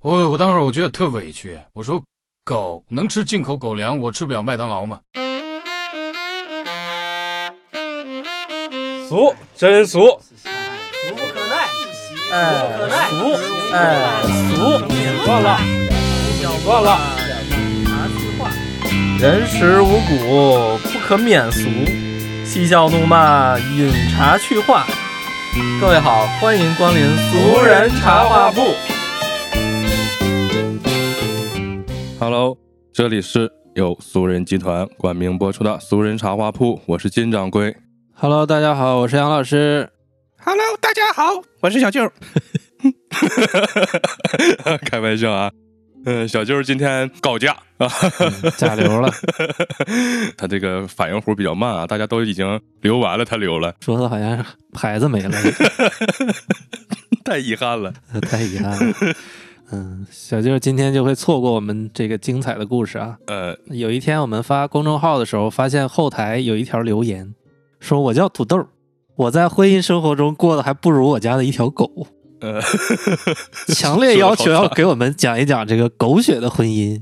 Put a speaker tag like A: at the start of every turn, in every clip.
A: 我当时我觉得特委屈，我说狗能吃进口狗粮，我吃不了麦当劳吗？
B: 俗，真俗，
C: 俗不可耐，
B: 哎，俗，哎，俗，你
C: 忘
B: 忘了，忘了，人食五谷，不可免俗，嬉笑怒骂，饮茶去话。各位好，欢迎光临俗人茶话铺。
D: Hello，这里是由俗人集团冠名播出的《俗人茶话铺》，我是金掌柜。
E: Hello，大家好，我是杨老师。Hello，大家好，我是小舅。
D: 开玩笑啊，嗯，小舅儿今天告假啊，
E: 甲流了，
D: 他这个反应弧比较慢啊，大家都已经留完了，他留了，
E: 说的好像牌子没了，
D: 太遗憾了。
E: 太遗憾了。啊嗯，小舅今天就会错过我们这个精彩的故事啊。
D: 呃，
E: 有一天我们发公众号的时候，发现后台有一条留言，说我叫土豆，我在婚姻生活中过得还不如我家的一条狗，
D: 呃，
E: 强烈要求要给我们讲一讲这个狗血的婚姻，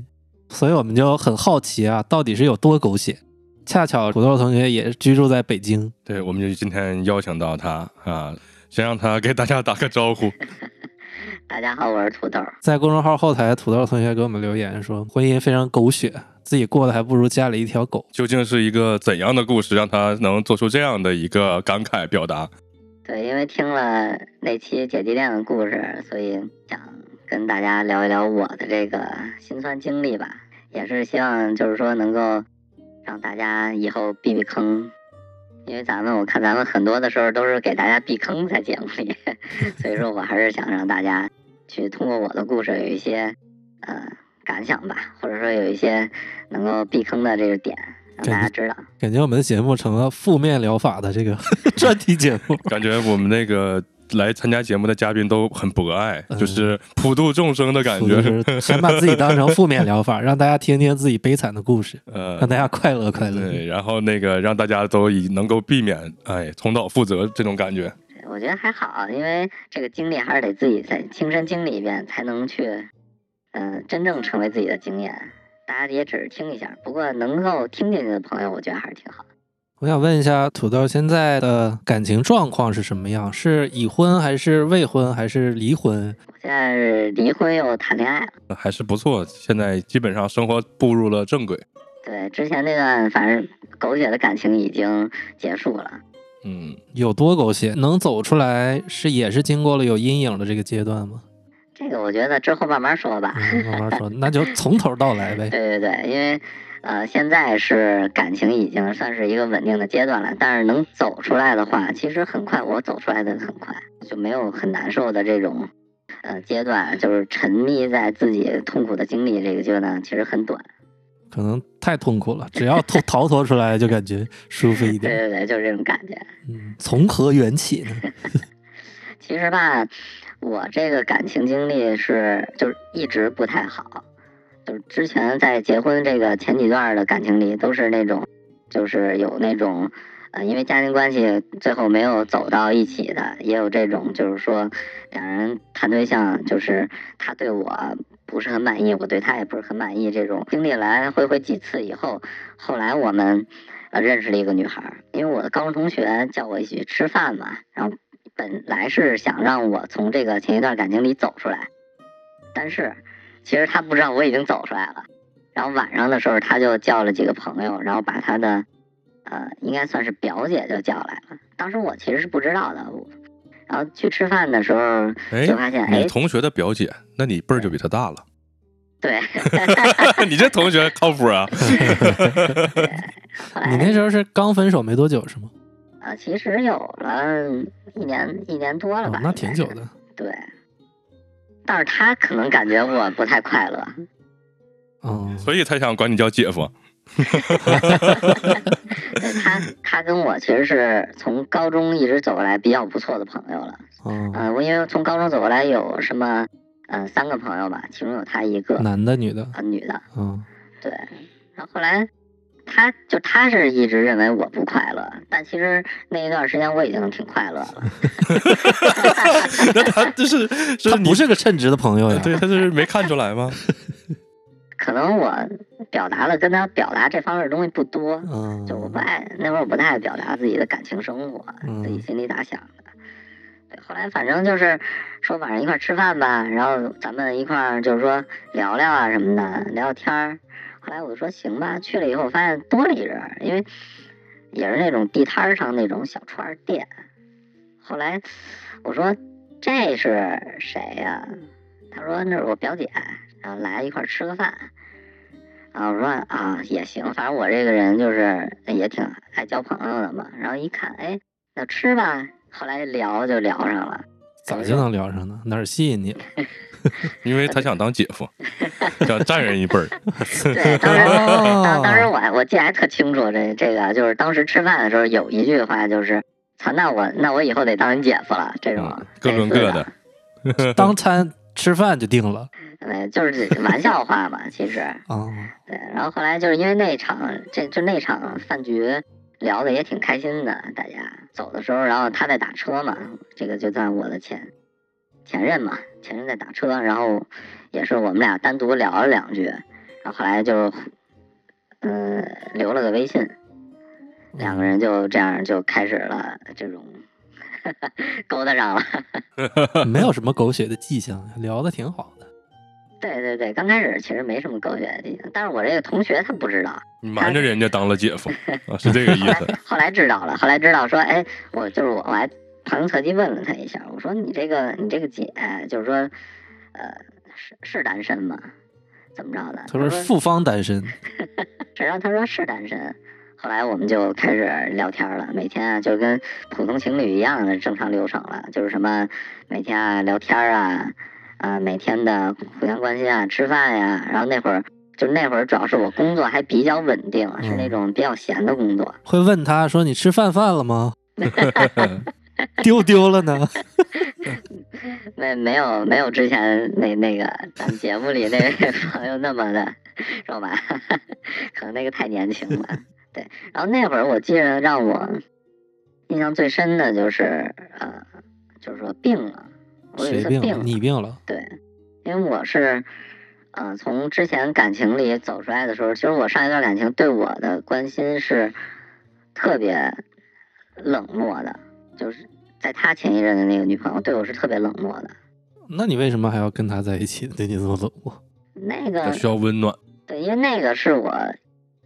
E: 所以我们就很好奇啊，到底是有多狗血？恰巧土豆同学也居住在北京，
D: 对，我们就今天邀请到他啊，先让他给大家打个招呼。
F: 大家好，我是土豆儿。
E: 在公众号后台，土豆同学给我们留言说，婚姻非常狗血，自己过得还不如家里一条狗。
D: 究竟是一个怎样的故事，让他能做出这样的一个感慨表达？
F: 对，因为听了那期姐弟恋的故事，所以想跟大家聊一聊我的这个心酸经历吧，也是希望就是说能够让大家以后避避坑，因为咱们我看咱们很多的时候都是给大家避坑在节目里， 所以说我还是想让大家去通过我的故事有一些呃感想吧，或者说有一些能够避坑的这个点，让大家知道。
E: 感觉我们的节目成了负面疗法的 这个专题节目。
D: 感觉我们那个来参加节目的嘉宾都很博爱，就是普度众生嗯的感
E: 我就。
D: 觉
E: 是先把自己当成负面疗 法，让大家听听自己悲惨的故事，让
D: 呃，
E: 大家快乐快乐。
D: 对，然后那个让大家都以能够避免哎重蹈覆辙这种感觉。
F: 我觉得还好，因为这个经历还是得自己再亲身经历一遍，才能去，嗯、真正成为自己的经验。大家也只是听一下，不过能够听进去的朋友，我觉得还是挺好。
E: 我想问一下，土豆现在的感情状况是什么样？是已婚还是未婚还是离婚？
F: 我现在是离婚又谈恋爱了，
D: 还是不错，现在基本上生活步入了正轨。
F: 对之前那段反正狗血的感情已经结束了。
D: 嗯，
E: 有多狗血？能走出来是也是经过了有阴影的这个阶段吗？
F: 这个我觉得之后慢慢说吧。
E: 嗯慢慢说，那就从头到来 呗。
F: 对对对，因为呃，现在是感情已经算是一个稳定的阶段了，但是能走出来的话，其实很快，我走出来的很快，就没有很难受的这种呃阶段，就是沉溺在自己痛苦的经历这个阶段，其实很短。
E: 可能太痛苦了，只要逃逃脱出来就感觉舒服一
F: 对
E: 点。
F: 对对，就是这种感觉。
E: 嗯，从何缘起呢？
F: 其实吧，我这个感情经历是就是一直不太好，就是之前在结婚这个前几段的感情里都是那种，就是有那种，呃，因为家庭关系最后没有走到一起的，也有这种就是说两人谈对象，就是他对我不是很满意，我对他也不是很满意，这种经历来回回几次以后，后来我们。呃，认识了一个女孩儿，因为我的高中同学叫我一起去吃饭嘛，然后本来是想让我从这个前一段感情里走出来，但是其实他不知道我已经走出来了。然后晚上的时候，他就叫了几个朋友，然后把他的呃，应该算是表姐就叫来了。当时我其实是不知道的，我然后去吃饭的时候
D: 哎
F: 就发现，，哎
D: 你，同学的表姐，那你辈儿就比他大了。
F: 对，
D: 你这同学靠谱啊！
F: 后来
E: 你那时候是刚分手没多久是吗？
F: 呃，其实有了一年一年多了
E: 哦
F: 吧，，
E: 那
F: 应
E: 挺
F: 该
E: 久
F: 是
E: 的。
F: 对，但是他可能感觉我不太快乐，
E: 嗯，
D: 所以才想管你叫姐夫。
F: 对他他跟我其实是从高中一直走过来比较不错的朋友了。
E: 嗯，
F: 呃，我因为从高中走过来有什么，呃，三个朋友吧，其中有他一个，
E: 男的女的？
F: 呃，女的。
E: 嗯，
F: 对，然后后来他就他是一直认为我不快乐，但其实那一段时间我已经挺快乐了。
D: 那他这是
E: 他
D: 是你
E: 不是个称职的朋友呀。
D: 对，他就是没看出来吗？
F: 可能我表达了跟他表达这方面的东西不多，
E: 嗯，
F: 就我不爱那会儿我不太爱表达自己的感情生活，自己
E: 嗯
F: 心里咋想的。对，后来反正就是说晚上一块儿吃饭吧，然后咱们一块儿就是说聊聊啊什么的，聊聊天儿。后来我就说行吧，去了以后发现多了一人儿，因为也是那种地摊儿上那种小串儿店。后来我说这是谁呀、他说那是我表姐，然后来一块儿吃个饭。啊，我说啊也行，反正我这个人就是也挺爱交朋友的嘛。然后一看，哎，那吃吧。后来聊就聊 上了，
E: 早就能聊上呢，哪儿吸引你了？
D: 因为他想当姐夫，想占人一辈儿。
F: 对，当时 当当时我还我记得还特清楚，这这个就是当时吃饭的时候有一句话就是，操，那我那我以后得当你姐夫了，这种
D: 嗯各论
F: 类似
D: 各的，
E: 哦当餐吃饭就定了
F: 呃，就是玩笑话嘛，其实
E: 啊。
F: 对。然后后来就是因为那场这就那场饭局聊的也挺开心的，大家走的时候，然后他在打车嘛，这个就算我的前前任嘛，前任在打车，然后也是我们俩单独聊了两句，然后后来就嗯、呃留了个微信，两个人就这样就开始了这种 勾搭上了。
E: 没有什么狗血的迹象，聊的挺好的。
F: 对对对，刚开始其实没什么狗血的地方，但是我这个同学他不知道，
D: 你瞒着人家当了姐 夫啊，是这个意
F: 后来
D: 思。
F: 后来知道了，后来知道说，哎，我就是我，我还旁敲侧击问了他一下，我说你这个你这个姐，就是说，呃，是是单身吗？怎么着的？
E: 他说复方单身，
F: 是，然后他说是单身。后来我们就开始聊天了，每天啊就跟普通情侣一样的正常流程了，就是什么每天啊聊天啊，啊每天的互相关心啊，吃饭呀、然后那会儿就那会儿主要是我工作还比较稳定，是
E: 嗯
F: 那种比较闲的工作，
E: 会问他说：“你吃饭饭了 吗？丢丢了呢
F: 没没有没有之前那那个咱们节目里那位 朋友那么的肉麻， 可能那个太年轻了。对，然后那会儿我记得让我印象最深的就是呃，就是说病了，？”我有一
E: 谁
F: 次
E: 病
F: 病
E: 了？
F: 了，
E: 你病了？
F: 对，因为我是呃从之前感情里走出来的时候，其实我上一段感情对我的关心是特别冷漠的，就是在他前一任的那个女朋友对我是特别冷漠的。
E: 那你为什么还要跟他在一起？对你这么冷漠？
F: 那
D: 他
F: 个
D: 需要温暖，
F: 对，因为那个是我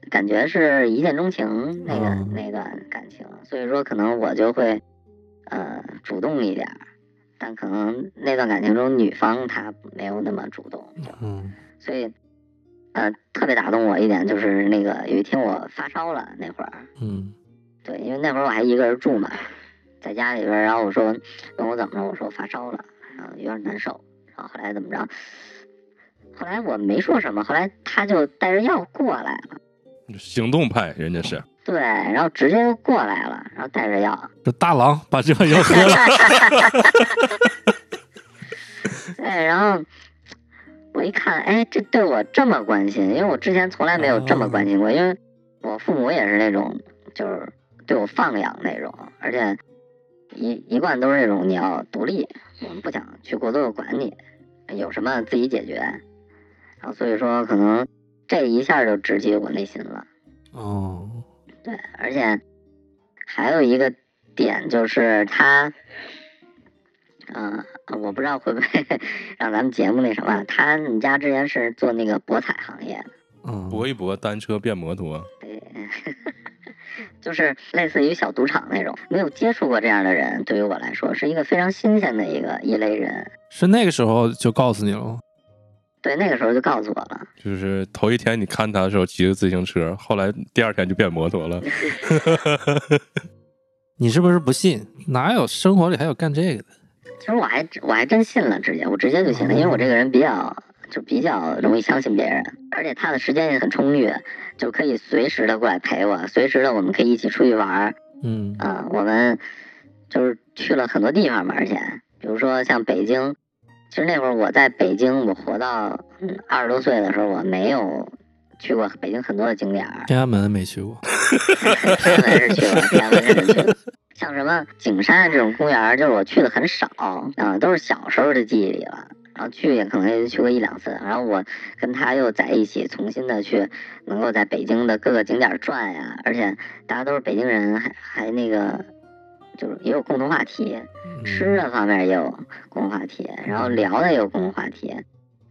F: 感觉是一见钟情那个、
E: 嗯
F: 那段感情，所以说可能我就会呃主动一点儿，但可能那段感情中女方她没有那么主动，
E: 嗯，
F: 所以呃特别打动我一点就是那个有一天我发烧了那会儿，
E: 嗯，
F: 对，因为那会儿我还一个人住嘛，在家里边儿，然后我说问我怎么了，我说我发烧了，然后有点难受，然后后来怎么着，后来我没说什么，后来他就带着药过来了，
D: 行动派人家是。
F: 对，然后直接就过来了，然后带着药，
E: 这大郎把这碗药喝了，
F: 对，然后我一看，哎，这对我这么关心，因为我之前从来没有这么关心过，因为我父母也是那种就是对我放养那种，而且一一贯都是那种你要独立，我们不想去过多的管你，有什么自己解决，然后所以说可能这一下就直击我内心了。
E: 哦，
F: 对，而且还有一个点就是他，嗯、我不知道会 不会让咱们节目那什么，他们家之前是做那个博彩行业的，
E: 嗯，
D: 搏一搏，单车变摩托，
F: 就是类似于小赌场那种，没有接触过这样的人，对于我来说是一个非常新鲜的一个一类人。
E: 是那个时候就告诉你了吗？
F: 对，那个时候就告诉我了，
D: 就是头一天你看他的时候骑着自行车，后来第二天就变摩托了。
F: 嗯
E: 你是不是不信？哪有生活里还有干这个的？
F: 其实我还我还真信了，直接我直接就信了，因为我这个人比较就比较容易相信别人，而且他的时间也很充裕，就可以随时的过来陪我，随时的我们可以一起出去玩儿，
E: 嗯
F: 啊、我们就是去了很多地方嘛，而且比如说像北京，其实那会儿我在北京，我活到嗯二十多岁的时候，我没有去过北京很多的景点儿，
E: 天安门没去过，
F: 天安门是去了，天安门是真去了。 像什么景山这种公园儿，就是我去的很少啊、都是小时候的记忆里了。然后去也可能也就去过一两次，然后我跟他又在一起重新的去，能够在北京的各个景点儿转呀，而且大家都是北京人，还还那个就是也有共同话题，吃
E: 嗯
F: 的方面也有共同话题，然后聊的也有共同话题，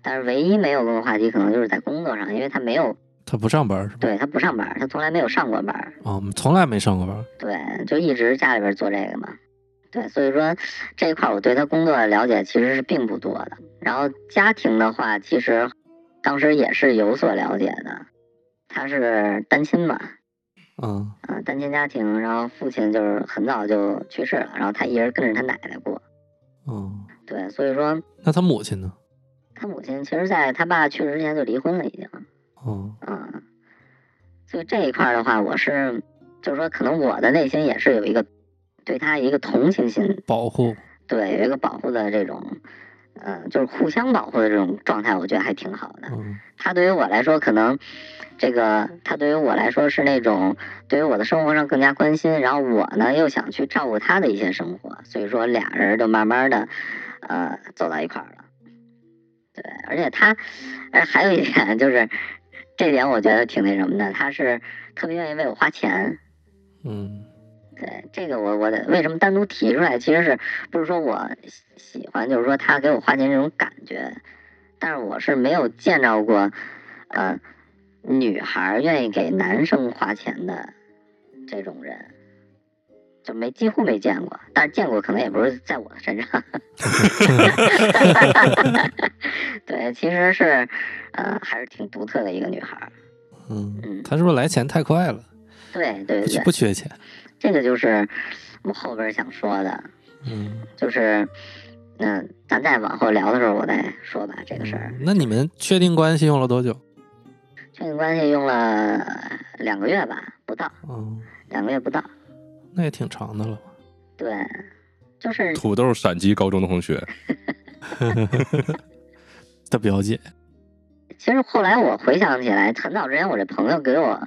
F: 但是唯一没有共同话题可能就是在工作上，因为他没有
E: 他不上班是吧？
F: 对他不上班，他从来没有上过班，
E: 哦，我们从来没上过班。
F: 对，就一直家里边做这个嘛。对，所以说这一块儿我对他工作的了解其实是并不多的。然后家庭的话，其实当时也是有所了解的。他是单亲嘛，
E: 嗯，
F: 嗯、单亲家庭，然后父亲就是很早就去世了，然后他一人跟着他奶奶过。
E: 嗯，
F: 对，所以说
E: 那他母亲呢？
F: 他母亲其实在他爸去世之前就离婚了，已经。
E: 嗯
F: 嗯，所以这一块儿的话，我是就是说，可能我的内心也是有一个对他一个同情心，
E: 保护。
F: 对有一个保护的这种，呃，就是互相保护的这种状态，我觉得还挺好的。
E: 嗯
F: 他对于我来说，可能这个他对于我来说是那种对于我的生活上更加关心，然后我呢又想去照顾他的一些生活，所以说俩人就慢慢的呃走到一块儿了。对，而且他，而还有一点就是，这点我觉得挺那什么的，他是特别愿意为我花钱。
E: 嗯
F: 对，这个我我得为什么单独提出来？其实是不是说我喜喜欢，就是说他给我花钱这种感觉，但是我是没有见着过，呃，女孩儿愿意给男生花钱的这种人，就没几乎没见过。但是见过可能也不是在我的身上。 对，其实是，呃，还是挺独特的一个女孩儿。
E: 嗯
F: 嗯，
E: 他是不是来钱太快了？
F: 对对
E: 不
F: 对，
E: 不缺钱。
F: 这个就是我后边儿想说的。
E: 嗯，
F: 就是，嗯、咱再往后聊的时候我再说吧这个事儿。
E: 那你们确定关系用了多久？
F: 确定关系用了呃两个月吧，不到
E: 嗯，
F: 两个月不到。
E: 那也挺长的了吧？
F: 对，就是
D: 土豆闪击高中的同学，
E: 的表姐。
F: 其实后来我回想起来，很早之前我这朋友给我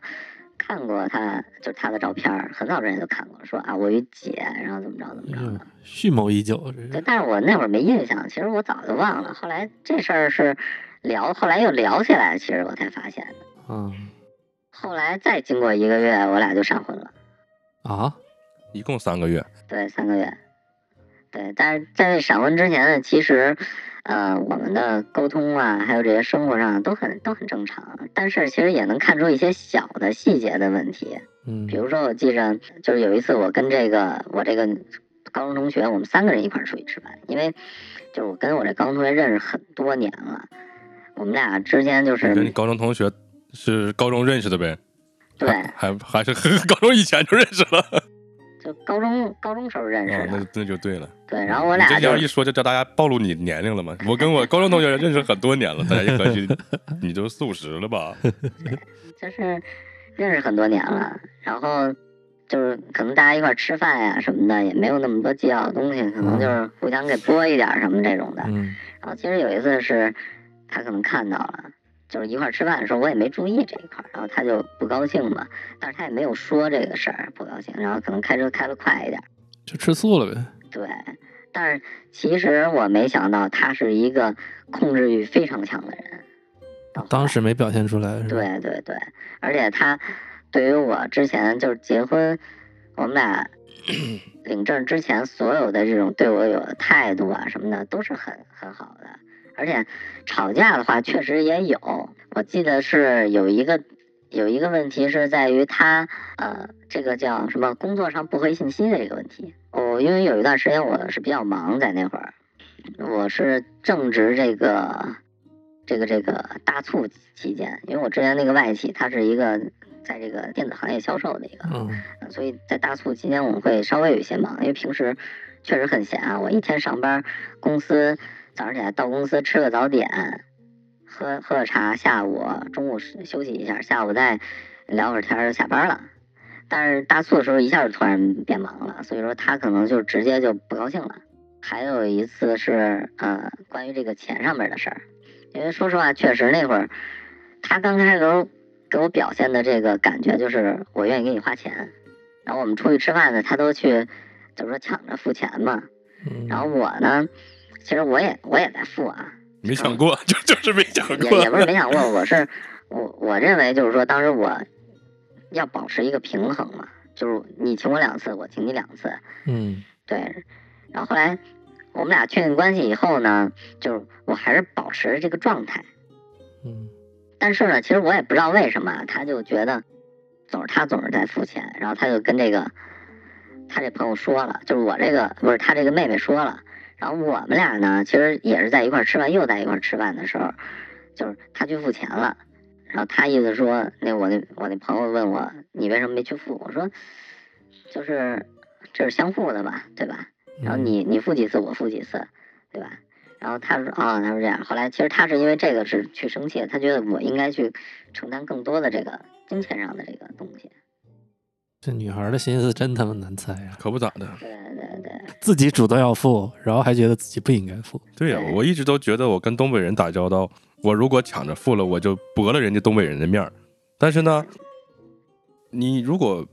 F: 看过他，就是他的照片儿，很早之前就看过，说啊我有一姐，然后怎么着怎么着
E: 嗯
F: 的。，
E: 蓄谋已久，这
F: 对，
E: 是。
F: 但是我那会儿没印象，其实我早就忘了。后来这事儿是聊，后来又聊起来，其实我才发现的。
E: 嗯
F: 后来再经过一个月，我俩就闪婚了。
E: 啊，
D: 一共三个月，
F: 对，三个月。对，但是在闪婚之前呢，其实，呃，我们的沟通啊，还有这些生活上都很都很正常，但是其实也能看出一些小的细节的问题。
E: 嗯
F: 比如说，我记着就是有一次我跟这个我这个高中同学，我们三个人一块儿出去吃饭，因为就是我跟我这高中同学认识很多年了，我们俩之间就
D: 你跟你
F: 是
D: 高中同学是高中认识的呗？
F: 对，
D: 还还是 高中以前就认识了，
F: 就高中高中时候认识
D: 哦，
F: 的，
D: 那那就对了。
F: 对，然后我俩
D: 你这
F: 就
D: 样一说就叫大家暴露你年龄了嘛？我跟我高中同学认识很多年了，大家一 合计，你都四五十了吧？
F: 就是认识很多年了，然后就是可能大家一块儿吃饭呀什么的，也没有那么多计较的东西，可能就是互相给拨一点儿什么这种的。
E: 嗯
F: 然后其实有一次是他可能看到了，就是一块儿吃饭的时候我也没注意这一块儿，然后他就不高兴嘛，但是他也没有说这个事儿不高兴，然后可能开车开得快一点儿，
E: 就吃素了呗。
F: 对。但是其实我没想到他是一个控制欲非常强的人，到后来
E: 当时没表现出来，是吧？
F: 对对对，而且他对于我之前就是结婚，我们俩 领证之前所有的这种对我有的态度啊什么的都是很很好的，而且吵架的话确实也有，我记得是有一个。有一个问题是在于他，呃，这个叫什么工作上不回信息的一个问题。我、因为有一段时间我是比较忙，在那会儿，我是正值这个这个这个大促期间，因为我之前那个外企，它是一个在这个电子行业销售的一个，
E: 嗯
F: 呃所以在大促期间我们会稍微有一些忙，因为平时确实很闲啊。我一天上班，公司早上起来到公司吃个早点，喝喝个茶，下午中午休休息一下，下午再聊会儿天儿就下班了。但是大促的时候一下就突然变忙了，所以说他可能就直接就不高兴了。还有一次是呃关于这个钱上面的事儿，因为说实话，确实那会儿他刚开始给我表现的这个感觉就是我愿意给你花钱，然后我们出去吃饭呢，他都去就是说抢着付钱嘛，
B: 嗯
F: 然后我呢，其实我也我也在付啊，
D: 没想过， 就就是没想
F: 也
D: 过
F: 也。不是没想过，我是我我认为就是说，当时我要保持一个平衡嘛，就是你请我两次，我请你两次，
B: 嗯
F: 对。然后后来我们俩确定关系以后呢，就是我还是保持这个状态，
B: 嗯
F: 但是呢，其实我也不知道为什么，他就觉得总是他总是在付钱，然后他就跟这个他这朋友说了，就是我这个不是他这个妹妹说了，然后我们俩呢，其实也是在一块儿吃饭，又在一块儿吃饭的时候，就是他去付钱了，然后他意思说，那我那我那朋友问我你为什么没去付，我说就是这是相互的吧，对吧？然后你你付几次，我付几次，对吧？然后他说啊、他说这样。后来其实他是因为这个是去生气的，他觉得我应该去承担更多的这个金钱上的这个东西。
E: 这女孩的心思真他妈难猜啊！
D: 可不咋的，
F: 对对对，
E: 自己主动要付，然后还觉得自己不应该付，
D: 对呀、
F: 对
D: 我一直都觉得我跟东北人打交道，我如果抢着付了，我就驳了人家东北人的面儿。但是呢，你如果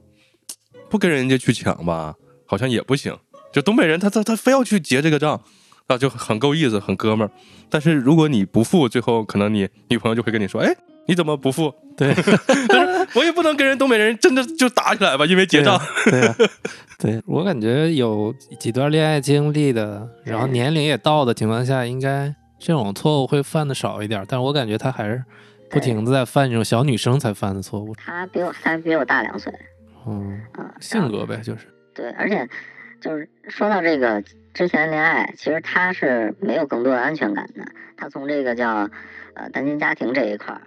D: 不跟人家去抢吧，好像也不行。就东北人他他他非要去结这个账，那就很够意思，很哥们儿。但是如果你不付，最后可能你女朋友就会跟你说：“哎，你怎么不付？”
E: 对，
D: 但是我也不能跟人东北人真的就打起来吧，因为结账。
E: 对啊，对我感觉有几段恋爱经历的，然后年龄也到的情况下，应该这种错误会犯的少一点。但我感觉她还是不停的在犯这种小女生才犯的错误。
F: 他比我他比我大两岁
E: 嗯，
F: 啊，
E: 性格呗，就是
F: 对，而且就是说到这个之前的恋爱，其实他是没有更多的安全感的。他从这个叫呃单亲家庭这一块儿，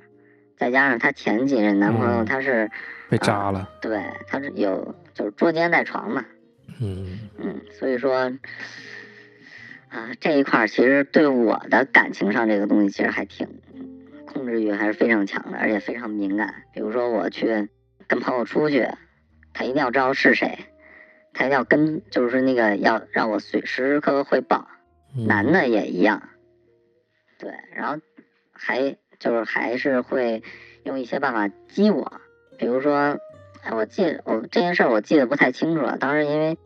F: 再加上他前几任男朋友
E: 嗯
F: 他是、
E: 被扎了。
F: 对他是有就是捉奸在床嘛，
E: 嗯，
F: 嗯，所以说，啊、这一块儿其实对我的感情上这个东西其实还挺控制欲还是非常强的，而且非常敏感。比如说我去跟朋友出去，他一定要知道是谁，他一定要跟，就是那个要让我随时时刻刻汇报。
E: 嗯
F: 男的也一样，对，然后还就是还是会用一些办法激我，比如说，哎，我记得我这件事儿我记得不太清楚了，当时因为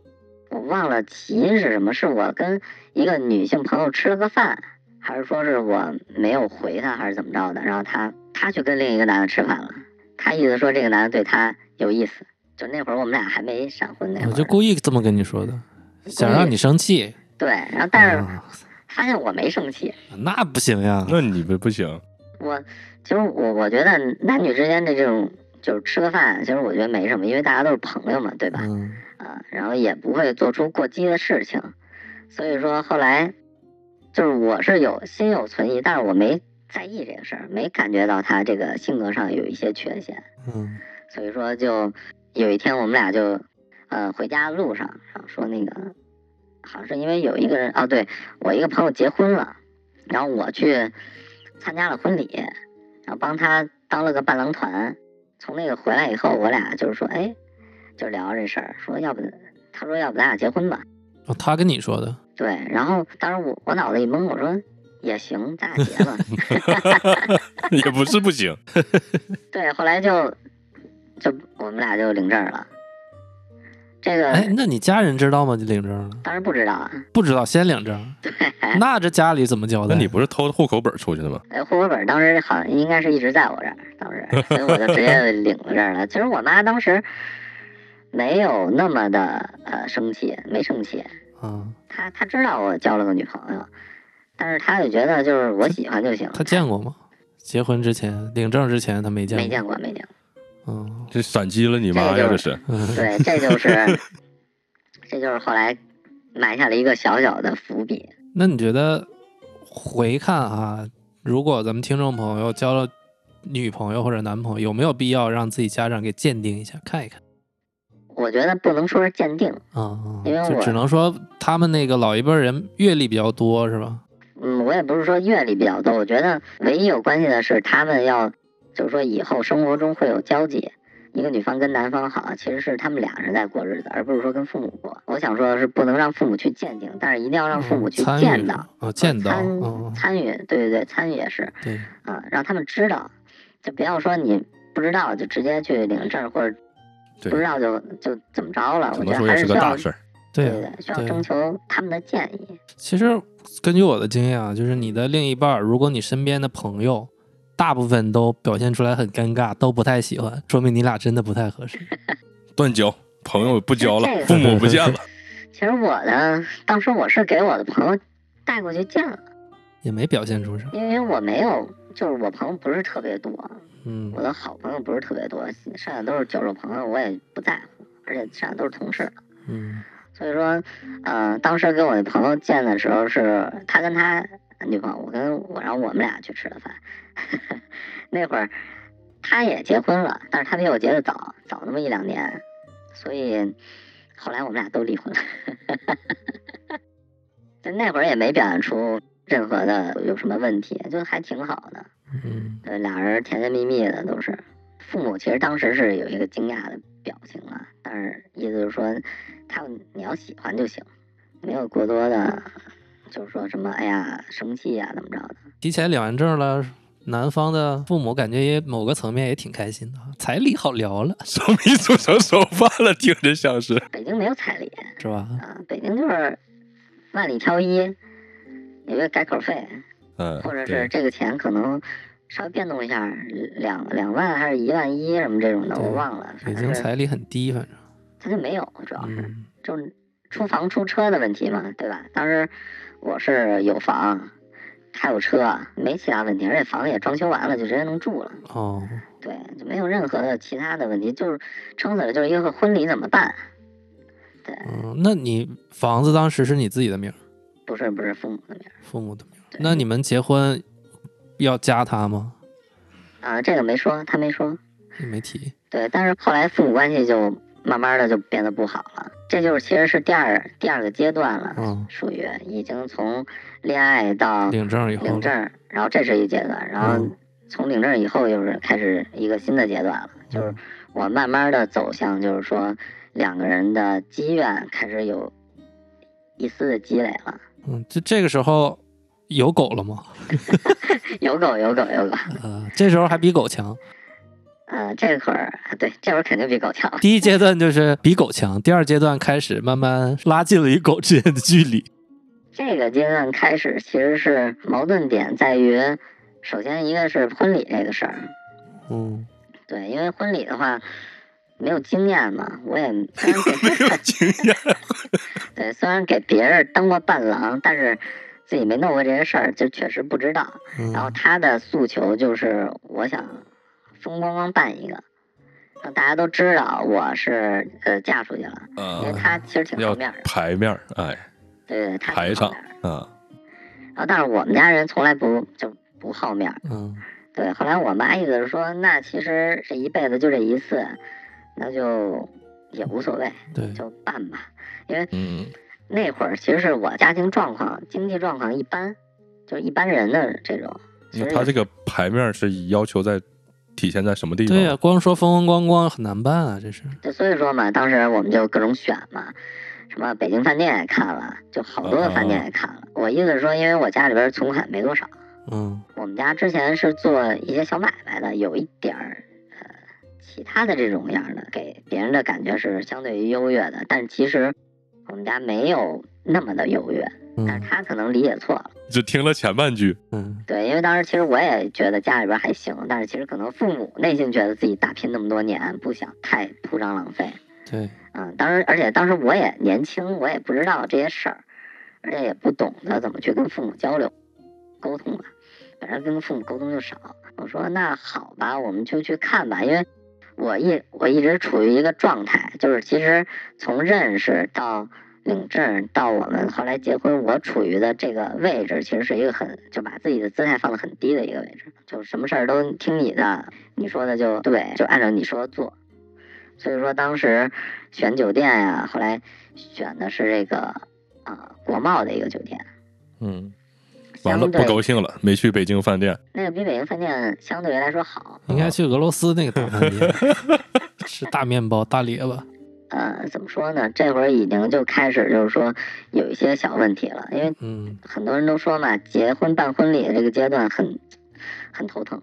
F: 我忘了起因是什么，是我跟一个女性朋友吃了个饭，还是说是我没有回她，还是怎么着的？然后她她去跟另一个男的吃饭了，她意思说这个男的对她有意思，就那会儿我们俩还没闪婚那会儿，
E: 我就故意这么跟你说的，想让你生气。
F: 对，然后但是
E: 啊
F: 发现我没生气。
E: 嗯那不行呀，
D: 那你不不行，
F: 我其实我我觉得男女之间的这种就是吃个饭，其实我觉得没什么，因为大家都是朋友嘛，对吧？
E: 嗯
F: 啊，然后也不会做出过激的事情，所以说后来就是我是有心有存疑，但是我没在意这个事儿，没感觉到他这个性格上有一些缺陷。
E: 嗯，
F: 所以说就有一天我们俩就呃回家的路上，然后说那个好像是因为有一个人哦，对我一个朋友结婚了，然后我去参加了婚礼，然后帮他当了个伴郎团。从那个回来以后，我俩就是说，哎，就聊这事儿，说要不他说要不咱俩结婚吧。
E: 哦他跟你说的，
F: 对，然后当时我我脑子一懵，我说也行，咱俩结吧。
D: 也不是不行。
F: 对，后来就就我们俩就领证了。这个
E: 哎，那你家人知道吗？你领证了？
F: 当然不知道啊，
E: 不知道，先领 证。那这家里怎么交代？
D: 那你不是偷户口本出去的吗？
F: 哎，户口本当时好像应该是一直在我这儿，当时，所以我就直接领到这儿了。其实我妈当时没有那么的呃生气，没生气，
E: 啊，
F: 她她知道我交了个女朋友，但是她就觉得就是我喜欢就行，
E: 他见过吗？结婚之前，领证之前他没见过。
F: 没见过没见过，
E: 嗯，
D: 这闪击了你妈呀！这是，
F: 对，这就是这就是后来埋下了一个小小的伏笔，
E: 那你觉得回看啊，如果咱们听众朋友交了女朋友或者男朋友，有没有必要让自己家长给鉴定一下，看一看？
F: 我觉得不能说是鉴定，
E: 啊、
F: 因为
E: 就
F: 我
E: 只能说他们那个老一辈人阅历比较多，是吧？
F: 嗯，我也不是说阅历比较多，我觉得唯一有关系的是他们要，就是说以后生活中会有交集。一个女方跟男方好，其实是他们俩人在过日子，而不是说跟父母过。我想说的是，不能让父母去鉴定，但是一定要让父母去
E: 嗯参与
F: 见到、
E: 啊，见到，
F: 参
E: 嗯，
F: 参与，对对对，参与也是
E: 对，
F: 啊、让他们知道，就不要说你不知道就直接去领证，或者
D: 对
F: 不知道就就怎么着了。
D: 只
F: 我
D: 能
F: 觉
D: 说
F: 得
D: 也
F: 还
D: 是
F: 需
D: 个大
F: 要
D: 事儿。
E: 对
F: 对对，需要
E: 对
F: 征求他们的建议。
E: 其实根据我的经验啊，就是你的另一半儿，如果你身边的朋友大部分都表现出来很尴尬，都不太喜欢，说明你俩真的不太 合适。
D: 断交，朋友不交
F: 这
D: 了，
F: 个
D: 父母不见 了，
F: 其实我呢，当时我是给我的朋友带过去见了，
E: 也没表现出啥，
F: 因为我没有，就是我朋友不是特别多，
E: 嗯
F: 我的好朋友不是特别多，剩下都是酒肉朋友，我也不在乎，而且剩下都是同事。
E: 嗯
F: 所以说，呃，当时跟我的朋友见的时候是他跟他女朋友，我跟我，然后我们俩去吃的饭。 那会儿他也结婚了，但是他比我结的早，早那么一两年，所以后来我们俩都离婚了。 就那会儿也没表现出任何的有什么问题，就还挺好的。
E: 嗯，
F: 呃，俩人甜甜蜜蜜的都是。父母其实当时是有一个惊讶的表情啊，但是意思就是说，他你要喜欢就行，没有过多的，就是说什么哎呀生气呀、怎么着的。
E: 提前领完证了，男方的父母感觉也某个层面也挺开心的啊，彩礼好聊了，
D: 什么民族成熟饭了，听着像是。
F: 北京没有彩礼
E: 是吧？
F: 啊，北京就是万里挑一，有一个改口费，
D: 嗯，
F: 或者是
D: 对，
F: 这个钱可能稍微变动一下，两两万还是一万一什么这种的，
E: 对
F: 我忘了，
E: 北
F: 反
E: 京
F: 正是
E: 彩礼很低，反正，
F: 他就没有，主要是。
E: 嗯
F: 就是出房出车的问题嘛，对吧？当时我是有房，还有车，没其他问题，而且房也装修完了，就直接能住了。
E: 哦，
F: 对，就没有任何的其他的问题，就是撑死了就是一个婚礼怎么办？对，
E: 嗯，那你房子当时是你自己的名儿，
F: 不是不是父母的名儿
E: 父母的名儿，
F: 对
E: 那你们结婚要加他吗？
F: 啊，这个没说，他没说。
E: 也没提，
F: 对，但是后来父母关系就慢慢的就变得不好了，这就是其实是第二第二个阶段了，
E: 嗯，
F: 属于已经从恋爱到
E: 领证以后，
F: 领证，然后这是一阶段，然后
E: 嗯
F: 从领证以后又是开始一个新的阶段了，就是我慢慢的走向，就是说两个人的积怨开始有一丝的积累了，
E: 嗯，就这个时候有狗了吗？
F: 有狗有狗有狗，
E: 呃，这时候还比狗强，
F: 呃，这会儿对，这会儿肯定比狗强，
E: 第一阶段就是比狗强，第二阶段开始慢慢拉近了与狗之间的距离，
F: 这个阶段开始其实是矛盾点在于，首先一个是婚礼这个事儿，
E: 嗯，
F: 对，因为婚礼的话。没有经验嘛，我也虽然给
D: 没有经 验，
F: 对，呃虽然给别人当过伴郎，但是自己没弄过这些事儿，就确实不知道。
E: 嗯
F: 然后他的诉求就是，我想风光光办一个，让大家都知道我是呃嫁出去了，因为
D: 嗯，
F: 他其实挺
D: 要
F: 好面儿的，
D: 排面儿，哎，
F: 对对，他
D: 排
F: 挺好
D: 场
F: 面儿的。
D: 啊，
F: 然后，但是我们家人从来不就不好面儿，
E: 嗯
F: 对。后来我妈意思是说，那其实这一辈子就这一次，那就也无所谓，
E: 对，
F: 就办吧，因为。
D: 嗯，
F: 那会儿其实是我家庭状况、经济状况一般，就是一般人的这种。其
D: 那
F: 实
D: 他
F: 也
D: 这个排面儿是要求在体现在什么地方？
E: 对呀、光说风风光光很难办啊，这是，
F: 就所以说嘛，当时我们就各种选嘛，什么北京饭店也看了，就好多个饭店也看了。我意思是说，因为我家里边存款没多少，
E: 嗯
F: 我们家之前是做一些小买卖的，有一点儿呃其他的这种样的，给别人的感觉是相对于优越的，但其实我们家没有那么的优越，但
E: 嗯
F: 是他可能理解错了。
D: 只听了前半句，
E: 嗯，
F: 对，因为当时其实我也觉得家里边还行，但是其实可能父母内心觉得自己打拼那么多年，不想太铺张浪费。
E: 对，
F: 嗯，当时而且当时我也年轻，我也不知道这些事儿，而且也不懂得怎么去跟父母交流、沟通啊。本身跟父母沟通就少，我说那好吧，我们就去看吧，因为我一我一直处于一个状态，就是其实从认识到领证到我们后来结婚，我处于的这个位置，其实是一个很就把自己的姿态放得很低的一个位置，就是什么事儿都听你的，你说的就对，就按照你说的做。所以说当时选酒店呀、后来选的是这个呃国贸的一个酒店，
D: 嗯，完
F: 相
D: 了，
F: 对
D: 不高兴了，没去北京饭店，
F: 那个比北京饭店相对来说好，
E: 应该去俄罗斯那个大饭店 吃大面包、大列巴，
F: 呃，怎么说呢？这会儿已经就开始就是说有一些小问题了，因为
E: 嗯
F: 很多人都说嘛，结婚办婚礼的这个阶段很很头疼，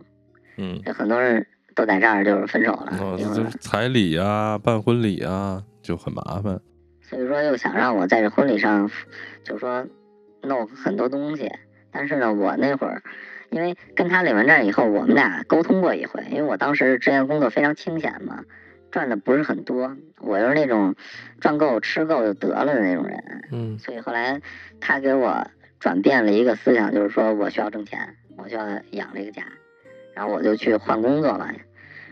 D: 嗯
F: 有很多人都在这儿就是分手了，
D: 哦，
F: 离
D: 就
F: 婚了
D: 是。彩礼啊，办婚礼啊，就很麻烦。
F: 所以说又想让我在这婚礼上，就说弄很多东西。但是呢，我那会儿因为跟他领完证以后，我们俩沟通过一回，因为我当时之前工作非常清闲嘛，赚的不是很多，我又是那种赚够吃够就得了的那种人。
E: 嗯
F: 所以后来他给我转变了一个思想，就是说我需要挣钱，我需要养这个家，然后我就去换工作嘛，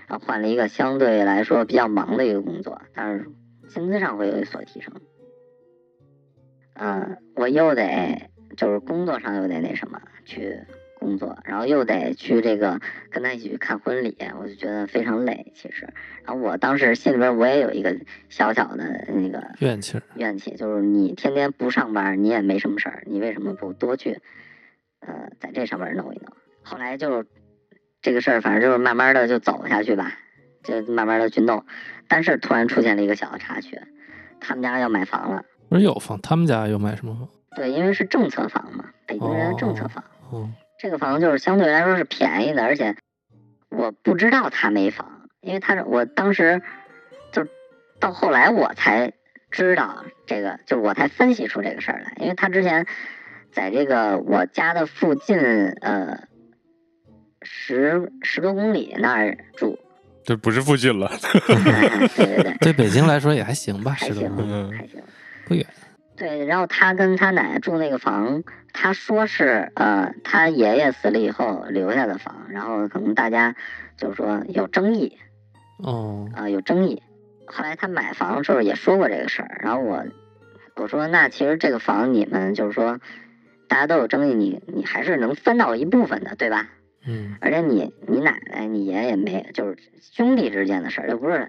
F: 然后换了一个相对来说比较忙的一个工作，但是薪资上会有所提升。嗯，我又得就是工作上又得那什么去工作，然后又得去这个跟他一起去看婚礼，我就觉得非常累。其实，然后我当时心里边我也有一个小小的那个
E: 怨气儿，
F: 怨气，就是你天天不上班，你也没什么事儿，你为什么不多去，呃，在这上面弄一弄？后来就是这个事儿，反正就是慢慢的就走下去吧，就慢慢的去弄。但是突然出现了一个小的插曲，他们家要买房了，
E: 不是有房，他们家有买什么房？
F: 对，因为是政策房嘛，北京人的政策房，
E: 哦，
F: 这个房就是相对来说是便宜的，而且我不知道他没房，因为他是我当时就是到后来我才知道这个，就是我才分析出这个事儿来，因为他之前在这个我家的附近呃十十多公里那儿住，
D: 这不是附近了，
F: 哎对对对，
E: 对北京来说也还行吧，
F: 还
E: 十多
F: 行
E: 公里
D: 嗯
F: 还行。
E: 不远。
F: 对，然后他跟他奶奶住那个房，他说是呃，他爷爷死了以后留下的房，然后可能大家就是说有争议
E: 哦，
F: 啊、呃有争议。后来他买房的时候也说过这个事儿，然后我我说那其实这个房你们就是说大家都有争议，你你还是能分到一部分的，对吧？
E: 嗯
F: 而且你你奶奶、你爷爷没，就是兄弟之间的事儿，又不是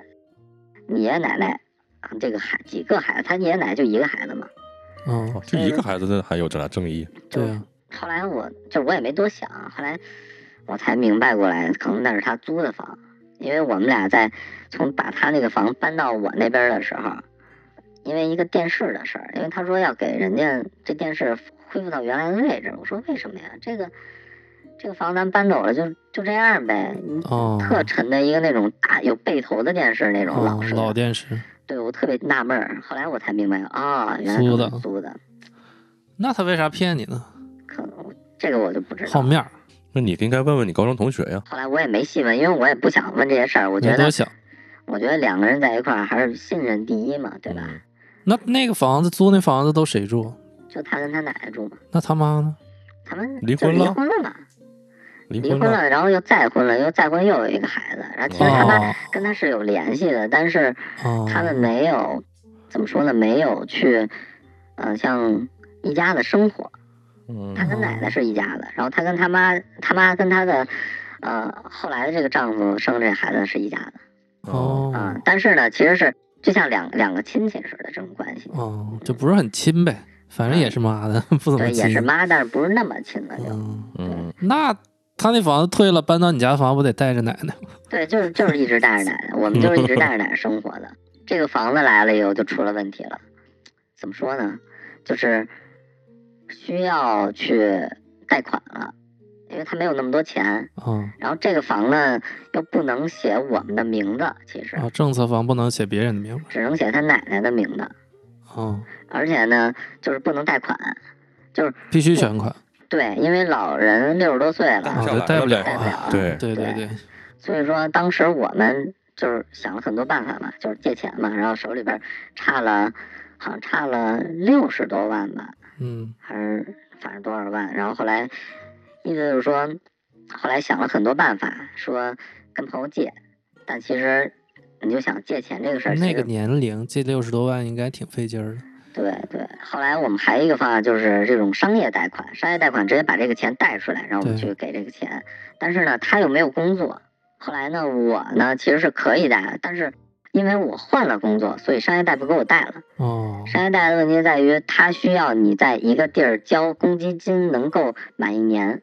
F: 你爷爷奶奶啊这个孩几个孩子，他爷爷奶奶就一个孩子嘛。嗯
E: 哦，
D: 就一个孩子，这还有这俩正义？
E: 对啊，
F: 后来我就我也没多想，啊后来我才明白过来，可能那是他租的房，因为我们俩在从把他那个房搬到我那边的时候，因为一个电视的事儿，因为他说要给人家这电视恢复到原来的位置，我说为什么呀？这个这个房咱搬走了就就这样呗，你
E: 哦
F: 特沉的一个那种大有背头的电视那种
E: 哦
F: 老式，的，
E: 老电视，
F: 对我特别纳闷儿，后来我才明白啊、原来
E: 租
F: 可
E: 的
F: 能是租的，
E: 那他为啥骗你呢？
F: 可能这个我就不知道。
E: 好面儿，
D: 那你应该问问你高中同学呀。
F: 后来我也没细问，因为我也不想问这些事儿。我觉
E: 没多
F: 得，
E: 想。
F: 我觉得两个人在一块儿还是信任第一嘛，对吧？
E: 那那个房子租那房子都谁住？
F: 就他跟他奶奶住嘛，
E: 那他妈呢？
F: 他们
D: 离
F: 就
D: 婚
F: 离
D: 了
F: 婚了嘛，
D: 离
F: 离
D: 婚了，
F: 了，然后又再婚了，又再婚又有一个孩子。然后其实他妈
E: 哦
F: 跟他是有联系的，但是
E: 哦，
F: 他们没有、怎么说呢，没有去，呃，像一家的生活。
D: 嗯
F: 他跟
E: 哦
F: 奶奶是一家的，然后他跟他妈，他妈跟他的，呃，后来的这个丈夫生这孩子是一家的。啊、
E: 哦
F: 但是呢，其实是就像两两个亲戚似的这种关系，
E: 哦，就不是很亲呗，反正也是妈的， 不怎么
F: 对，
E: 亲
F: 也。是妈，但是不是那么亲了就，
E: 嗯，
D: 嗯，
E: 那他那房子退了，搬到你家房不得带着奶奶吗？
F: 对，就是就是一直带着奶奶，我们就是一直带着奶奶生活的。这个房子来了以后就出了问题了，怎么说呢？就是需要去贷款了，因为他没有那么多钱，
E: 啊
F: 然后这个房呢又不能写我们的名字，其实
E: 啊，政策房不能写别人的名字
F: 只能写他奶奶的名字，
E: 啊，
F: 而且呢就是不能贷款，
E: 必须全款
F: 对，因为老人六十多岁了，
E: 啊，
D: 下
E: 就
D: 来
E: 贷不
D: 了
E: 了
D: 呗
E: 啊。
D: 对
E: 对对
F: 对
E: 对，
F: 所以说当时我们就是想了很多办法嘛，就是借钱嘛，然后手里边差了，好像差了六十多万吧，
E: 嗯
F: 还是反正多少万。然后后来意思就是说，后来想了很多办法，说跟朋友借，但其实你就想借钱这个事儿，
E: 那
F: 其
E: 个
F: 实
E: 年龄借六十多万应该挺费劲儿的。
F: 对对。后来我们还有一个方案就是这种商业贷款，商业贷款直接把这个钱贷出来，让我们
E: 对
F: 去给这个钱。但是呢，他又没有工作。后来呢，我呢其实是可以贷，但是因为我换了工作，所以商业贷不给我贷了。
E: 哦
F: 商业贷的问题在于，它需要你在一个地儿交公积金能够满一年。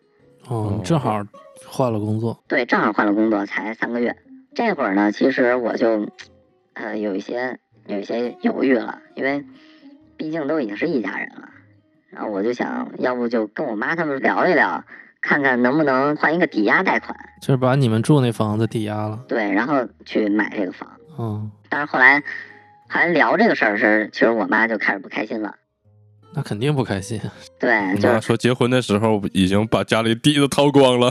E: 哦，正好换了工作，
F: 对，正好换了工作，才三个月。这会儿呢，其实我就，呃，有一些有一些犹豫了，因为毕竟都已经是一家人了。然后我就想要不就跟我妈他们聊一聊，看看能不能换一个抵押贷款，
E: 就是把你们住那房子抵押了。
F: 对，然后去买这个房。
E: 嗯，
F: 但是后来，好像聊这个事儿时，其实我妈就开始不开心了。
E: 那肯定不开心。啊
F: 对，
D: 你
F: 就
D: 妈
F: 是
D: 说结婚的时候已经把家里地都掏光了，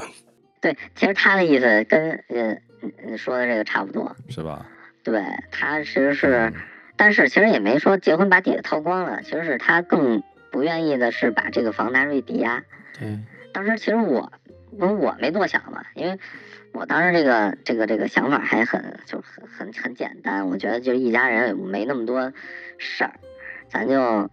F: 对，其实她的意思跟呃你你说的这个差不多。
D: 是吧？
F: 对，她其实是，但是其实也没说结婚把底子掏光了，其实是她更不愿意的是把这个房拿出去抵押。
E: 对，
F: 当时其实我，不是我没多想嘛，因为我当时这个这个这个想法还很就很很很简单，我觉得就是一家人也没那么多事儿，咱就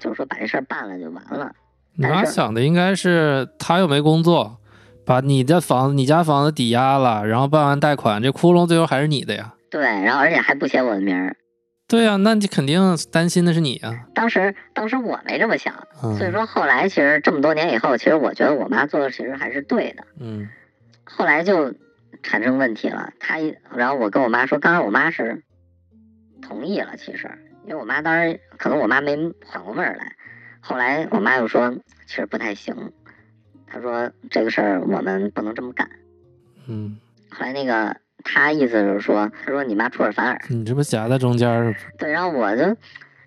F: 就是说把这事儿办了就完了。
E: 你妈
F: 但是
E: 想的应该是他又没工作，把你的房你家房子抵押了，然后办完贷款，这窟窿最后还是你的呀。
F: 对，然后而且还不写我的名儿。
E: 对呀、那你肯定担心的是你啊。
F: 当时当时我没这么想，
E: 嗯，
F: 所以说后来其实这么多年以后，其实我觉得我妈做的其实还是对的。
E: 嗯，
F: 后来就产生问题了。她一，然后我跟我妈说，刚才我妈是同意了，其实，因为我妈当时可能我妈没缓过味儿来。后来我妈又说，其实不太行，她说这个事儿我们不能这么干。
E: 嗯，
F: 后来那个她意思就是说，她说你妈出尔反尔，
E: 你这不夹在中间儿？
F: 对，然后我就，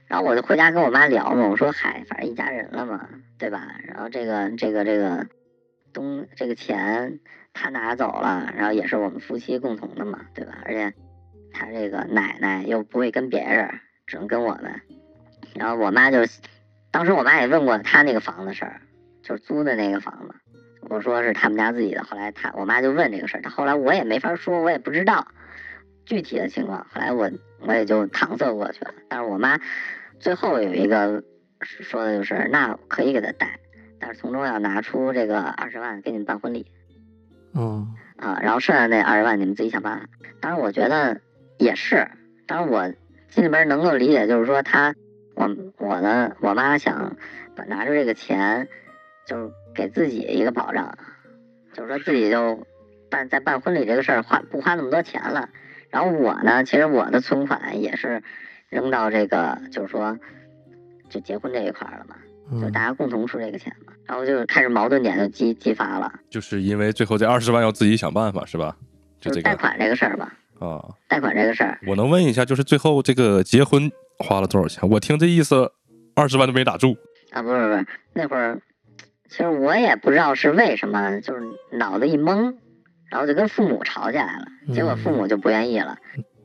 F: 然后我就回家跟我妈聊嘛，我说嗨，反正一家人了嘛，对吧？然后这个这个这个东这个钱他拿走了，然后也是我们夫妻共同的嘛，对吧？而且他这个奶奶又不会跟别人，只能跟我们。然后我妈就，当时我妈也问过她那个房子的事儿，就是租的那个房子。我说是他们家自己的，后来她我妈就问这个事儿，她后来我也没法说，我也不知道具体的情况。后来我我也就搪塞过去了。但是我妈最后有一个说的就是，那可以给他带，但是从中要拿出这个二十万给你们办婚礼
E: 嗯，
F: 啊，然后剩下那二十万你们自己想办法。当然我觉得也是，当然我心里边能够理解，就是说他我我呢，我妈想把拿出这个钱，就是给自己一个保障，就是说自己就办在办婚礼这个事儿花不花那么多钱了。然后我呢，其实我的存款也是扔到这个，就是说就结婚这一块儿了嘛，就
E: 嗯
F: 大家共同出这个钱嘛。然后就开始矛盾点就激激发了，
D: 就是因为最后这二十万要自己想办法，是吧？就
F: 就
D: 这个
F: 是贷款这个事儿吧，
D: 啊，
F: 贷款这个事儿。
D: 我能问一下，就是最后这个结婚花了多少钱？我听这意思，二十万都没打住。
F: 啊，不是不是，那会儿其实我也不知道是为什么，就是脑子一懵，然后就跟父母吵起来了，结果父母就不愿意了。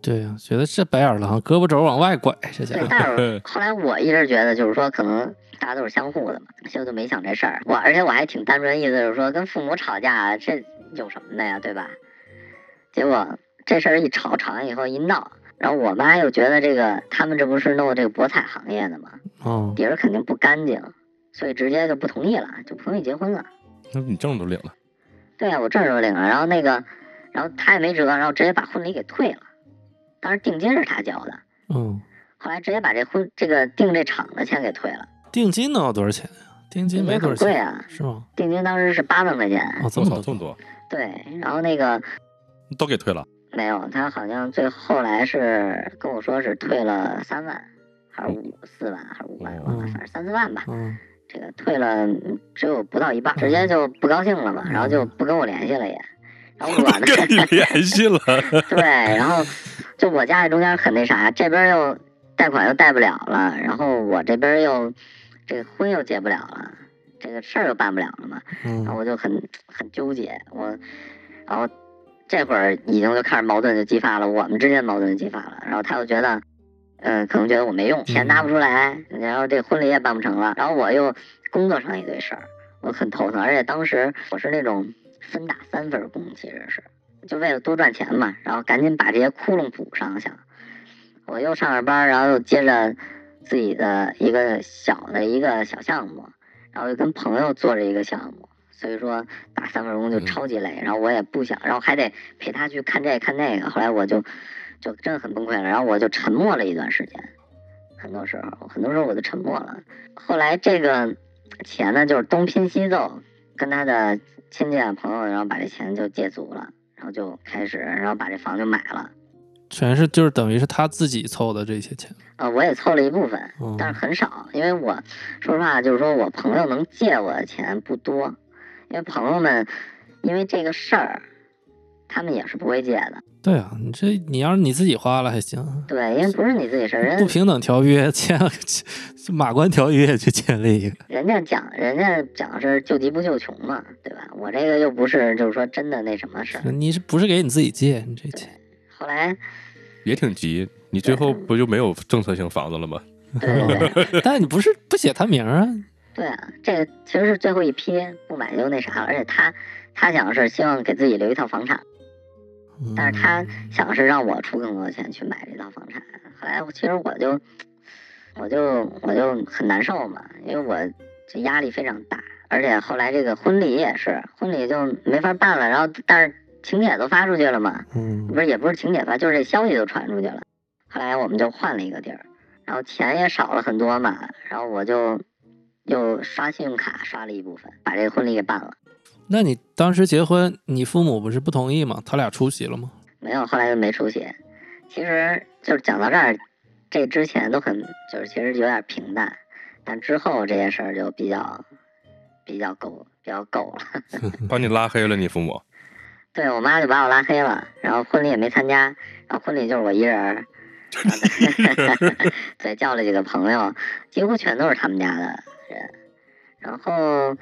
E: 对呀、觉得这白眼狼胳膊肘往外拐，这家
F: 对，
E: 伙。
F: 但是后来我一直觉得就是说，可能大家都是相互的嘛，所以我就没想这事儿。我而且我还挺单纯，意思就是说跟父母吵架这有什么的呀，对吧？结果这事儿一吵吵完以后一闹，然后我妈又觉得这个他们这不是弄这个博彩行业的嘛，
E: 嗯，
F: 底儿肯定不干净，所以直接就不同意了，就不同意结婚了。
D: 那你证都领了，
F: 对呀、我证儿都领了，然后那个，然后他也没辙，然后直接把婚礼给退了。当时定金是他交的，
E: 嗯，
F: 后来直接把这婚这个定这场的钱给退了。
E: 定金能有多少钱呀？定金没多少
F: 很贵
E: 钱，
F: 啊，
E: 是吗？
F: 定金当时是八万块钱。
E: 哦，这
D: 我
E: 么
D: 操，
E: 多
D: 这么多，
F: 对，然后那个
D: 都给退了。，
F: 没有，他好像最后来是跟我说是退了三万，还是五四万，还是五万，忘了，
E: 嗯
F: 反正三四万吧。
E: 嗯，
F: 这个退了嗯只有不到一半，直接就不高兴了嘛，然后就不跟我联系了也。然后我
D: 嗯
F: 呢
D: 跟 你联系了，
F: 对，然后就我家里中间很那啥，这边又贷款又贷不了了，然后我这边又这个婚又结不了了，这个事儿又办不了了嘛，然后
E: 嗯，
F: 我就很很纠结，我然后这会儿已经就开始矛盾就激发了，我们之间的矛盾就激发了，然后他又觉得。嗯，可能觉得我没用，钱拿不出来，然后这婚礼也办不成了，然后我又工作上一堆事儿，我很头疼，而且当时我是那种分打三份工，其实是，就为了多赚钱嘛，然后赶紧把这些窟窿补上。想，我又上着班，然后又接着自己的一个小的一个小项目，然后又跟朋友做着一个项目，所以说打三份工就超级累。然后我也不想，然后还得陪他去看这看那个。后来我就就真的很崩溃了，然后我就沉默了一段时间。很多时候，很多时候我就沉默了。后来这个钱呢，就是东拼西凑，跟他的亲戚啊朋友，然后把这钱就借足了。然后就开始，然后把这房就买了。
E: 全是就是等于是他自己凑的这些钱。
F: 呃，我也凑了一部分，
E: 嗯，
F: 但是很少，因为我说实话，就是说我朋友能借我的钱不多，因因为朋友们因为这个事儿，他们也是不会借的。
E: 对啊，你这你要是你自己花了还行，
F: 对，因为不是你自己事儿，
E: 不
F: 人
E: 平等条约签马关条约去建立一个，
F: 人家讲人家讲是救急不救穷嘛，对吧？我这个又不是就是说真的那什么事儿。
E: 你是不是给你自己借？你这钱
F: 后来，
D: 也挺急。你最后不就没有政策性房子了吗？
F: 对对对，
E: 但你不是不写他名儿啊？
F: 对啊，这个其实是最后一批不买就那啥了，而且他他想是希望给自己留一套房产，
E: 嗯
F: 但是他想是让我出更多的钱去买这套房产。后来我其实我就我就我就很难受嘛，因为我这压力非常大，而且后来这个婚礼也是婚礼就没法办了，然后但是请帖都发出去了嘛，
E: 嗯
F: 不是也不是请帖吧，就是这消息都传出去了。后来我们就换了一个地儿，然后钱也少了很多嘛，然后我就又刷信用卡刷了一部分，把这个婚礼给办了。
E: 那你当时结婚，你父母不是不同意吗？他俩出席了吗？
F: 没有，后来就没出息。其实就是讲到这儿，这之前都很就是其实有点平淡，但之后这些事儿就比较比较够比较够了。
D: 把你拉黑了，你父 母
F: 对我妈就把我拉黑了，然后婚礼也没参加，然后婚礼就是我一人 儿，然后对，叫了几个朋友，几乎全都是他们家的人，然后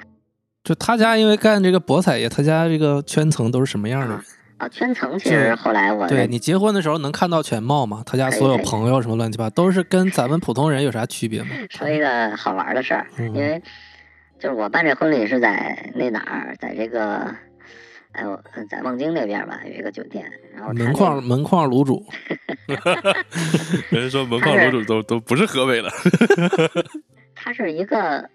E: 就他家因为干这个博彩业，他家这个圈层都是什么样的人？
F: 啊圈层其
E: 就是
F: 实后来我
E: 对
F: 的
E: 你结婚的时候能看到全貌吗？他家
F: 可以
E: 所有
F: 可以
E: 朋友什么乱七八，都是跟咱们普通人有啥区别吗？
F: 说一个好玩的事儿，
E: 嗯
F: 因为就是我办这婚礼是在那哪儿，在这个哎我在望京那边吧有一个酒店，然后他
E: 门
F: 那
E: 框门框卤煮，
D: 人家说文化楼主都都不是河北了，
F: 它是一个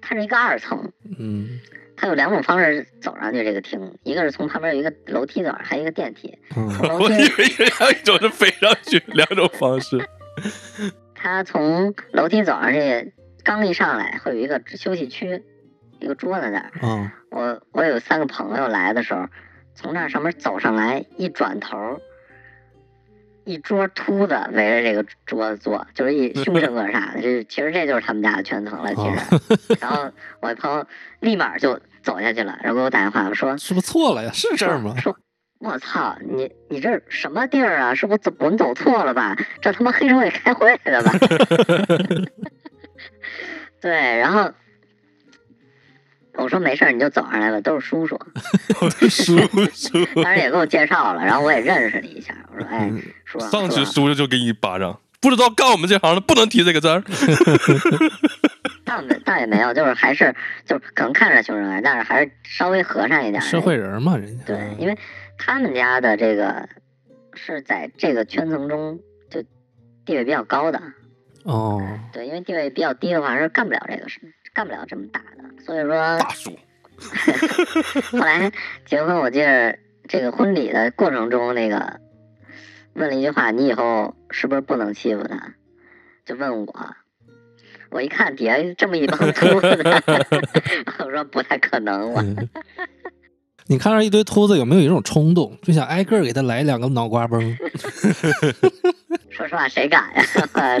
F: 它是一个二层，
E: 嗯
F: 它有两种方式走上去这个厅，一个是从旁边有一个楼梯走上，还有一个电梯。
E: 嗯，
F: 楼
D: 我以
F: 梯
D: 为还有一种是飞上去，两种方式。
F: 它从楼梯走上去，刚一上来会有一个休息区，一个桌子那儿。
E: 啊，
F: 我我有三个朋友来的时候，从那儿上面走上来，一转头，一桌秃子围着这个桌子坐，就是一凶神恶煞啊的。这其实这就是他们家的圈层了，其实。 然后我朋友立马就走下去了，然后给我打电话说
E: 是不是错了呀？是这儿吗？
F: 说，我操，你你这什么地儿啊？是不是走我们走错了吧？这他妈黑社会开会的吧？ 对，然后我说没事儿，你就走上来吧，都是叔叔。
D: 叔叔
F: 当时也给我介绍了，然后我也认识了一下。我说，哎，
E: 嗯
F: 叔啊，
D: 上去
F: 叔啊，
D: 叔叔就给你一巴掌，不知道干我们这行的不能提这个字儿。
F: 倒没倒也没有，就是还是就是可能看着凶神恶煞，但是还是稍微和善一点。
E: 社会人嘛，人家
F: 对，因为他们家的这个是在这个圈层中就地位比较高的，
E: 哦，
F: 对，因为地位比较低的话是干不了这个事，干不了这么大的。所以说
D: 大叔，
F: 后来结婚，我记得这个婚礼的过程中，那个问了一句话：“你以后是不是不能欺负他？”就问我，我一看底下这 么一帮秃子， 我说不太可能，我
E: 嗯你看着一堆秃子，有没有一种冲动，就想挨个儿给他来两个脑瓜崩？
F: 说实话谁敢呀、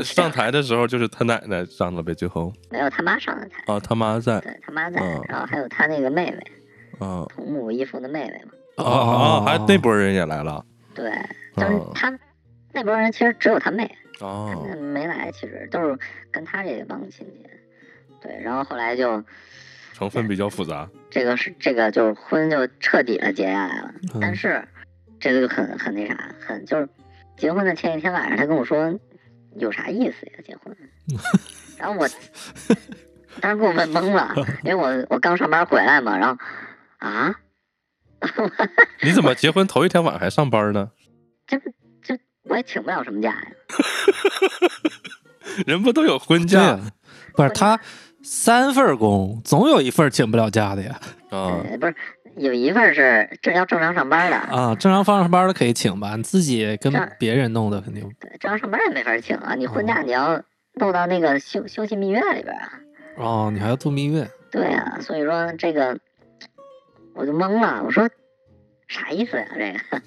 D: 上台的时候就是他奶奶上了呗，最后
F: 没有他妈上的台，
D: 啊，他妈在
F: 对他妈在
D: 嗯，
F: 然后还有他那个妹妹，
D: 啊
F: 同母异父的妹妹嘛。
E: 哦
D: 啊啊，还那波人也来了
F: 对，就是
D: 哦
F: 他、那波人其实只有他妹，
D: 啊
F: 他们没来，其实都是跟他这帮亲戚。对，然后后来就
D: 成分比较复杂。
F: 这个是这个就是婚就彻底的结下来了，
E: 嗯
F: 但是这个就很很那啥，很就是结婚的前一天晚上，他跟我说有啥意思呀结婚，然后我当时给我问懵了，因为我我刚上班回来嘛，然后啊
D: 你怎么结婚头一天晚上还上班呢？
F: 这不这我也请不了什么假呀，
D: 人不都有婚
E: 对
D: 假
E: 呀，不是他三份儿工，总有一份儿请不了假的呀。
D: 啊？
F: 呃不是有一份是这要正常上班的，
E: 啊，正常放上班的可以请吧，你自己跟
F: 这儿
E: 别人弄的肯定
F: 对，正常上班也没法请啊，你婚假你要弄到那个休休息蜜月里边啊。
E: 哦，你还要度蜜月，
F: 对啊，所以说这个我就懵了，我说啥意思呀、这个，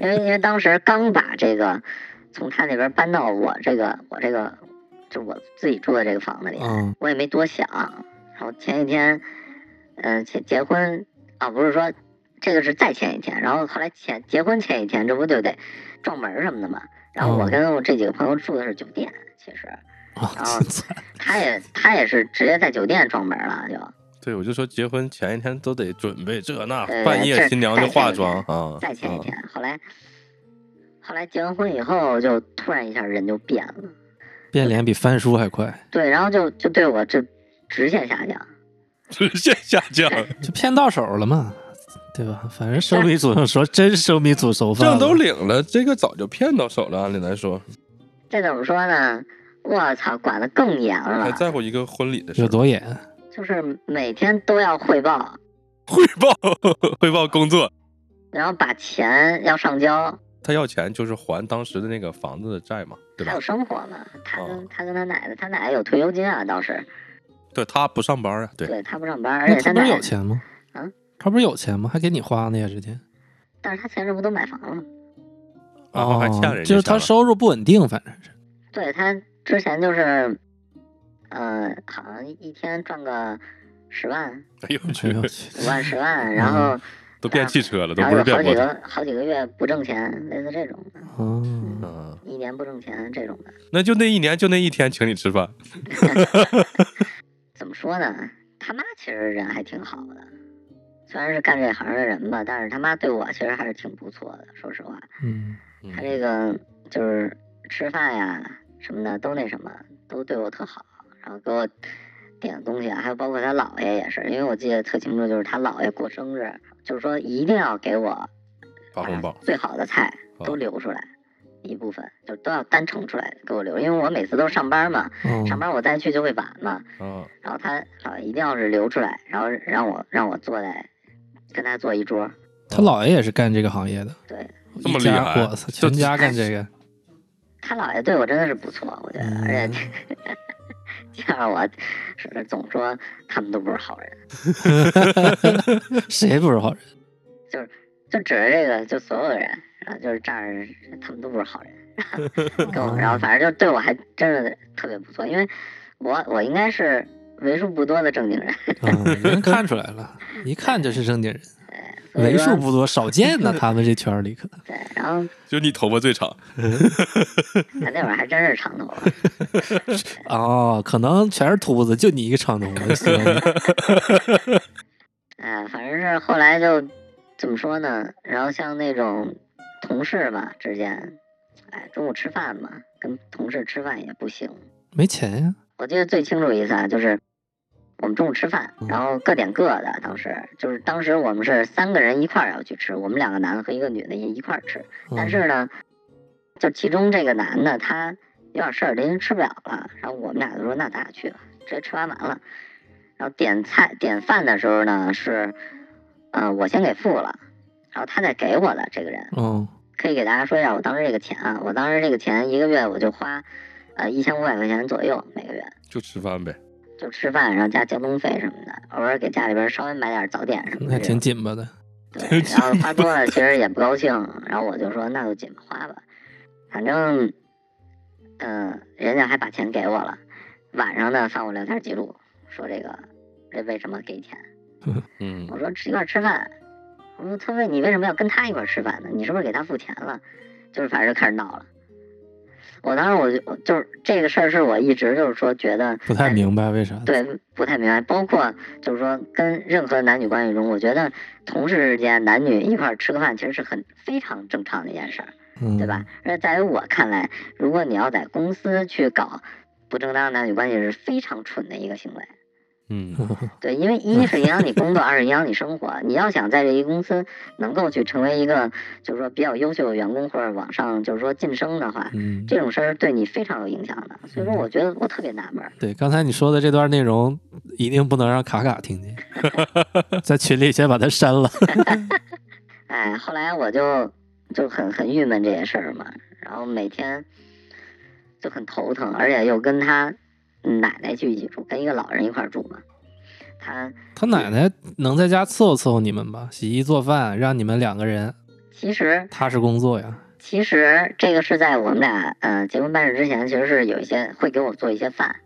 F: 因 为因为当时刚把这个从他那边搬到我这个我这个就我自己住的这个房子里，
E: 嗯
F: 我也没多想。然后前几天，呃，结结婚啊，不是说这个是再前一天，然后后来前结婚前一天，这不就得撞门什么的嘛。然后我
E: 哦
F: 跟我这几个朋友住的是酒店，其实
E: 啊，
F: 然后
E: 真惨
F: 他也他也是直接在酒店撞门了，就
D: 对，我就说结婚前一天都得准备这那，
F: 呃
D: 半
F: 这
D: 夜新娘就化妆啊，
F: 再前一
D: 啊
F: 天。后来后来结完婚以后，就突然一下人就变了。
E: 变脸比翻书还快，
F: 对，然后就就对我这直线下降。
D: 直 线下降，
E: 就骗到手了嘛，对吧？反正生米煮成熟，真生米煮熟饭了。
D: 证都领了，这个早就骗到手了。按理来说，
F: 这怎么说呢？我操，管得更严
D: 还
F: 了，
D: 在乎一个婚礼的事
E: 有
D: 儿，
E: 多严？
F: 就是每天都要汇报，
D: 汇报汇报工作，
F: 然后把钱要上交，
D: 他要钱就是还当时的那个房子的债嘛，对
F: 还
D: 吧
F: 有？生活嘛。他跟、
D: 哦
F: 他跟他奶奶，他奶奶有退休金啊，倒是
D: 对他不上班啊，对，
F: 对他不上班，而
E: 那
F: 且
E: 他
F: 他
E: 不是
F: 奶
E: 有
F: 奶，
E: 钱吗？
F: 啊，
E: 他不是有钱吗？还给你花呢呀，之前。
F: 但是他前阵不都买房了吗？
D: 然后还欠人家
E: 哦就是
D: 啥
E: 他
D: 了
E: 收入不稳定，反正是
F: 对他之前就是，呃，好像一天赚个十万、
D: 哎呦 我
E: 哎呦我
D: 去，
E: 去
F: 五万、十万，然后、
D: 都变汽车嗯了，都
F: 然
D: 不
F: 后
D: 是
F: 哎有
D: 变
F: 好
D: 摩
F: 几
D: 托。
F: 个好几个月不挣钱，类似这种的，
E: 嗯，
D: 嗯，
F: 一年不挣钱这种的。
D: 那就那一年就那一天请你吃饭，
F: 怎么说呢？他妈其实人还挺好的，虽然是干这行的人吧，但是他妈对我其实还是挺不错的。说实话，
E: 嗯，
F: 他这个就是吃饭呀什么的都那什么，都对我特好，然后给我点东西啊，还有包括他姥爷也是，因为我记得特清楚，就是他姥爷过生日，就是说一定要给我
D: 发红包
F: 把，最好的菜都
D: 哦
F: 留出来。一部分就都要单盛出来给我留，因为我每次都上班嘛，
E: 哦
F: 上班我再去就会晚嘛，
D: 嗯，
F: 然后他姥爷一定要是留出来，然后让我让我坐在跟他坐一桌。
E: 他姥爷也是干这个行业的，
F: 对
D: 这么
E: 一家
D: 厉害
E: 我操，全家干这 个，
F: 他姥爷对我真的是不错，我觉得，而且
E: 嗯
F: 见着我是总说他们都不是好人，
E: 谁不是好人？
F: 就指着这个就所有人，然后就是这儿他们都不是好人， 跟我，然后反正就对我还真的特别不错，因为我我应该是为数不多的正经人，
E: 嗯，人看出来 了，一看就是正经人，
F: 所以
E: 为数
F: 说
E: 不多，少见呢。他们这圈里可
F: 对，然后
D: 就你头发最长，
F: 那会儿还真是长头发。
E: 哦，可能全是秃子，就你一个长头发。喜欢你
F: 哎，反正是后来就怎么说呢？然后像那种同事吧之间，哎，中午吃饭嘛，跟同事吃饭也不行。
E: 没钱 呀，
F: 我记得最清楚一次啊，就是我们中午吃饭，然后各点各的。当时就是当时我们是三个人一块儿要去吃，我们两个男的和一个女的也一块儿吃。
E: 嗯
F: 但是呢，就其中这个男的他有点事儿，临时吃不了了，然后我们俩就说那咱俩去吧，直接吃完完了。然后点菜点饭的时候呢是，呃，我先给付了，然后他再给我的这个人。
E: 嗯，
F: 可以给大家说一下我当时这个钱啊，我当时这个钱一个月我就花，呃一千五百块钱左右每个月，
D: 就吃饭呗。
F: 就吃饭，然后加交通费什么的，偶尔给家里边稍微买点早点什么
E: 嗯还
F: 的这种。
E: 挺紧巴的。
F: 对，然后花多了其实也不高兴，然后我就说那就紧吧花吧，反正，嗯、人家还把钱给我了。晚上呢翻我聊天记录，说这个这为什么给钱？
D: 嗯，
F: 我说一块儿吃饭，我说他问你为什么要跟他一块儿吃饭呢？你是不是给他付钱了？就是反正就开始闹了。我当时我就我就是这个事儿是我一直就是说觉得
E: 不太
F: 哎
E: 明白为啥。
F: 对，不太明白。包括就是说，跟任何男女关系中，我觉得同事之间男女一块儿吃个饭，其实是很非常正常的一件事儿，
E: 嗯，
F: 对吧？？而且在于我看来，如果你要在公司去搞不正当男女关系，是非常蠢的一个行为。
D: 嗯，
F: 对，因为一是影响你工作，二是影响你生活。你要想在这一公司能够去成为一个就是说比较优秀的员工，或者往上就是说晋升的话，
E: 嗯，
F: 这种事儿对你非常有影响的。所以说，我觉得我特别纳闷儿。
E: 对，刚才你说的这段内容，一定不能让卡卡 听见，在群里先把他删了。
F: 哎，后来我就就很很郁闷这些事儿嘛，然后每天就很头疼，而且又跟他奶奶去一起住，跟一个老人一块儿住嘛。他
E: 他奶奶能在家伺候伺候你们吧，洗衣做饭，让你们两个人
F: 其实
E: 踏实工作呀。
F: 其实这个是在我们俩呃结婚办事之前，其实是有一些会给我做一些饭，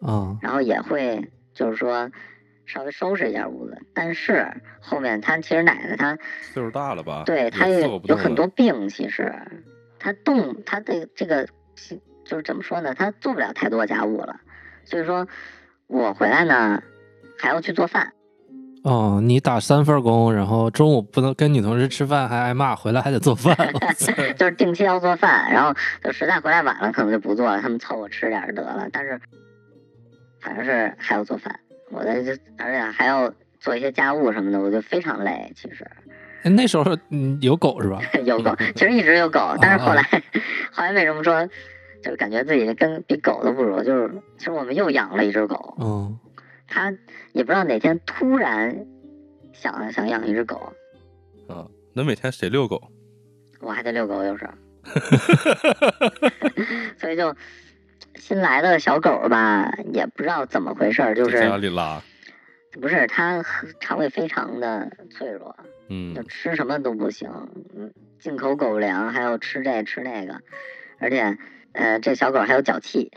E: 啊、
F: 然后也会就是说稍微收拾一下屋子。但是后面她其实奶奶她
D: 岁数大了吧？
F: 对她
D: 也
F: 也
D: 伺候不
F: 有
D: 动
F: 很
D: 了
F: 多病，其实她动她的这个就是怎么说呢，她做不了太多家务了，所以说我回来呢还要去做饭。
E: 哦，你打三份工，然后中午不能跟女同事吃饭，还挨骂，回来还得做饭。哇塞
F: 就是定期要做饭，然后就实在回来晚了，可能就不做了，他们凑合吃点儿得了。但是反正是还要做饭，我的就而且还要做一些家务什么的，我就非常累。其实
E: 哎那时候嗯有狗是吧？
F: 有狗，其实一直有狗，但是后来 后来为什么说就是感觉自己跟比狗都不如？就是其实我们又养了一只狗，
E: 嗯，
F: 它也不知道哪天突然想想养一只狗，
D: 啊。那每天谁遛狗？
F: 我还得遛狗，有时候，所以就新来的小狗吧，也不知道怎么回事儿，就
D: 在家
F: 是
D: 里拉。
F: 不是它很肠胃非常的脆弱，就
D: 嗯，
F: 吃什么都不行，嗯，进口狗粮还要吃这吃那个，而且呃，这小狗还有脚气，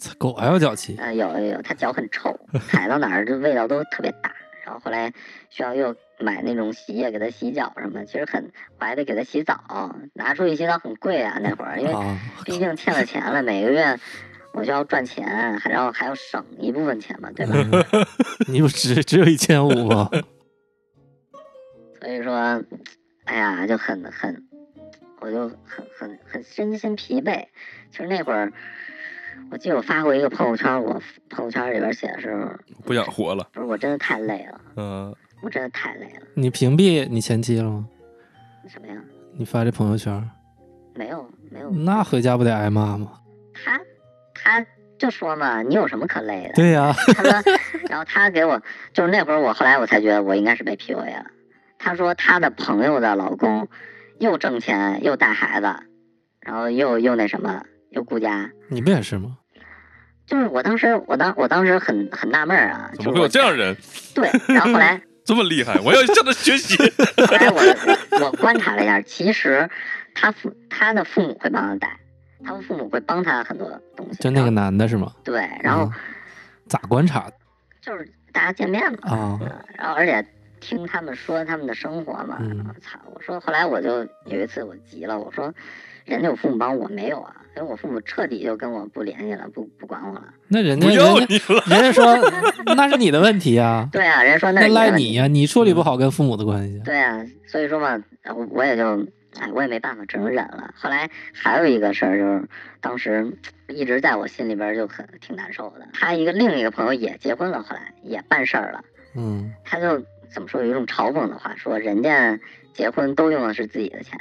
E: 操狗还要脚 气。
F: 呃，有有，它脚很臭，踩到哪儿这味道都特别大。然后后来需要又买那种洗液给它洗脚什么，其实很我还得给它洗澡，拿出去洗澡很贵啊那会儿，因为
E: 啊，
F: 毕竟欠了钱了，每个月我就要赚钱，还然后还要省一部分钱嘛，对吧？
E: 你不只只有一千五吗？
F: 所以说，哎呀，就很很，我就很很很身心疲惫。其实那会儿，我记得我发过一个朋友圈，我朋友圈里边写的是，
D: 不想活了。
F: 不是我真的太累了，
D: 嗯、
F: 我真的太累了，
E: 你屏蔽你前妻了吗？
F: 什么呀？
E: 你发这朋友圈，
F: 没有没有，
E: 那回家不得挨骂吗？
F: 他他就说嘛，你有什么可累的？
E: 对呀、
F: 他说，然后他给我，就是那会儿我后来我才觉得我应该是被 PUA 了。他说他的朋友的老公又挣钱又带孩子，然后又又那什么又顾家，
E: 你不也是吗？
F: 就是我当时我当我当时很很纳闷儿啊，
D: 怎么会有这样人
F: 就是我对，然后后 来
D: 这么厉害？我要向他学 习。
F: 后来我我我观察了一下，其实他父他的父母会帮他带，他的父母会帮他很多东西，
E: 就那个男的是吗？
F: 对，然后
E: 嗯咋观察的
F: 就是大家见面嘛，
E: 啊？
F: 然后而且听他们说他们的生活嘛，
E: 嗯
F: 我操！我说后来我就有一次我急了，我说人家有父母帮我没有啊，因为我父母彻底就跟我不联系了，不不管我了。
E: 那人家
D: 不
E: 人
D: 要
E: 家
D: 你了。
E: 人家说那是你的问题啊，
F: 对啊，人家说 那
E: 那
F: 是的
E: 赖
F: 问
E: 你
F: 题。
E: 呀、你处理不好跟父母的关系。
F: 对啊，所以说嘛，我我也就哎，我也没办法，只能忍了。后来还有一个事儿，就是当时一直在我心里边就很挺难受的。他一个另一个朋友也结婚了，后来也办事儿了。
E: 嗯，
F: 他就怎么说，有一种嘲讽的话，说人家结婚都用的是自己的钱，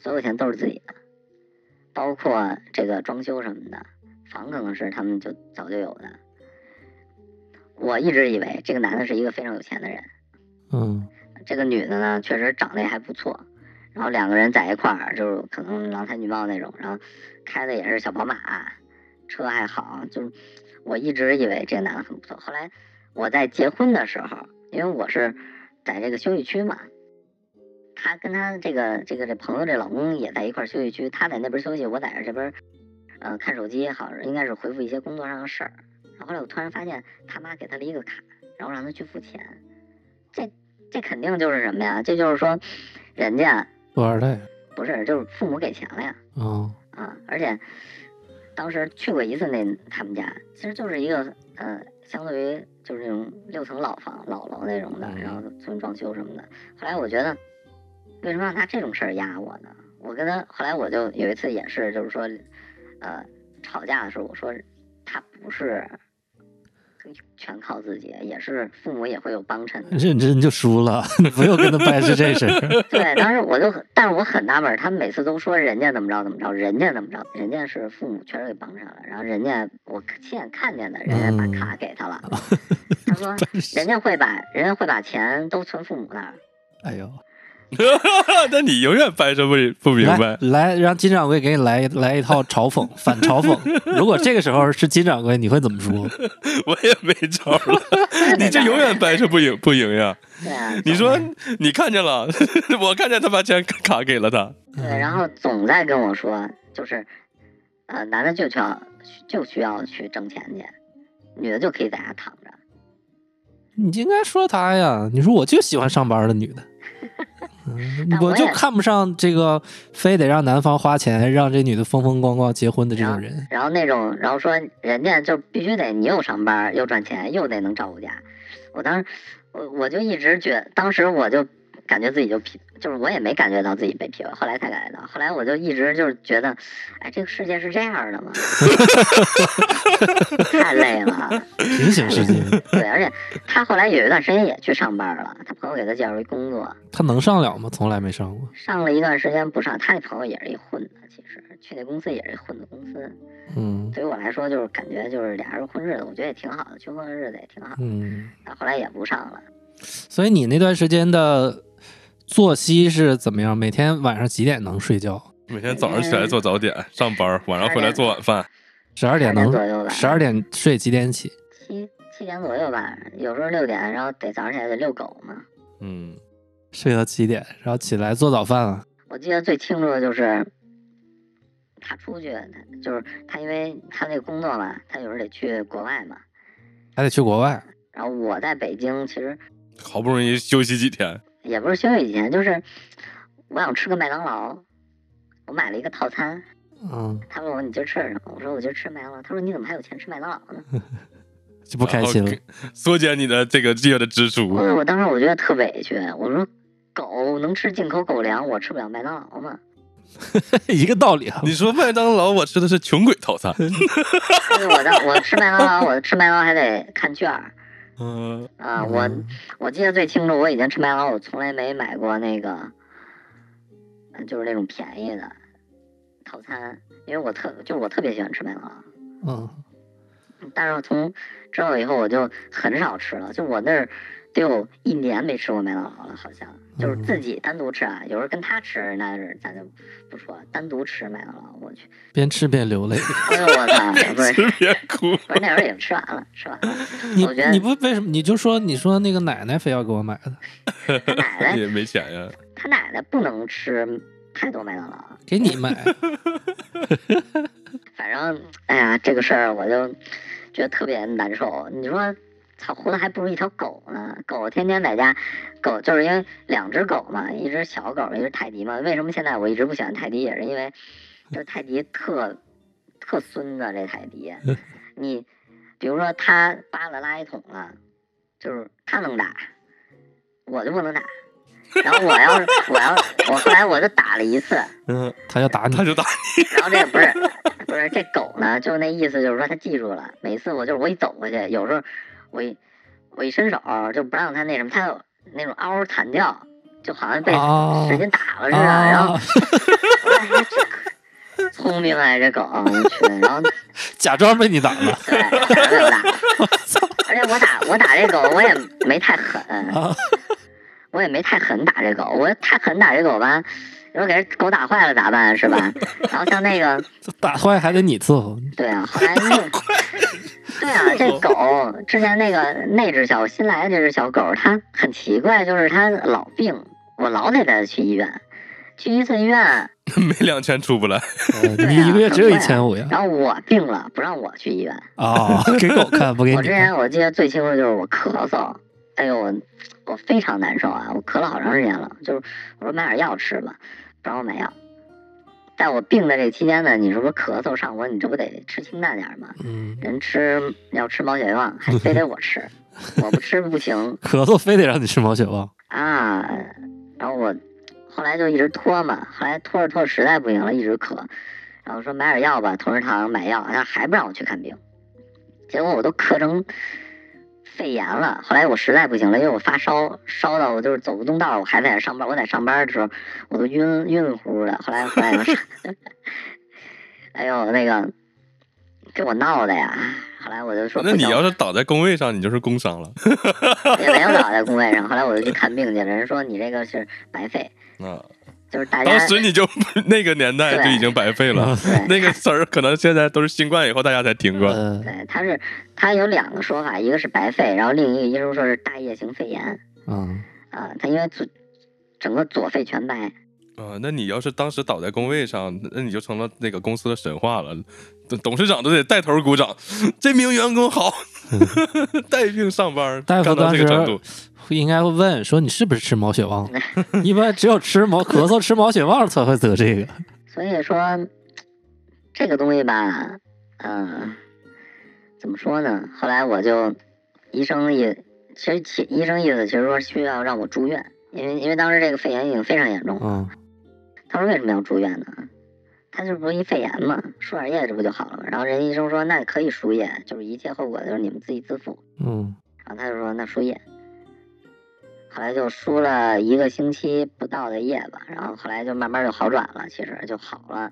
F: 所有钱都是自己的，包括这个装修什么的，房可能是他们就早就有的。我一直以为这个男的是一个非常有钱的人，
E: 嗯，
F: 这个女的呢确实长得也还不错，然后两个人在一块儿就是可能郎才女貌那种，然后开的也是小宝马，车还好，就是我一直以为这个男的很不错。后来我在结婚的时候，因为我是在这个休息区嘛，他跟他这个这个这朋友这老公也在一块儿休息区，他在那边休息，我在这边儿呃看手机，好像应该是回复一些工作上的事儿。然后后来我突然发现他妈给他了一个卡，然后让他去付钱，这这肯定就是什么呀？这就是说，人家
E: 富二代
F: 不是就是父母给钱了呀。
E: 啊，
F: 啊，而且当时去过一次那他们家，其实就是一个呃，相对于就是那种六层老房、老楼那种的，然后重新装修什么的。后来我觉得，为什么要拿这种事儿压我呢？我跟他后来我就有一次也是，就是说，呃，吵架的时候我说他不是全靠自己，也是父母也会有帮衬的。
E: 认真就输了， 你不用跟他掰扯这事 儿。
F: 对，当时我就很，但是我很纳闷儿，他们每次都说人家怎么着怎么着，人家怎么着，人家是父母确实给帮上了，然后人家我亲眼看见的，人家把
E: 嗯
F: 卡给 他了，他说人家会把人家会把钱都存父母 那儿，
E: 哎呦，
D: 那你永远掰扯不不明
E: 来
D: 白。
E: 来，让金掌柜给你来来一套嘲讽，反嘲 讽。如果这个时候是金掌柜，你会怎么说？
D: 我也没招儿 了。你这永远掰扯不赢不赢呀！
F: 对啊，
D: 你说你看见了， 我看见他把钱卡给了他。
F: 对，然后总在跟我说，就是，呃，男的就需要就需要去挣钱去，女的就可以在家躺着。
E: 你应该说她呀，你说我就喜欢上班的女的，嗯
F: 但
E: 我
F: 我
E: 就
F: 也
E: 看不上这个非得让男方花钱让这女的风风光光结婚的这种 人。
F: 然后那种，然后说人家就必须得你又上班又赚钱又得能照顾家。我当时我我就一直觉，当时我就感觉自己就 P，就是我也没感觉到自己被 P u a 后来才感觉到，后来我就一直就是觉得，哎，这个世界是这样的吗？ 太累了。
E: 平行世界，
F: 对，而且他后来有一段时间也去上班了，他朋友给他介绍一工作，
E: 她能上了吗？从来没上过。
F: 上了一段时间不上，他那朋友也是一混的，其实去那公司也是一混的公司。
E: 嗯
F: 对于我来说，就是感觉就是俩人混日子，我觉得也挺好的，去混日子也挺好。
E: 嗯，
F: 但后来也不上了，
E: 所以你那段时间的作息是怎么样？每天晚上几点能睡觉？
D: 每天早上起来做早点，上班，晚上回来做晚饭。
E: 十二点
F: 12点左右
E: 能？
F: 吧
E: 十二点睡几点起？
F: 七七点左右吧，有时候六点，然后得早上起来得遛狗嘛。
D: 嗯，
E: 睡到七点，然后起来做早饭了。
F: 我记得最清楚的就是，他出去，他就是他，因为他那个工作嘛，他有时候得去国外嘛。
E: 还得去国外，
F: 然后我在北京，其实
D: 好不容易休息几天，
F: 也不是休息几天，就是我想吃个麦当劳，我买了一个套餐。
E: 嗯，
F: 他问我你今儿吃什么？我说我今儿吃麦当劳。他说你怎么还有钱吃麦当劳呢？
E: 就不开心了
D: 然。后缩减你的这个月的支出。
F: 我我当时我觉得特委屈，我说狗能吃进口狗粮，我吃不了麦当劳吗？
E: 一个道理啊。
D: 你说麦当劳，我吃的是穷鬼套餐。
F: 但是我当我吃麦当劳，我吃麦当劳还得看券儿
D: 嗯，
F: 啊、我
E: 嗯
F: 我记得最清楚，我以前吃麦当劳，我从来没买过那个，呃就是那种便宜的套餐，因为我特就是我特别喜欢吃麦当劳，
E: 嗯，
F: 但是从之后以后我就很少吃了，就我那儿得有一年没吃过麦当劳了，好像就是
E: 嗯
F: 自己单独吃啊，有时候跟他吃那是咱就不说，单独吃麦当劳，我去，
E: 边吃边 流泪。
F: 哎呦我操，不是
D: 吃别哭。
F: 不是那时候也吃完了，吃完了，
E: 你
F: 我觉得
E: 你不为什么？你就说你说那个奶奶非要给我买的，
F: 他奶奶
D: 也没钱呀，
F: 他奶奶不能吃太多麦当劳，
E: 给你 买，
F: 反正哎呀这个事儿我就觉得特别难受，你说。操，活的还不如一条狗呢。狗天天在家，狗就是因为两只狗嘛，一只小狗，一只泰迪嘛。为什么现在我一直不喜欢泰迪，也是因为就是泰迪特特孙子这泰迪。你比如说他扒了垃圾桶了，就是他能打，我就不能打。然后我要是我要我后来我就打了一次，
D: 嗯，
E: 他要打你
D: 他。就打
F: 然后这不是不是这狗呢，就是那意思，就是说它记住了。每次我就是我一走过去，有时候我一我一伸手就不让它那什么，它有那种嗷嗷惨叫，就好 像被
E: 哦
F: 使劲打了似的。然后
E: 啊！
F: 我说哎这个聪明啊，这狗，我去，然后
E: 假装被你打了，
F: 对，打了又打。而且我打我打这狗，我也没太狠，
E: 哦
F: 我也没太狠打这狗。我太狠打这狗吧，你说给这狗打坏了咋办是吧？然后像那个。
E: 打坏还得你伺候。
F: 对啊，后来那个对啊，这狗之前那个那只小新来的这只小狗，它很奇怪，就是它老病，我老得带它去医院，去一次医院，
D: 没两千出不来，
E: 呃
F: 对啊
E: 你一个月只有一
F: 很贵
E: 千
F: 啊
E: 五呀！
F: 然后我病了不让我去医院。
E: 啊，给狗看不给
F: 我
E: 你
F: 之
E: 看。
F: 前我记得最清楚就是我咳嗽，哎呦我我非常难受啊，我咳了好长时间了，就是我说买点药吃吧，不让我买药。在我病的这期间呢，你这不是咳嗽上火，你这不得吃清淡点儿吗？
E: 嗯，
F: 人吃要吃毛血旺，还非得我吃，我不吃不行
E: 咳嗽非得让你吃毛血旺。
F: 啊。然后我后来就一直拖嘛，后来拖着拖着实在不行了，一直咳，然后说买点药吧，同仁堂买药，他还不让我去看病，结果我都咳成肺炎了。后来我实在不行了，因为我发烧，烧到我就是走不动道，我还在那上班，我在上班的时候我都晕晕乎乎的。后来后来我 哎呦那个给我闹的呀，后来我就说
D: 那
F: 不
D: 你
F: 行。
D: 要是倒在工位上，你就是工伤了。
F: 也没有倒在工位上。后来我就去看病去了，人说你这个是白费，
D: 啊，
F: 就是大家
D: 当时你就 那个年代就已经白费了，
F: 对
D: 那个词儿可能现在都是新冠以后大家才听过。
E: 呃，
F: 对，他是他有两个说法，一个是白肺，然后另一个医生说是大叶型肺炎
E: 嗯，
F: 啊、他因为左整个左肺全白，
D: 啊，那你要是当时倒在工位上，那你就成了那个公司的神话了，董董事长都得带头鼓掌，这名员工好， 带病上班，
E: 嗯大夫
D: 干到
E: 当
D: 这
E: 时
D: 个程度，
E: 应该会问说你是不是吃毛血旺？ 一般只有吃毛咳嗽吃毛血旺才会得这个。
F: 所以说，这个东西吧，嗯，怎么说呢？后来我就，医生也，其实其医生意思其实说需要让我住院，因为因为当时这个肺炎已经非常严重了。
E: 嗯，
F: 他说为什么要住院呢？他这不是一肺炎嘛，输点液这不就好了嘛？然后人家医生说那可以输液，就是一切后果就是你们自己自负。
E: 嗯，
F: 然后他就说那输液，后来就输了一个星期不到的液吧，然后后来就慢慢就好转了，其实就好了。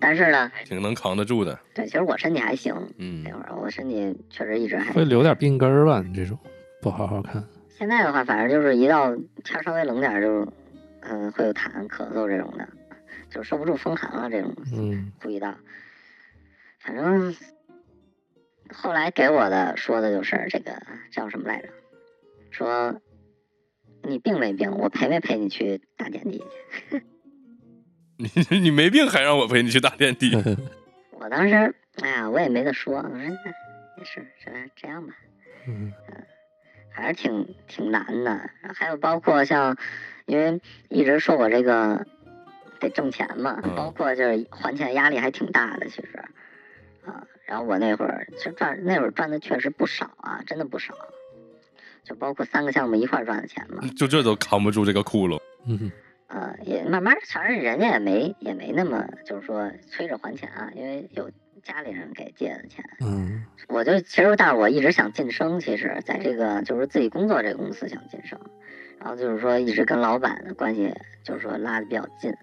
F: 但是呢，
D: 挺能扛得住的。
F: 对，其实我身体还行，
D: 嗯
F: 那，会儿我身体确实一直还。
E: 会留点病根儿吧？你这种不好好看，
F: 现在的话，反正就是一到天儿稍微冷点儿就，嗯、会有痰、咳嗽这种的，就受不住风寒了这种。
E: 嗯
F: 注意到，反正后来给我的说的就是这个叫什么来着？说你病没病，我陪没陪你去打点滴去？
D: 你没病还让我陪你去打点滴，
E: 嗯
F: 我当时哎呀，我也没得说，我说那也是这这样吧，
E: 嗯
F: 反正挺挺难的。然后还有包括像，因为一直说我这个得挣钱嘛
D: 嗯，
F: 包括就是还钱压力还挺大的，其实啊。然后我那会儿其实赚那会儿赚的确实不少啊，真的不少，就包括三个项目一块儿赚的钱嘛。
D: 就这都扛不住这个窟窿。
E: 嗯
F: 呃，也慢慢，反正人家也没也没那么就是说催着还钱啊，因为有家里人给借的钱。
E: 嗯
F: 我就其实，但是我一直想晋升，其实在这个就是自己工作这个公司想晋升，然后就是说一直跟老板的关系就是说拉的比较近，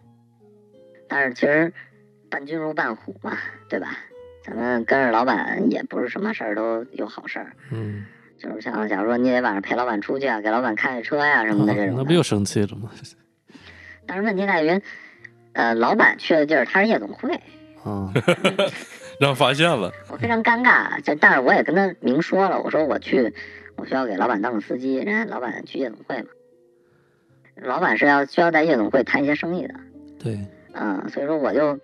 F: 但是其实伴君如伴虎嘛，对吧？咱们跟着老板也不是什么事儿都有好事儿，
E: 嗯，
F: 就是像假如说你得晚上陪老板出去啊，给老板开开车呀、什么的这
E: 哦那
F: 种
E: 不
F: 的。
E: 又生气了 吗？
F: 但是问题在于，呃，老板去的地儿他是夜总会，
E: 啊，
D: 让发现了，
F: 我非常尴尬，啊这但是我也跟他明说了，我说我去，我需要给老板当个司机，人家老板去夜总会嘛，老板是要需要在夜总会谈一些生意的，
E: 对，
F: 嗯，所以说我就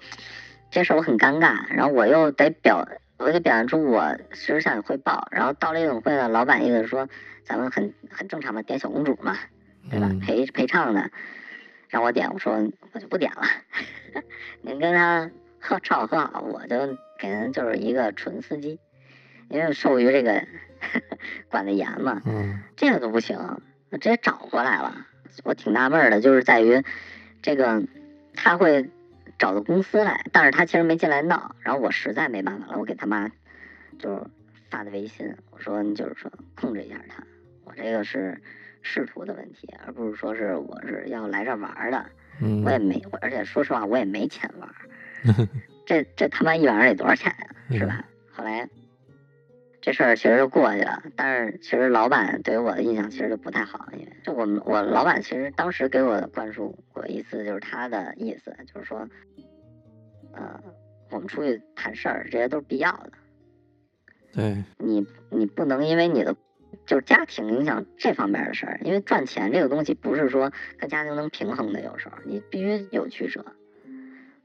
F: 这事儿我很尴尬，然后我又得表，我得表现出我实想汇报，然后到了夜总会呢，老板意思说咱们很很正常嘛，点小公主嘛，对吧
E: 嗯？
F: 陪陪唱的，让我点，我说我就不点了。 您跟他喝唱喝好，我就给人就是一个纯司机，因为受于这个 管得严嘛，
E: 嗯
F: 这个都不行，我直接找过来了。我挺纳闷儿的，就是在于这个他会找到公司来，但是他其实没进来闹，然后我实在没办法了，我给他妈就是发的微信，我说你就是说控制一下他，我这个是仕途的问题，而不是说是我是要来这儿玩儿的，我也
E: 嗯，
F: 没，我而且说实话我也没钱玩儿，这这他妈一晚上得多少钱呀、是
E: 嗯
F: 吧？后来这事儿其实就过去了，但是其实老板对于我的印象其实就不太好，因为就我们我老板其实当时给我的灌输过一次，就是他的意思就是说，呃，我们出去谈事儿，这些都是必要的，
E: 对，
F: 你你不能因为你的就是家庭影响这方面的事儿，因为赚钱这个东西不是说跟家庭能平衡的，有时候你必须有取舍。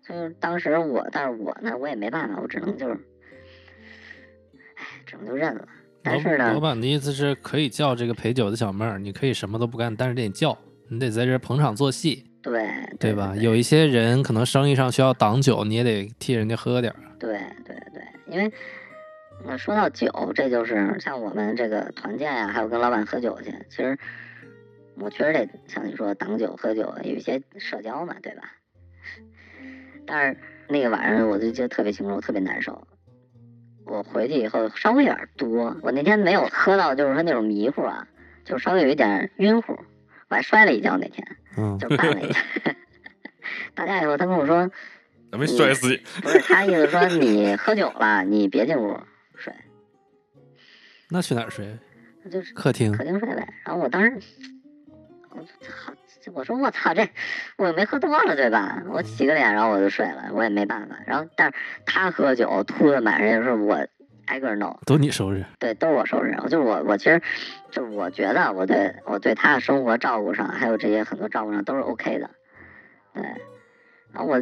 F: 所以当时我，但是我呢，我也没办法，我只能就是，哎，只能就认了。但是
E: 老
F: 呢
E: 老，板的意思是可以叫这个陪酒的小妹儿，你可以什么都不干，但是得叫，你得在这儿捧场做戏，
F: 对
E: 对吧？有一些人可能生意上需要挡酒，你也得替人家喝点儿。
F: 对对对，因为那说到酒，这就是像我们这个团建呀、还有跟老板喝酒去，其实我确实得像你说挡酒喝酒，有一些社交嘛，对吧？ 但是那个晚上我就记得特别清楚，特别难受。我回去以后稍微有点多，我那天没有喝到就是说那种迷糊啊，就是稍微有一点晕乎，我还摔了一跤那天，
E: 嗯
F: 就绊了 一下。到家以后，他跟我说，
D: 咱们摔
E: 嗯
D: 死你！
F: 不是他意思说你喝酒了，你别进屋睡，
E: 那去哪儿睡？
F: 那就是
E: 客厅
F: 客厅睡呗。然后我当时，我操，我说我操这，我又没喝多了对吧？我洗个脸，然后我就睡了，我也没办法。然后但是他喝酒吐的满人，是我挨个弄，
E: 都你收拾。
F: 对，都是我收拾。我就是我，我其实就是我觉得我对我对他的生活照顾上，还有这些很多照顾上都是 OK 的，对。然后我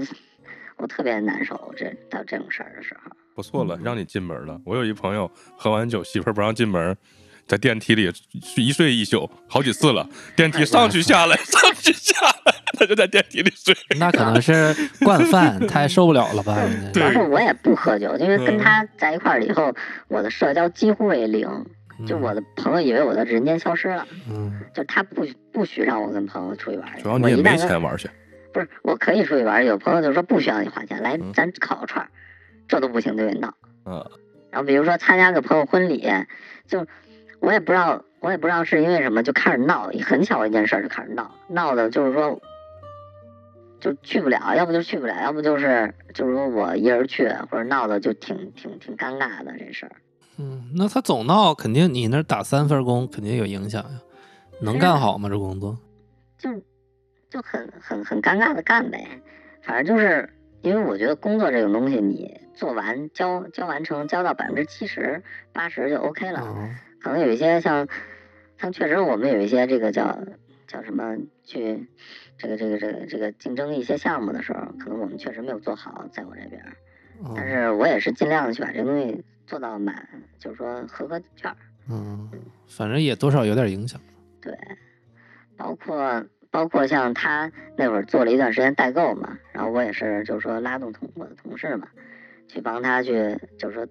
F: 我特别难受。这到这种事儿的时候，
D: 不错了，让你进门了。我有一朋友喝完酒，媳妇儿不让进门，在电梯里一睡一宿，好几次了。电梯上去下来， 上去下来，他就在电梯里睡。
E: 那可能是惯 犯，太受不了了吧？人
F: 主
E: 家
F: 要是我也不喝酒，因为跟
D: 嗯
F: 他在一块儿了以后，我的社交几乎为零。就
D: 嗯
F: 我的朋友以为我的人间消失了，
E: 嗯，
F: 就他不不许让我跟朋友出去玩儿去。
D: 主要你也
F: 我一旦
D: 没
F: 跟
D: 钱玩去，
F: 不是，我可以出去玩儿，有朋友就说不需要你花钱，来
D: 嗯
F: 咱烤个串儿，这都不行就得闹。
D: 嗯，
F: 然后比如说参加个朋友婚礼，就我也不知道，我也不知道是因为什么就开始闹，很小一件事儿就开始闹，闹的就是说就去不了，要不就去不了，要不就是就是说我一人去，或者闹的就挺挺挺尴尬的这事儿。
E: 嗯，那他总闹，肯定你那儿打三份工，肯定有影响呀。能干好
F: 啊
E: 吗？这工作？
F: 就就很很很尴尬的干呗。反正就是因为我觉得工作这种东西，你做完交交完成，交到百分之七十八十就 OK 了。
E: 嗯
F: 可能有一些像像确实我们有一些这个叫叫什么去这个这个这个这个竞争一些项目的时候，可能我们确实没有做好，在我这边儿。但
E: 嗯
F: 是我也是尽量的去把这东西做到满，就是说合格卷儿。
E: 嗯，反正也多少有点影响。
F: 对，包括包括像他那会儿做了一段时间代购嘛，然后我也是就是说拉动同我的同事嘛，去帮他去就是说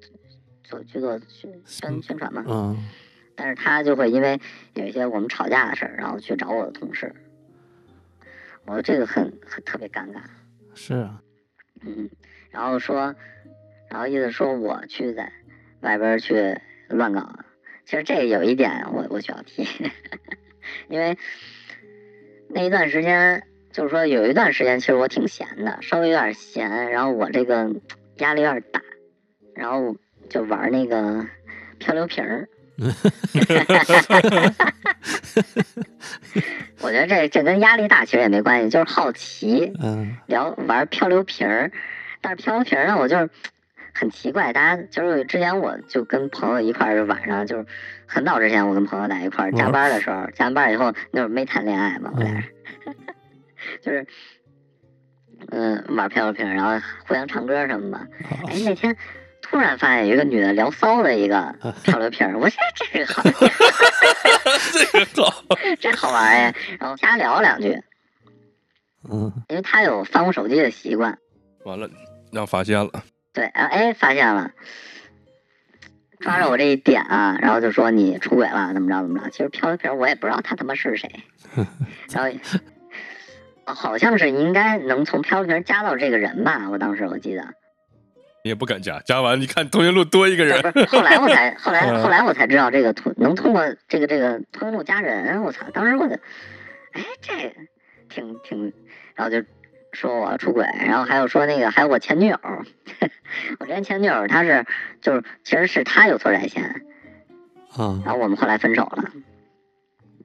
F: 做去做宣宣宣传嘛。
E: 嗯，
F: 但是他就会因为有一些我们吵架的事儿，然后去找我的同事，我说这个很很特别尴尬，
E: 是啊，
F: 嗯，然后说，然后意思说我去在外边儿去乱搞，其实这有一点我我需要提， 因为那一段时间就是说有一段时间其实我挺闲的，稍微有点闲，然后我这个压力有点大，然后就玩那个漂流瓶儿。 我觉得这这跟压力大其实也没关系，就是好奇，
E: 嗯
F: 聊玩漂流瓶儿，但是漂流瓶儿呢，我就是很奇怪，大家就是之前我就跟朋友一块儿晚上就是很早之前我跟朋友在一块儿加班的时候，嗯加完班以后那会儿没谈恋爱嘛，我俩、
E: 嗯
F: 就是嗯玩漂流瓶儿，然后互相唱歌什么的。哎，那天突然发现有一个女的聊骚的一个漂流瓶儿， 我说这个好，
D: 这个好，
F: 这好玩哎，然后瞎聊两句，
E: 嗯，
F: 因为她有翻我手机的习惯。
D: 完了让发现了，
F: 对，然后哎，发现了，抓着我这一点啊，然后就说你出轨了，怎么着怎么着。其实漂流瓶儿我也不知道他他妈是谁，然后哦 好像是应该能从漂流瓶儿加到这个人吧，我当时我记得，
D: 你也不敢加，加完你看通讯录多一个人，
F: 不是后来我才后来
D: 嗯
F: 后来我才知道这个通能通过这个这个通讯录加人，我操！当时我就，哎，这挺挺，然后就说我出轨，然后还有说那个还有我前女友， 我之前前女友她是就是其实是她有错在先，
E: 啊
F: 然后我们后来分手了，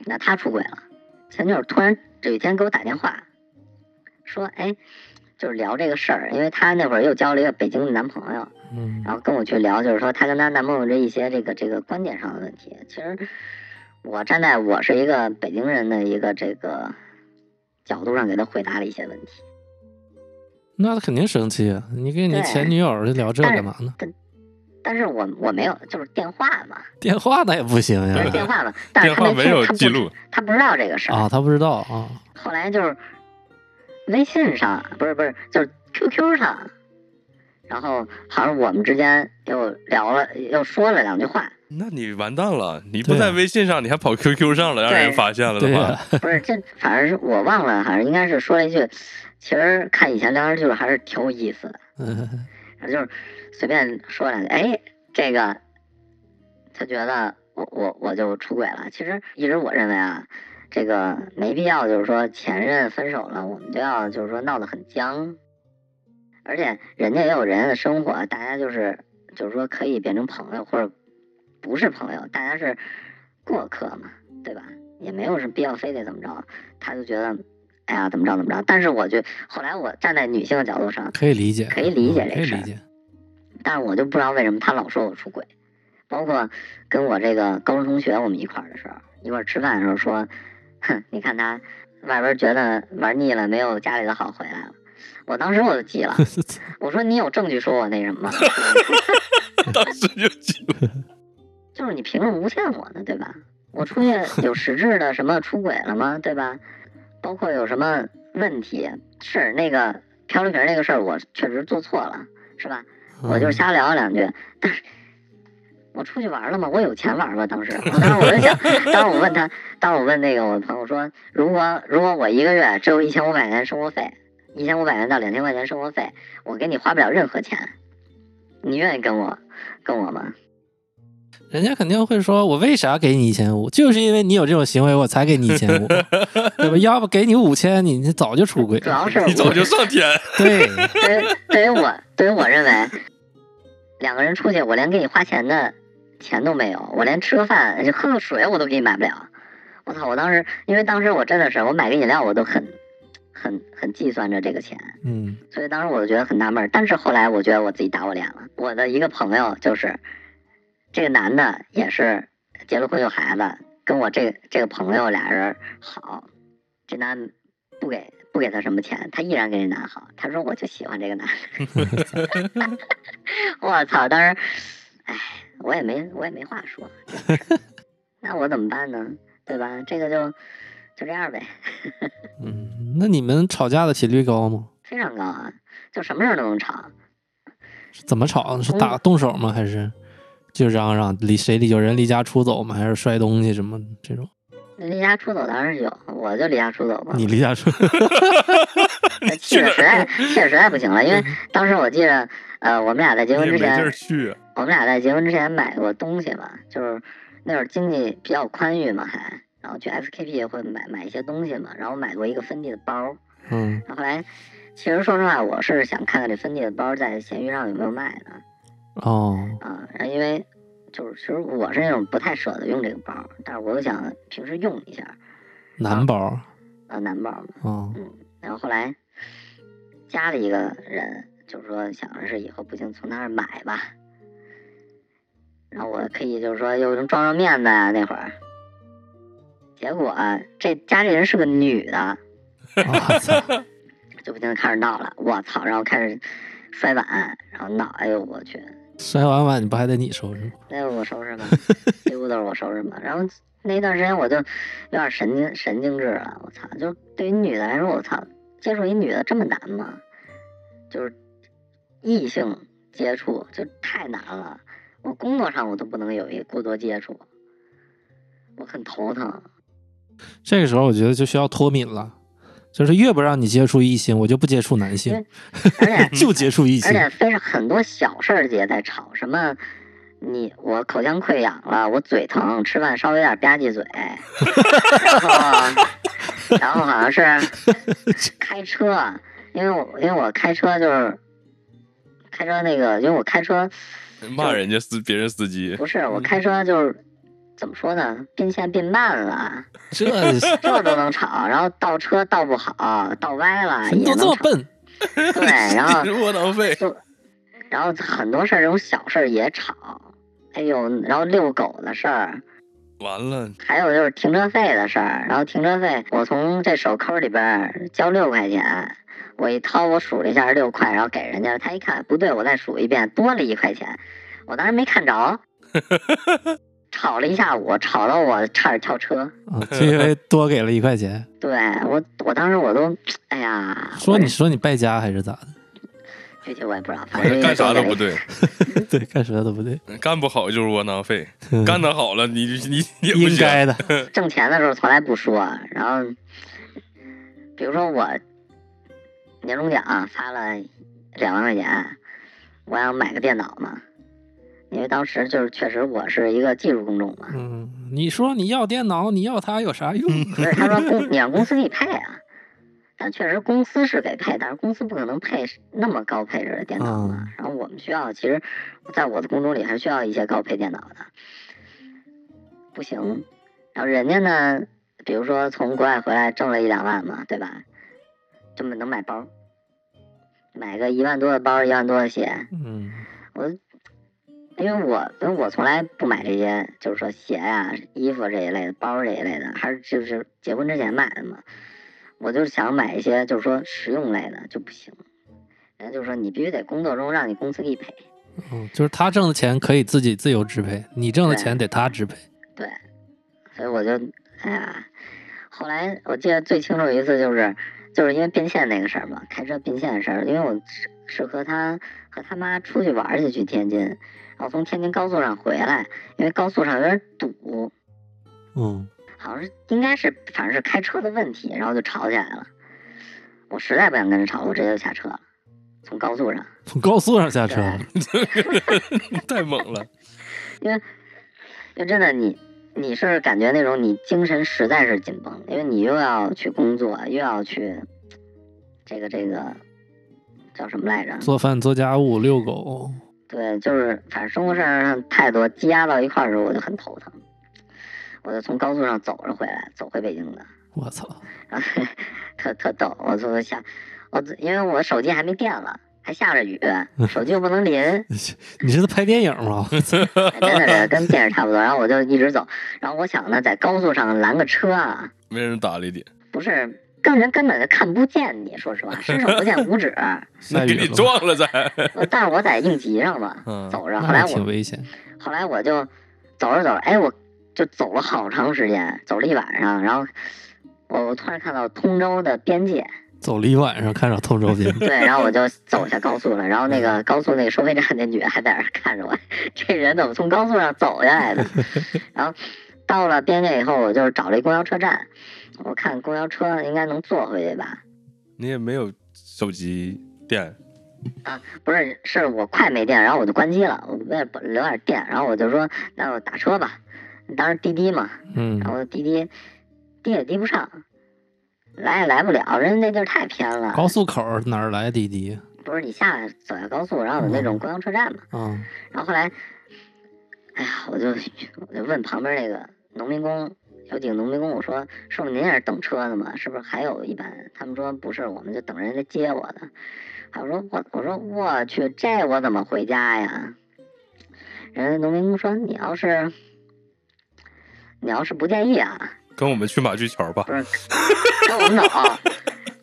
F: 那她出轨了，前女友突然有一天给我打电话，说哎，就是聊这个事儿，因为她那会儿又交了一个北京的男朋友。
E: 嗯
F: 然后跟我去聊，就是说她跟她男朋友这一些这个这个观点上的问题。其实我站在我是一个北京人的一个这个角度上给她回答了一些问题，
E: 那肯定生气啊！你跟你
F: 对
E: 前女友聊这干嘛呢？
F: 但是我我没有就是电话嘛，
E: 电话那也不行
F: 因为
E: 呀！
F: 电话 嘛，但
D: 电
F: 是她
D: 话
F: 没
D: 没有
F: 听，她不
D: 记录，
F: 她不知道这个事儿。
E: 啊，他不知道啊，
F: 后来就是微信上，不是不是，就是 QQ 上，然后好像我们之间又聊了又说了两句话，
D: 那你完蛋了，你不
E: 对啊
D: 在微信上，你还跑 QQ 上了，让
F: 对
D: 人发现了
E: 对啊
D: 的
E: 呀
D: 话，，
F: 不是，这反正是我忘了，好像应该是说了一句，其实看以前聊天记录还是挺有意思的，
E: 嗯
F: 然后就是随便说两句，哎，这个，他觉得我我我就出轨了。其实一直我认为啊，这个没必要，就是说前任分手了，我们就要就是说闹得很僵，而且人家也有人家的生活，大家就是就是说可以变成朋友或者不是朋友，大家是过客嘛，对吧？也没有什么必要非得怎么着，他就觉得，哎呀，怎么着怎么着。但是我觉得后来我站在女性的角度上，
E: 可以理解，
F: 可以理解
E: 嗯
F: 这
E: 可以
F: 事儿
E: 理解。
F: 但是我就不知道为什么他老说我出轨，包括跟我这个高中同学我们一块儿的时候，一块儿吃饭的时候说，哼，你看他外边觉得玩腻了，没有家里的好回来了，我当时我就急了，我说你有证据说我那什么吗？
D: 当时就急了。
F: 就是你凭什么诬陷我呢？对吧？我 出去有实质的什么出轨了吗？对吧？包括有什么问题？是那个漂流瓶那个事儿，我确实做错了，是吧？我
D: 嗯
F: 就是瞎聊两句，但是我出去玩了嘛，我有钱玩吧？ 当时，当时我就想，当时我问他，当时我问那个我朋友说，如果如果我一个月只有一千五百元生活费，一千五百元到两千块钱生活费，我给你花不了任何钱，你愿意跟我跟我吗？
E: 人家肯定会说：“我为啥给你一千五？就是因为你有这种行为，我才给你一千 五，对吧？要不给你五千，你你早就出轨
F: 主
E: 了。
F: 要是
D: 你早
F: 我
D: 就上 天，
E: 对，
F: 对于对于我对于我认为，两个人出去，我连给你花钱的钱都没有，我连吃个饭、就喝个水我都给你买不了。我操！我当时，因为当时我真的是，我买个饮料我都很、很、很计算着这个钱，
E: 嗯，
F: 所以当时我就觉得很纳闷儿。但是后来我觉得我自己打我脸了。我的一个朋友就是，这个男的也是结了婚有孩子，跟我这这个朋友俩人好，这男不给不给他什么钱，他依然跟这男好。他说我就喜欢这个男的。 我操！当时，哎，我也没我也没话说，这种事儿 那我怎么办呢？对吧？这个就就这样呗。
E: 嗯，那你们吵架的频率高吗？
F: 非常高啊，就什么事儿都能吵。
E: 是怎么吵？是打动手吗？还是就嚷嚷离谁离有人离家出走吗？还是摔东西什么这种？
F: 离家出走当然有，我就离家出走吧。
E: 你离家出走，
F: 那气的实在，气的实在不行了，因为当时我记着，呃，我们俩在结
D: 你
F: 婚
D: 也
F: 之
D: 没地儿
F: 前，
D: 去，啊
F: 我们俩在结婚之前买过东西嘛，就是那会儿经济比较宽裕嘛，还然后去 SKP 也会买买一些东西嘛，然后买过一个芬迪的包，
E: 嗯，
F: 然后后来其实说实话，我是想看看这芬迪的包在闲鱼上有没有卖的，
E: 哦，
F: 啊，然后因为就是其实我是那种不太舍得用这个包，但是我又想平时用一下，
E: 男宝，
F: 啊，男包嘛。
E: 哦，
F: 然后后来加了一个人，就是说想着是以后不行从他那儿买吧，然后我可以就是说又能装装面子啊那会儿。结果、这家里人是个女的，
E: 我操，
F: 就不停的开始闹了，我操！然后开始摔碗，然后闹，哎呦我去，
E: 摔完碗你不还得你收拾吗？
F: 那我收拾吧，几乎都是我收拾吧。然后那一段时间我就有点神经神经质了，我操！就对于女的来说，我操，接触一女的这么难吗？就是异性接触就太难了。我工作上我都不能有一过多接触，我很头疼。
E: 这个时候我觉得就需要脱敏了，就是越不让你接触异性，我就不接触男性，
F: 而 且
E: 就接触异性
F: 而。且非常很多小事儿也在吵，什么你我口腔溃疡了，我嘴疼，吃饭稍微有点吧 唧嘴，然后然后好像是 开车，因为我因为我开车就是开车那个，因为我开车
D: 骂人家司别人司机，
F: 不是我开车就是怎么说呢，并线并慢了，
E: 这
F: 这都能吵，然后倒车倒不好，倒歪了
E: 人
F: 也
E: 都这
F: 能
E: 么
F: 吵，
E: 笨，
F: 对，然后。
D: 窝囊废，
F: 然后很多事儿，这种小事儿也吵，哎呦，然后遛狗的事儿，
D: 完了，
F: 还有就是停车费的事儿。然后停车费，我从这手抠里边儿交六块钱，我一掏，我数了一下六块，然后给人家，他一看不对，我再数一遍，多了一块钱，我当时没看 着，吵了一下午，吵到我差点跳车。
E: 啊，就因为多给了一块 钱，
F: 对我，我当时我都，哎呀，
E: 说
F: 我
E: 你说你败家还是咋的？
F: 具体我也不知道，反
D: 反正
F: 正
D: 干啥都不
F: 对。
D: 对，
E: 对，干啥都不 对，
D: 干不好就是窝 囊废，
E: 嗯
D: 干得好了你你你也不
E: 应
D: 行
E: 该的。
F: 挣钱的时候从来不说，然后比如说我年终奖、啊发了两万块钱，我想买个电脑嘛，因为当时就是确实我是一个技术工种嘛，
E: 嗯，你说你要电脑，你要它有啥用？
F: 不是他说公你让公司给你配啊，但确实公司是给配，但是公司不可能配那么高配置的电脑嘛。
E: 嗯
F: 然后我们需要，其实在我的工种里还是需要一些高配电脑的，不行。然后人家呢，比如说从国外回来挣了一两万嘛，对吧？这么能买包，买个一万多的包，一万多的鞋，
E: 嗯，
F: 我因为我因为我从来不买这些，就是说鞋呀、衣服这一类的、包这一类的，还是就是结婚之前买的嘛。我就是想买一些就是说实用类的就不行，人家就说你必须得工作中让你公司给你赔，
E: 嗯，就是他挣的钱可以自己自由支配，你挣的
F: 对
E: 钱得他支配。
F: 对，所以我就哎呀，后来我记得最清楚一次就是就是因为变现那个事儿嘛，开车变现的事儿，因为我是是和他和他妈出去玩儿去去天津，然后从天津高速上回来，因为高速上有点堵，
E: 嗯，
F: 好像是应该是反正是开车的问题，然后就吵起来了。我实在不想跟人吵，我直接就下车了，从高速上。
E: 从高速上下车
F: 对，
D: 太猛 了，
F: 就真的你，你是感觉那种你精神实在是紧绷，因为你又要去工作，又要去这个这个叫什么来着？
E: 做饭、做家务、遛狗，
F: 对，就是反正生活事儿上太多积压到一块儿的时候，我就很头疼。我就从高速上走着回来，走回北京的。
E: 我操！
F: 然后 特特逗，我说下，我哦因为我手机还没电了，还下着雨，
E: 嗯
F: 手机又不能 淋，
E: 你是在拍电影 吗？
F: 哎真的是跟电视差不多。然后我就一直走，然后我想呢，在高速上拦个车啊，
D: 没人搭理你，
F: 不是跟人根本就看不见你，说实话，伸手不见 五指。
E: 下
D: 给
E: 雨
D: 你
E: 了吧，
D: 撞了再。
F: 我但是我在应急上嘛，
D: 嗯
F: 走着。后来
E: 那挺
F: 我
E: 危险。
F: 后来我就走着走着，哎，我就走了好长时间，走了一晚上，然后我我突然看到通州的边界。
E: 走了一晚上，看着通州边
F: 对，然后我就走下高速了，然后那个高速那个收费站那女的还在那儿看着我， 这人怎么从高速上走下来的？ 然后到了边界以后，我就找了一公交车站，我看公交车应该能坐回去吧？
D: 你也没有手机电，
F: 不是，是我快没电，然后我就关机了，我为了留点电，然后我就说那我打车吧，当时滴滴嘛，
E: 嗯
F: 然，后滴滴滴也滴不上，来也来不了，人家那地儿太偏了，
E: 高速口儿哪儿来滴滴
F: 不是你下来走下高速，然后有那种公交车站嘛。
E: 啊？
F: 然后后来，哎呀，我就我就问旁边那个农民工，有几个农民工，我说师傅您也是等车的吗？是不是还有一班？他们说不是，我们就等人来接我的。啊我说我我说我去，这我怎么回家呀？人家农民工说你要是你要是不介意啊，
D: 跟我们去马驹桥吧
F: 不。是，跟我们走。啊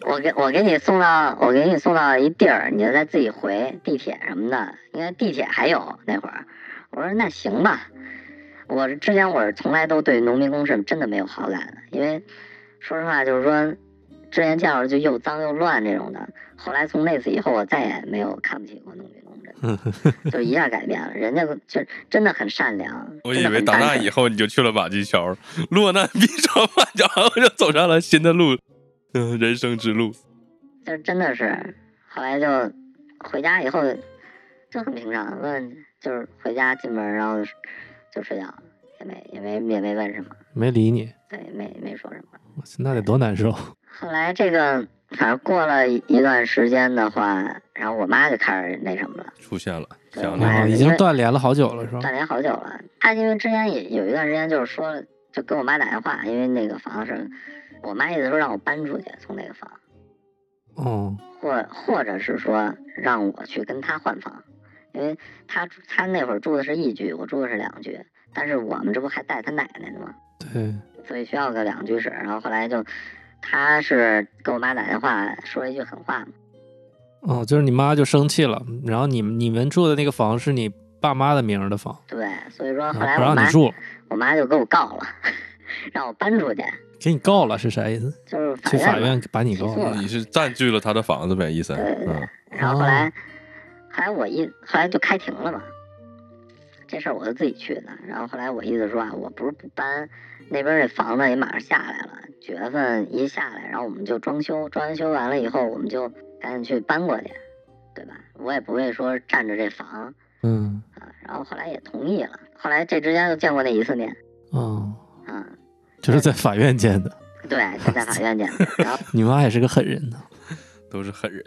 F: 我给我给你送到，我给你送到一地儿，你就再自己回地铁什么的，因为地铁还有那会儿。我说那行吧，我是之前我是从来都对农民工是真的没有好感的，因为说实话就是说，之前见着就又脏又乱这种的。后来从那次以后，我再也没有看不起过农民工，真的就一下改变了。人家就真的很善良，
D: 我
F: 真
D: 以
F: 的
D: 为
F: 很
D: 打
F: 单
D: 那
F: 纯
D: 以后你就去了马驹桥，落难必找马驹桥，就走上了新的路，嗯，人生之路。
F: 就真的是，后来就回家以后就很平常，问就是回家进门然后就睡觉，也没也没也没问什么，
E: 没理你，
F: 对，没没说什么。
E: 我去那得多难 受。
F: 后来这个反正过了一一段时间的话，然后我妈就开始那什么了，
D: 出现了，
F: 对
D: 想
F: 我
D: 到
F: 还
E: 啊，已经断联了好久了，是吧？
F: 断联好久了。她因为之前也有一段时间就是说，就给我妈打电话，因为那个房是，我妈意思说让我搬出去，从那个房。
E: 哦，
F: 或或者是说让我去跟他换房，因为他住他那会儿住的是一居，我住的是两居，但是我们这不还带他奶奶呢吗？
E: 对，
F: 所以需要个两居室。然后后来就，他是跟我妈打电话说了一句狠话嘛，
E: 哦，就是你妈就生气了，然后你们你们住的那个房是你爸妈的名儿的房，
F: 对，所以说
E: 然
F: 后
E: 后
F: 来
E: 啊不
F: 啊我
E: 让
F: 妈
E: 你住了，
F: 我妈就给我告了， 让我搬出去，
E: 给你告了是啥意思？
F: 就是
E: 去
F: 法
E: 法
F: 院嘛。
E: 院把你告
F: 起诉
E: 了
F: 了。
D: 你是占据了他的房子呗，意思。
F: 对对对
D: 嗯，
F: 然后后来，后来我一后来就开庭了嘛，这事儿我就自己去的。然后后来我意思说啊，我不是不搬，那边那房子也马上下来了，九月份一下来，然后我们就装修，装修完了以后我们就赶紧去搬过去，对吧？我也不会说占着这房
E: 嗯，
F: 啊。然后后来也同意了，后来这之间就见过那一次面
E: 哦，
F: 啊，
E: 就是在法院见的。
F: 对，就在法院见的。然后
E: 你妈也是个狠人呢。
D: 都是狠人。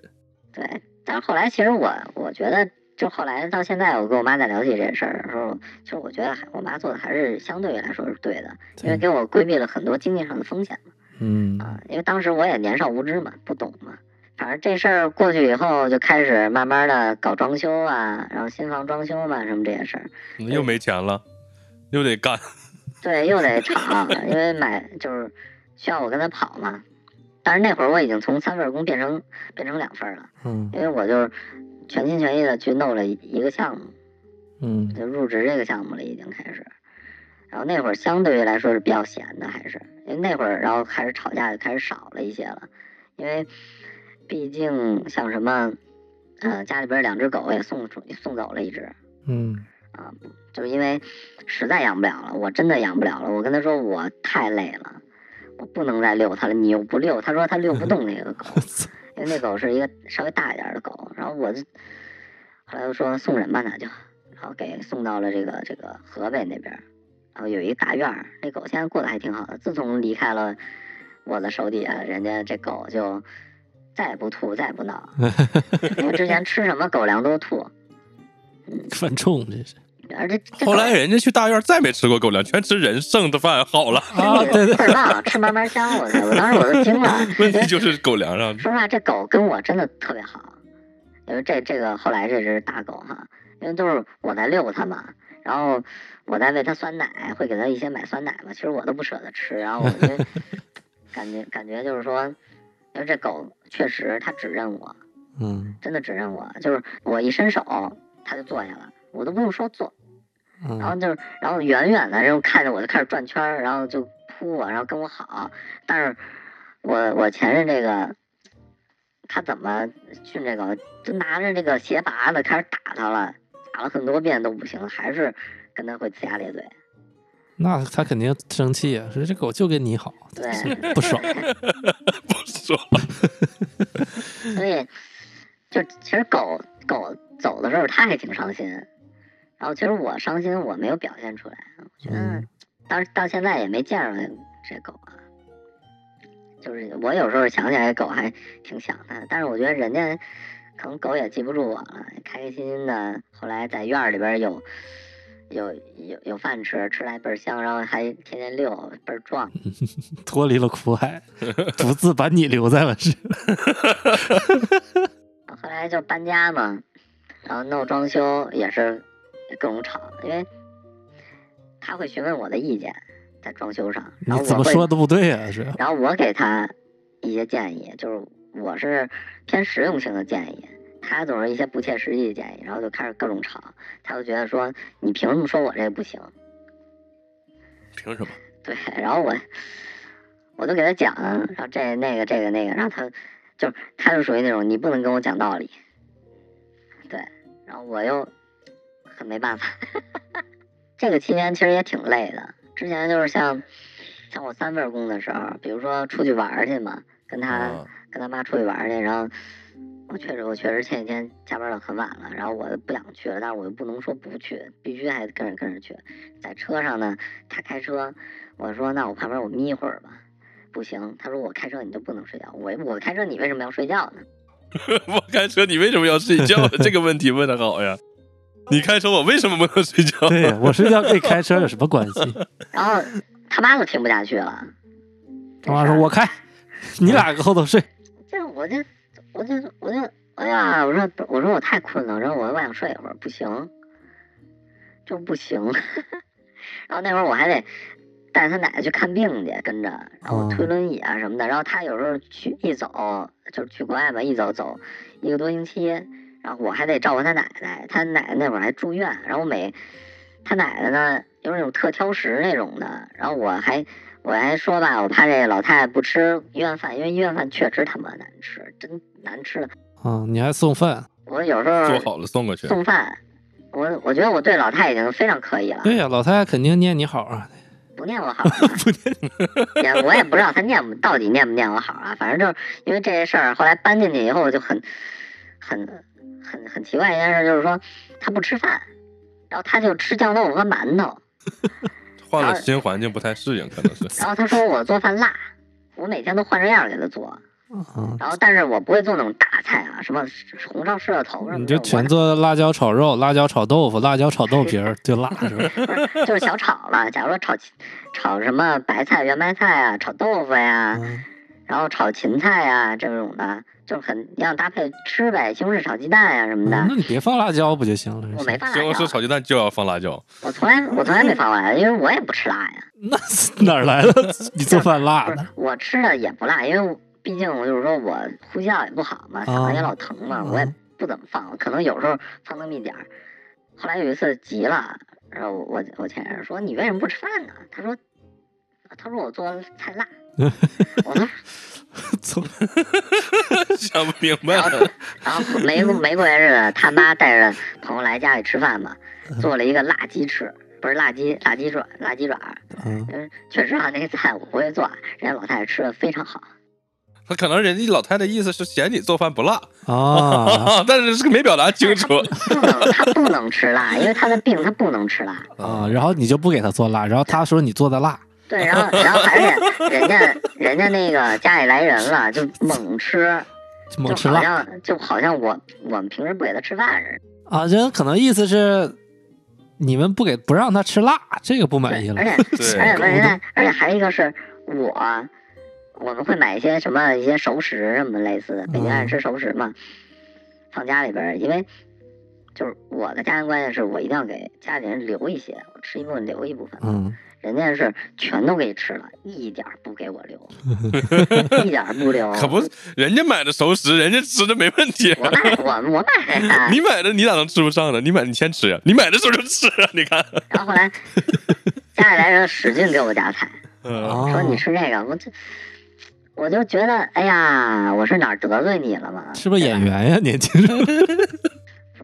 F: 对，但是后来其实我我觉得，就后来到现在，我跟我妈在聊起这事儿的时候，其实我觉得还我妈做的还是相对来说是对的，因为
E: 对
F: 给我规避了很多经济上的风险嘛
E: 嗯，
F: 啊。因为当时我也年少无知嘛，不懂嘛。反正这事儿过去以后，就开始慢慢的搞装修啊，然后新房装修嘛，什么这些事儿。
D: 又没钱了，又得干，
F: 对，又得吵，因为买就是需要我跟他跑嘛。但是那会儿我已经从三份工变成变成两份了，
E: 嗯
F: 因为我就是全心全意的去弄了一个项目，
E: 嗯
F: 就入职这个项目了，已经开始。然后那会儿相对于来说是比较闲的，还是因为那会儿，然后开始吵架就开始少了一些了，因为毕竟像什么，呃，家里边两只狗也送出送走了一只，
E: 嗯
F: 就是因为实在养不了了，我真的养不了了。我跟他说我太累了，我不能再遛它了，你又不遛。他说他遛不动那个 狗，因为那狗是一个稍微大一点的狗。然后我就后来就说送人吧，那就，然后给送到了这个这个河北那边儿，然后有一大院儿，那狗现在过得还挺好的。自从离开了我的手底下，人家这狗就再也不吐，再也不闹。 因为之前吃什么狗粮都吐，
E: 犯冲这是
F: 而且 这
D: 后
F: 狗
D: 来人家去大院再没吃过狗粮，全吃人剩的饭好了。
E: 啊，对对
F: 倍儿棒，吃嘛嘛香，我操！我当时我都惊 了。哎
D: 问题就是狗粮上，
F: 说实话，这狗跟我真的特别好，因为这这个后来这只大狗哈，因为都是我在遛它嘛，然后我在喂它酸奶，会给它一些买酸奶嘛，其实我都不舍得吃，然后我就 感觉感觉就是说，因为这狗确实它只认我，
E: 嗯
F: 真的只认我，就是我一伸手它就坐下了，我都不用说坐，然后
E: 嗯
F: 就是，然后远远的，然后看着我就开始转圈儿，然后就扑我，然后跟我好。但是我我前任这个，他怎么训这个，就拿着这个鞋拔子开始打他了，打了很多遍都不行，还是跟他会呲牙咧嘴。
E: 那他肯定生气啊，说这狗就跟你好，
F: 对，
E: 不爽。
D: 不说
F: 所以就其实狗狗走的时候他也挺伤心，然后其实我伤心我没有表现出来，啊我觉得
E: 嗯
F: 到到现在也没见着这狗啊。就是我有时候想起来狗还挺想它的，但是我觉得人家可能狗也记不住我了，开开心心的。后来在院儿里边有有有有饭吃，吃的还倍儿香，然后还天天遛，倍儿壮。
E: 脱离了苦海，独自把你留在 了这。
F: 后来就搬家嘛，然后弄装修也是各种吵，因为他会询问我的意见在装修上，然
E: 你
F: 后
E: 怎
F: 我
E: 么
F: 会，
E: 说都不对啊， 是
F: 然后我给他一些建议，就是我是偏实用性的建议，他总是一些不切实际的建议，然后就开始各种吵，他就觉得说你凭什么说我这不行？
D: 凭什么？
F: 对，然后我我就给他讲，啊然后这那个这个那个，然后他就是他就属于那种你不能跟我讲道理，对，然后我又很没办法。 这个期间其实也挺累的，之前就是像像我三份工的时候，比如说出去玩儿去嘛，跟他、
D: 啊
F: 跟他妈出去玩儿去，然后我确实我确实前几天加班到很晚了，然后我不想去了，但是我又不能说不去，必须还跟着跟着去。在车上呢，他开车，我说那我旁边我眯一会儿吧，不行，他说我开车你就不能睡觉，我我开车你为什么要睡觉呢？
D: 我开车你为什么要睡觉？这个问题问的好呀！你开车我为什么不能睡觉？
E: 对 我睡觉跟开车有什么关系？
F: 然后他妈都听不下去了，
E: 他妈说：“我开，你俩搁后头睡。
F: 这我就我就我就哎
E: 啊
F: 呀，我说我说我太困了，然后我我想睡一会儿，不行，就不行。 然后那会儿我还得带他奶奶去看病去，跟着，然
E: 哦
F: 后我推轮椅啊什么的。然后他有时候去一走就是去国外吧，一走走一个多星期，然后我还得照顾他奶奶，他奶奶那会儿还住院，然后我每他奶奶呢又是那种特挑食那种的，然后我还我还说吧，我怕这老太太不吃医院饭，因为医院饭确实他妈难吃，真难吃。”
E: 啊，你还送饭？
F: 我有时候
D: 做好了送过去。
F: 送饭，我我觉得我对老太已经非常可以了，
E: 对呀、老太太肯定念你好啊。
F: 不念我好了，也我也不知道她念不到底念不念我好啊，反正就是因为这些事儿，后来搬进去以后我就很很很很奇怪一件事，就是说她不吃饭，然后她就吃酱豆腐和馒头，
D: 换了新环境不太适应，可能是
F: 然后她说我做饭辣，我每天都换着样儿给她做，
E: 啊，
F: 然后但是我不会做那种大菜啊，什么红烧狮子头什么的，
E: 你就
F: 我
E: 全做辣椒炒肉、辣椒炒豆腐、辣椒炒豆皮儿，就辣是 吧？
F: 不是， 就是小炒了。假如说炒炒什么白菜、圆白菜啊，炒豆腐呀、
E: 嗯
F: 然后炒芹菜呀这种的，就是很要搭配吃呗，西红柿炒鸡蛋呀什么
E: 嗯
F: 的。
E: 那你别放辣椒不就行了？
F: 我没放
D: 西红
F: 辣椒
D: 柿，炒鸡蛋就要放辣椒，
F: 我从来我从来没放辣椒，因为我也不吃辣呀。
E: 那哪儿来的？你做饭辣
F: 不是
E: 的？
F: 我吃的也不辣，因为我毕竟我就是说我呼吸道也不好嘛，嗓子也老疼嘛，
E: 啊
F: 我也不怎么放，可能有时候放那么一点儿。后来有一次急了，然后我我我前任说你为什么不吃饭呢？他说他说我做的太辣。我说，
D: 想不明白
F: 然后
D: 了，
F: 然后 没过没过些日子，他妈带着朋友来家里吃饭嘛，
E: 嗯
F: 做了一个辣鸡翅，不是辣鸡辣鸡爪辣鸡爪儿，
E: 嗯，
F: 嗯，确实啊，那个菜我不会做，人家老太太吃的非常好。
D: 他可能人家老太太意思是嫌你做饭不辣，
E: 啊
D: 但是是没表达清楚。
F: 不能，他不能吃辣，因为他的病他不能吃辣。
E: 啊，然后你就不给他做辣，然后他说你做的辣，
F: 对，然后然后而且人家人家那个家里来人了，就猛吃，
E: 就猛吃
F: 就好
E: 辣
F: 像就好像我我们平时不给他吃饭似的。
E: 啊，人可能意思是你们不给不让他吃辣，这个不满意了
F: 对，
E: 嗯
F: 而且
D: 对
F: 而且关键而且还有一个是我。我们会买一些什么一些熟食什么类似的，北
E: 哦
F: 京爱吃熟食嘛，放家里边儿，因为就是我的家庭观念是我一定要给家里人留一些，我吃一部分留一部分。
E: 嗯，
F: 人家是全都给你吃了，一点儿不给我 留，一点儿不留。
D: 可不，人家买的熟食，人家吃的没问题。
F: 我卖我我卖给 他。
D: 你买的你咋能吃不上呢？你买你先吃呀，你买的时候就吃啊！你看，
F: 然后后来家里来人使劲给我夹菜，
D: 嗯，
E: 啊
F: 说你吃这个，我就我就觉得，哎呀，我是哪儿得罪你了吗？
E: 是不是演员呀，年轻 人？
F: 不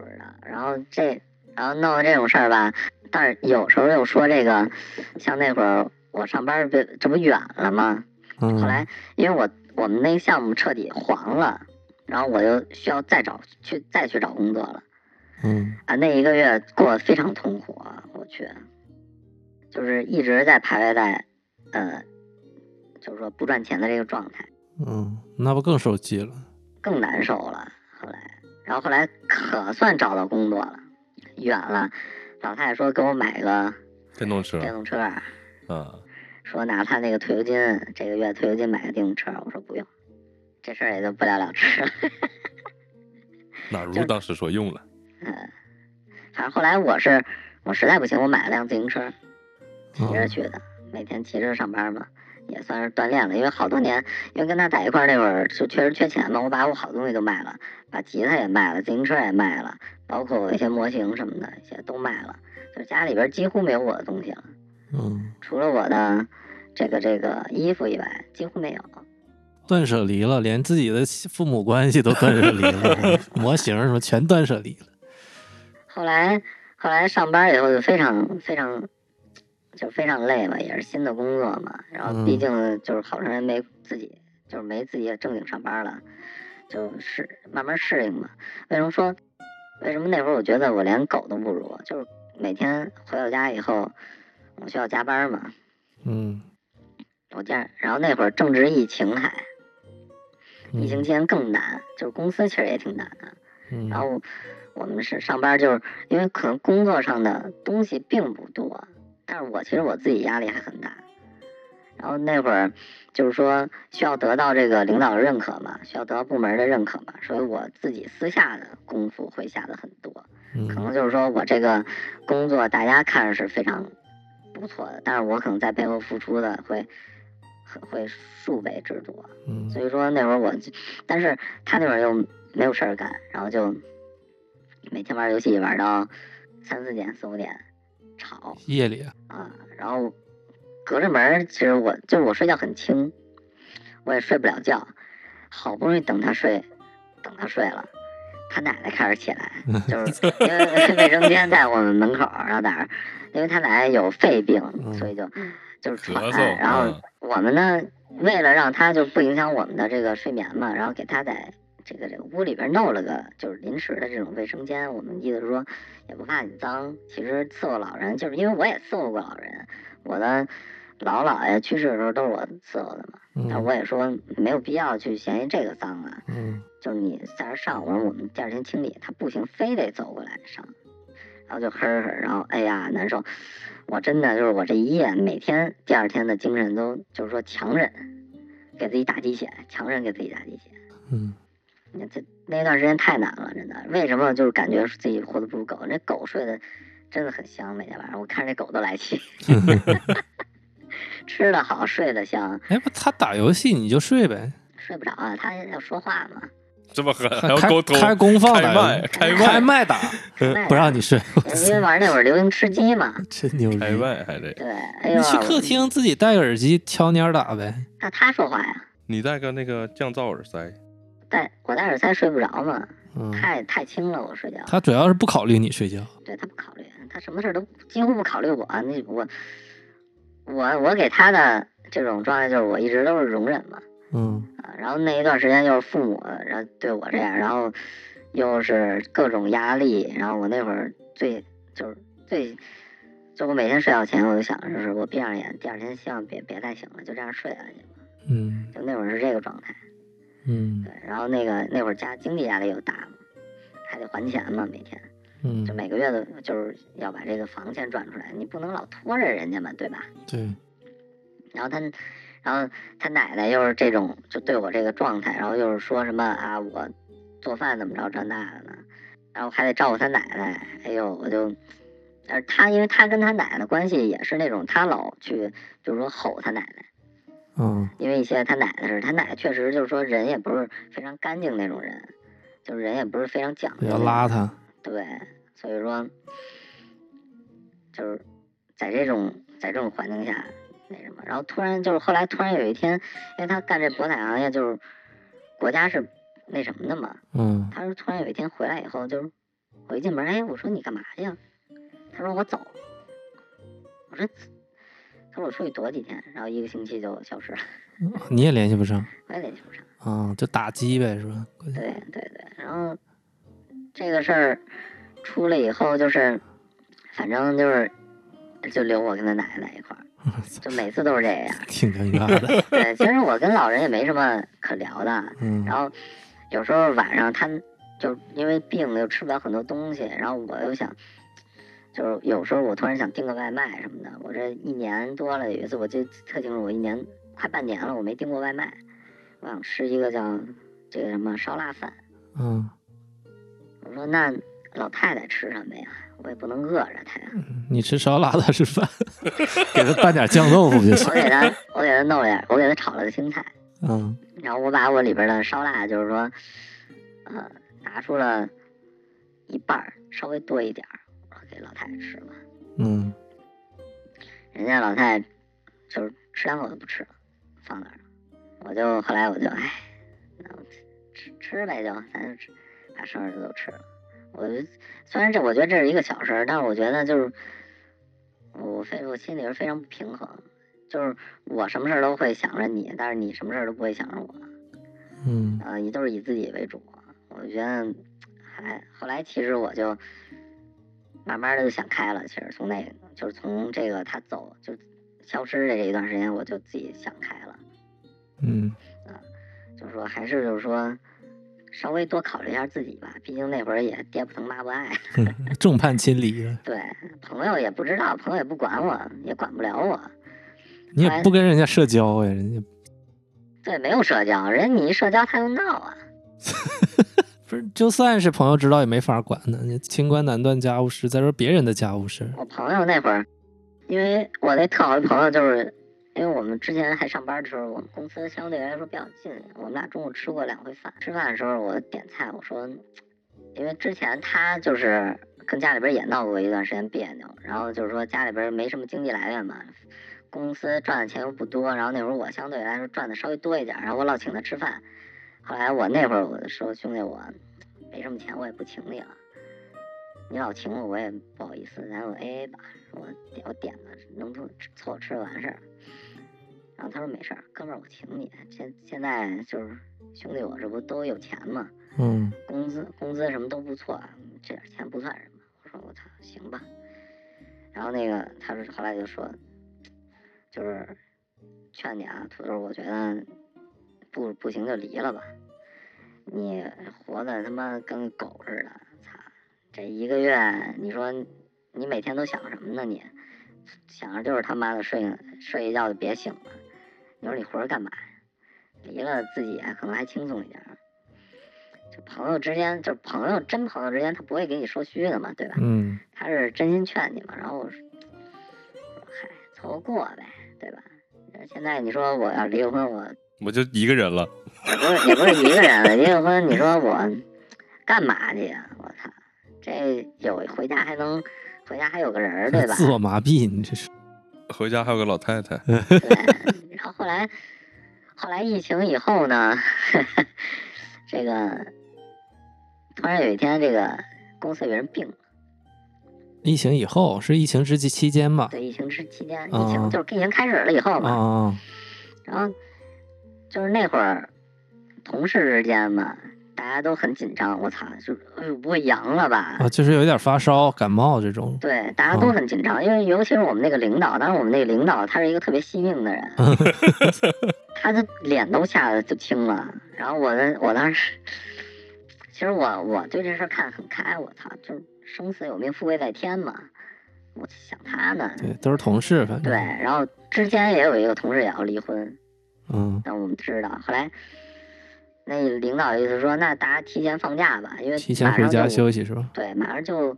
F: 知道。然后这，然后弄的这种事儿吧，但是有时候又说这个，像那会儿我上班儿不这不远了吗？后
E: 嗯
F: 来因为我我们那个项目彻底黄了，然后我就需要再找去再去找工作了
E: 嗯
F: 啊。那一个月过得非常痛苦啊，我去，就是一直在徘徊在，呃，就是说不赚钱的这个状态，
E: 嗯，那不更受气了？
F: 更难受了。后来，然后后来可算找到工作了，远了，老太太说给我买个
D: 电动车
F: 电动车儿，
D: 啊，
F: 说拿她那个退休金，这个月退休金买个电动车儿，我说不用，这事儿也就不了了之了。
D: 哪如当时说用了，
F: 反正后来我是我实在不行，我买了辆自行车，骑
E: 啊
F: 着去的，每天骑着上班嘛，也算是锻炼了。因为好多年，因为跟他在一块儿那会儿就确实缺钱嘛，我把我好东西都卖了，把吉他也卖了，自行车也卖了，包括我一些模型什么的，一些都卖了，就是家里边几乎没有我的东西了，
E: 嗯，
F: 除了我的这个这个衣服以外，几乎没有。
E: 断舍离了，连自己的父母关系都断舍离 了，模型什么全断舍离了。
F: 后来后来上班以后就非常非常就非常累嘛，也是新的工作嘛，然后毕
E: 嗯
F: 竟就是好长时间没自己就是没自己正经上班了，就是慢慢适应嘛。为什么说为什么那会儿我觉得我连狗都不如？就是每天回到家以后，我需要加班嘛，
E: 嗯，
F: 我加然后那会儿正值疫情还疫情期间更难，就是公司其实也挺难的。
E: 嗯，
F: 然后我们是上班，就是因为可能工作上的东西并不多，但是我其实我自己压力还很大。然后那会儿就是说需要得到这个领导的认可嘛，需要得到部门的认可嘛，所以我自己私下的功夫会下的很多。可能
E: 嗯
F: 就是说我这个工作大家看着是非常不错的，但是我可能在背后付出的会很会数倍之多。
E: 嗯
F: 所以说那会儿我就，但是他那会儿又没有事儿干，然后就每天玩游戏玩到三四点、四五点，吵
E: 夜里
F: 啊，然后隔着门儿，其实我就是我睡觉很轻，我也睡不了觉，好不容易等他睡，等他睡了。他奶奶开始起来，就是因为卫生间在我们门口儿，然后在那儿，因为他奶奶有肺病，所以就就是喘
D: 咳嗽，
F: 然后
D: 嗯
F: 我们呢，为了让他就不影响我们的这个睡眠嘛，然后给他在这个这个屋里边弄了个就是临时的这种卫生间。我们意思是说，也不怕你脏。其实伺候老人，就是因为我也伺候过老人，我的老姥爷去世的时候都是我伺候的嘛。但
E: 嗯
F: 我也说没有必要去嫌弃这个脏啊，
E: 嗯
F: 就是你在这儿上，我说我们第二天清理，他不行，非得走过来上，然后就呵呵，然后哎呀难受，我真的就是我这一夜每天第二天的精神都就是说强忍，给自己打鸡血，强忍给自己打鸡血，
E: 嗯
F: 那这那段时间太难了，真的，为什么就是感觉自己活得不如狗？那狗睡得真的很香，每天晚上我看着那狗都来气，吃的好，睡得香，
E: 哎不，他打游戏你就睡呗，
F: 睡不着啊，他要说话嘛，
D: 这么狠，还要
E: 开
D: 沟通，
E: 开功放
D: 开
E: 打
D: 麦，
E: 游戏，
D: 开
E: 开
D: 麦，
E: 麦打，
F: 麦呃
E: 不让你睡，
F: 因为玩那会儿流行吃鸡嘛，
E: 真牛逼！
D: 开麦还得。
F: 对，哎呦，
E: 你去客厅自己戴个耳机敲鸟打呗，
F: 那他说话呀，
D: 你戴个那个降噪耳塞，
F: 戴我戴耳塞睡不着嘛，
E: 嗯，
F: 太太轻了，我睡觉，
E: 他主要是不考虑你睡觉，
F: 对他不考虑，他什么事儿都几乎不考虑我，那我我我给他的这种状态就是我一直都是容忍嘛，
E: 嗯，
F: 啊，然后那一段时间就是父母，然后对我这样，然后又是各种压力，然后我那会儿最就是最，就我每天睡觉前我就想着是我闭上眼，第二天希望别别再醒了，就这样睡下去，
E: 嗯
F: 就那会儿是这个状态。
E: 嗯
F: 对，然后那个那会儿家经济压力又大嘛，还得还钱嘛，每天就
E: 嗯，
F: 每个月的就是要把这个房钱赚出来，你不能老拖着人家嘛，对吧？
E: 对，
F: 然后他，然后他奶奶又是这种，就对我这个状态，然后又是说什么啊，我做饭怎么着长大的呢，然后还得照顾他奶奶，哎呦，我就，但是他因为他跟他奶奶的关系也是那种，他老去就是说吼他奶奶，
E: 嗯
F: 因为一些他奶奶是，他奶奶确实就是说人也不是非常干净那种人，就是人也不是非常讲究
E: 比
F: 那
E: 较
F: 种，
E: 邋遢，
F: 对，所以说，就是在这种在这种环境下，那什么，然后突然就是后来突然有一天，因为他干这博彩行业就是国家是那什么的嘛，
E: 嗯
F: 他说突然有一天回来以后，就是我一进门，哎，我说你干嘛去啊？他说我走。我说，他说我出去躲几天，然后一个星期就消失了，
E: 你也联系不上
F: 我也联系不上。
E: 啊，就打击呗，是吧？
F: 对对对，然后这个事儿出了以后，就是反正就是就留我跟他奶奶一块儿，就每次都是这样。
E: 挺尴尬 的，
F: 对，其实我跟老人也没什么可聊的，
E: 嗯
F: 然后有时候晚上他就因为病又吃不了很多东西，然后我又想。就是有时候我突然想订个外卖什么的，我这一年多了，有一次我记得特清楚，我一年快半年了，我没订过外卖，我想吃一个叫这个什么烧腊饭，
E: 嗯，
F: 我说那老太太吃什么呀？我也不能饿着她呀，
E: 你吃烧腊的是 饭，给他拌点酱豆腐就行
F: 我，给她，我给她弄了点，我给她炒了个青菜，
E: 嗯
F: 然后我把我里边的烧腊，就是说，呃，拿出了一半儿，稍微多一点儿，我说给老太太吃吧。
E: 嗯
F: 人家老太太就是吃两口就不吃了，放那儿了。我就后来我就哎，那我吃吃呗就，咱就吃，把剩下的都吃了。我就虽然这我觉得这是一个小事儿，但是我觉得就是我非我心里是非常不平衡，就是我什么事儿都会想着你，但是你什么事儿都不会想着我。
E: 嗯
F: 呃，也都是以自己为主。啊我觉得，还后来其实我就慢慢的就想开了。其实从那个，就是从这个他走就消失的这一段时间，我就自己想开了，
E: 嗯
F: 就是说还是就是说稍微多考虑一下自己吧。毕竟那会儿也爹不疼妈不爱，
E: 嗯，众叛亲离了，
F: 对朋友也不知道，朋友也不管我，也管不了我。
E: 你也不跟人家社交呀，人家
F: 对，没有社交，人你一社交他就闹啊。
E: 不是，就算是朋友知道也没法管呢。你清官难断家务事，再说别人的家务事，
F: 我朋友那会儿，因为我那特好的朋友，就是因为我们之前还上班的时候，我们公司相对来说比较近，我们俩中午吃过两回饭。吃饭的时候我点菜，我说，因为之前他就是跟家里边也闹过一段时间别扭，然后就是说家里边没什么经济来源嘛。公司赚的钱又不多，然后那会儿我相对来说赚的稍微多一点，然后我老请他吃饭。后来我那会儿我就说兄弟我没什么钱，我也不请你了。你老请我，我也不好意思，咱就 A A 吧。我点我点了，能凑凑合吃就完事儿。然后他说没事儿，哥们儿，我请你。现现在就是兄弟，我这不都有钱嘛，
E: 嗯
F: 工资工资什么都不错，啊这点钱不算什么。我说我操，行吧。然后那个他说后来就说，就是劝你啊，土豆，我觉得不不行就离了吧，你活的他妈跟狗似的，操！这一个月你说你每天都想什么呢你？想着就是他妈的睡睡一觉就别醒了，你说你活着干嘛呀？离了自己啊可能还轻松一点儿。就朋友之间，就是朋友真朋友之间，他不会给你说虚的嘛，对吧？
E: 嗯
F: 他是真心劝你嘛，然后我说，呃我说嗨，凑合过呗，对吧？那现在你说我要离了婚，我
D: 我就一个人了。
F: 也不是也不是一个人了，结个婚，你说我干嘛去呀？我操，这有回家还能回家还有个人儿 对吧？
E: 自我麻痹，你这是
D: 回家还有个老太太，
F: 对，然后后来后来疫情以后呢， 这个突然有一天，这个公司有人病了，
E: 疫情以后是疫情之期期间吧？
F: 对，疫情之期间，疫
E: 哦
F: 情就是疫情开始了以后
E: 啊
F: 嘛，
E: 啊
F: 然后就是那会儿同事之间嘛，大家都很紧张，我操，就是哎呦不会阳了吧？
E: 啊，就是有点发烧、感冒这种。
F: 对，大家都
E: 哦
F: 很紧张，因为尤其是我们那个领导，当然我们那个领导他是一个特别惜命的人， 他的脸都吓得就青了。然后我的我当时，其实我我对这事儿看得很开，我操，就是生死有命，富贵在天嘛，我就想他呢。
E: 对，都是同事，反
F: 对，
E: 正
F: 然后之前也有一个同事也要离婚，
E: 嗯，
F: 但我们知道后来。那领导意思说，那大家提前放假吧，因为
E: 提前
F: 马
E: 回
F: 上
E: 家
F: 就
E: 休息是吧？
F: 对，马上就，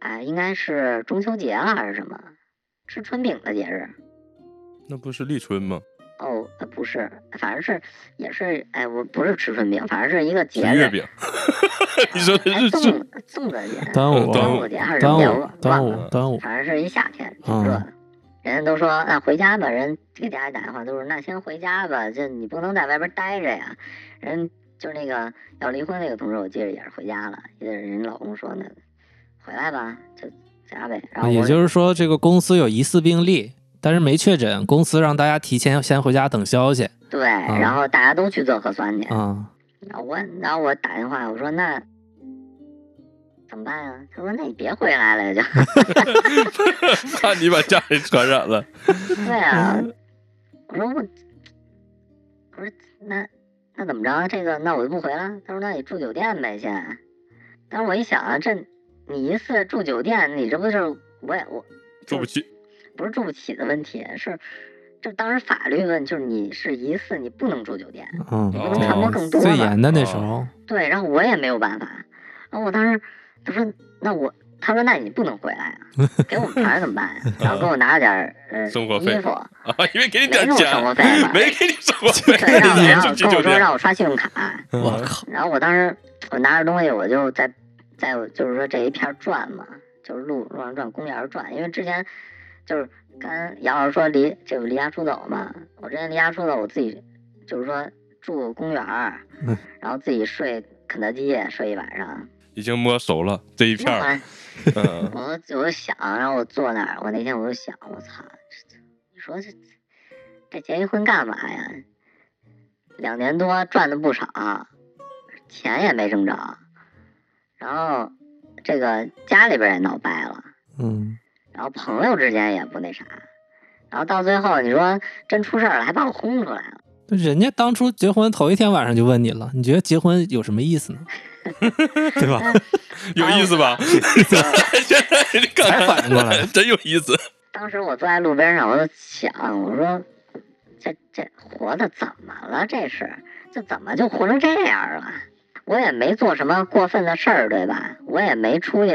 F: 啊、应该是中秋节了还是什么？吃春饼的节日？
D: 那不是立春吗？
F: 哦，呃不是，反正是也是，哎，我不是吃春饼，反正是一个
D: 是
F: 节日。
D: 月饼。 你说的
F: 哎
D: 是
F: 粽
D: 是
F: 子粽子节？
E: 端午
D: 端午
F: 午节还是什嗯
E: 端
F: 么节？
E: 午
F: 我，
E: 端
F: 忘了，
E: 午，端午，
F: 反正是一夏天，挺
E: 嗯
F: 热的。人家都说那回家吧，人给家里打电话都是那先回家吧，这你不能在外边待着呀。人就是那个要离婚那个同事，我记得也是回家了，也是人老公说那个回来吧，就家呗。然后
E: 啊也
F: 我
E: 就是说，这个公司有疑似病例，但是没确诊，公司让大家提前先回家等消息
F: 对，然后大家都去做核酸去。
E: 啊。
F: 然后我，然后我打电话，我说那怎么办呀？他说那你别回来 了就。
D: 怕你把家人传染了。
F: 对啊，我说我，我说那那怎么着？这个那我就不回了。他说那你住酒店呗先。但是我一想啊，这你一次住酒店，你这不就是我也我
D: 住不起，
F: 不是住不起的问题，是就当时法律问就是你是疑似你不能住酒店。
E: 嗯，
F: 不能传播更多
E: 最
F: 嘛
E: 严的那时候，
F: 对，然后我也没有办法。然后我当时他说那我他说那你不能回来啊，给我们团儿怎么办呀、然后给我拿了点儿呃
D: 生活
F: 衣
D: 费
F: 服，
D: 啊，因为给你
F: 没
D: 点
F: 给我
D: 钱
F: 生，活费吧。
D: 没给你生活费，
F: 对， 让我
D: 你
F: 让
D: 住
F: 我
D: 起
F: 跟
D: 酒
F: 我说
D: 店。
F: 让我刷信用卡，
E: 我靠，
F: 然后我当时我拿着东西，我就在在就是说这一片儿转嘛，就是路路上转，公园儿转，因为之前就是跟姚老师说离就离家出走嘛，我之前离家出走，我自己就是说住公园儿，
E: 嗯
F: 然后自己睡肯德基睡一晚上，
D: 已经摸熟了这一片
F: 那
D: 儿，
F: 完
D: 嗯，
F: 我就我就想，然后我坐那儿，我那天我就想，我操，这你说这这结一婚干嘛呀？两年多赚的不少，钱也没挣着，然后这个家里边也闹掰了，
E: 嗯，
F: 然后朋友之间也不那啥，然后到最后你说真出事儿了，还把我轰出来了。
E: 人家当初结婚头一天晚上就问你了，你觉得结婚有什么意思呢？对吧？
D: 有意思吧？现在你刚
E: 才反应过来，
D: 真有意思。
F: 当时我坐在路边上，我就想，我说这这活的怎么了？这是这怎么就活成这样了？我也没做什么过分的事儿，对吧？我也没出去，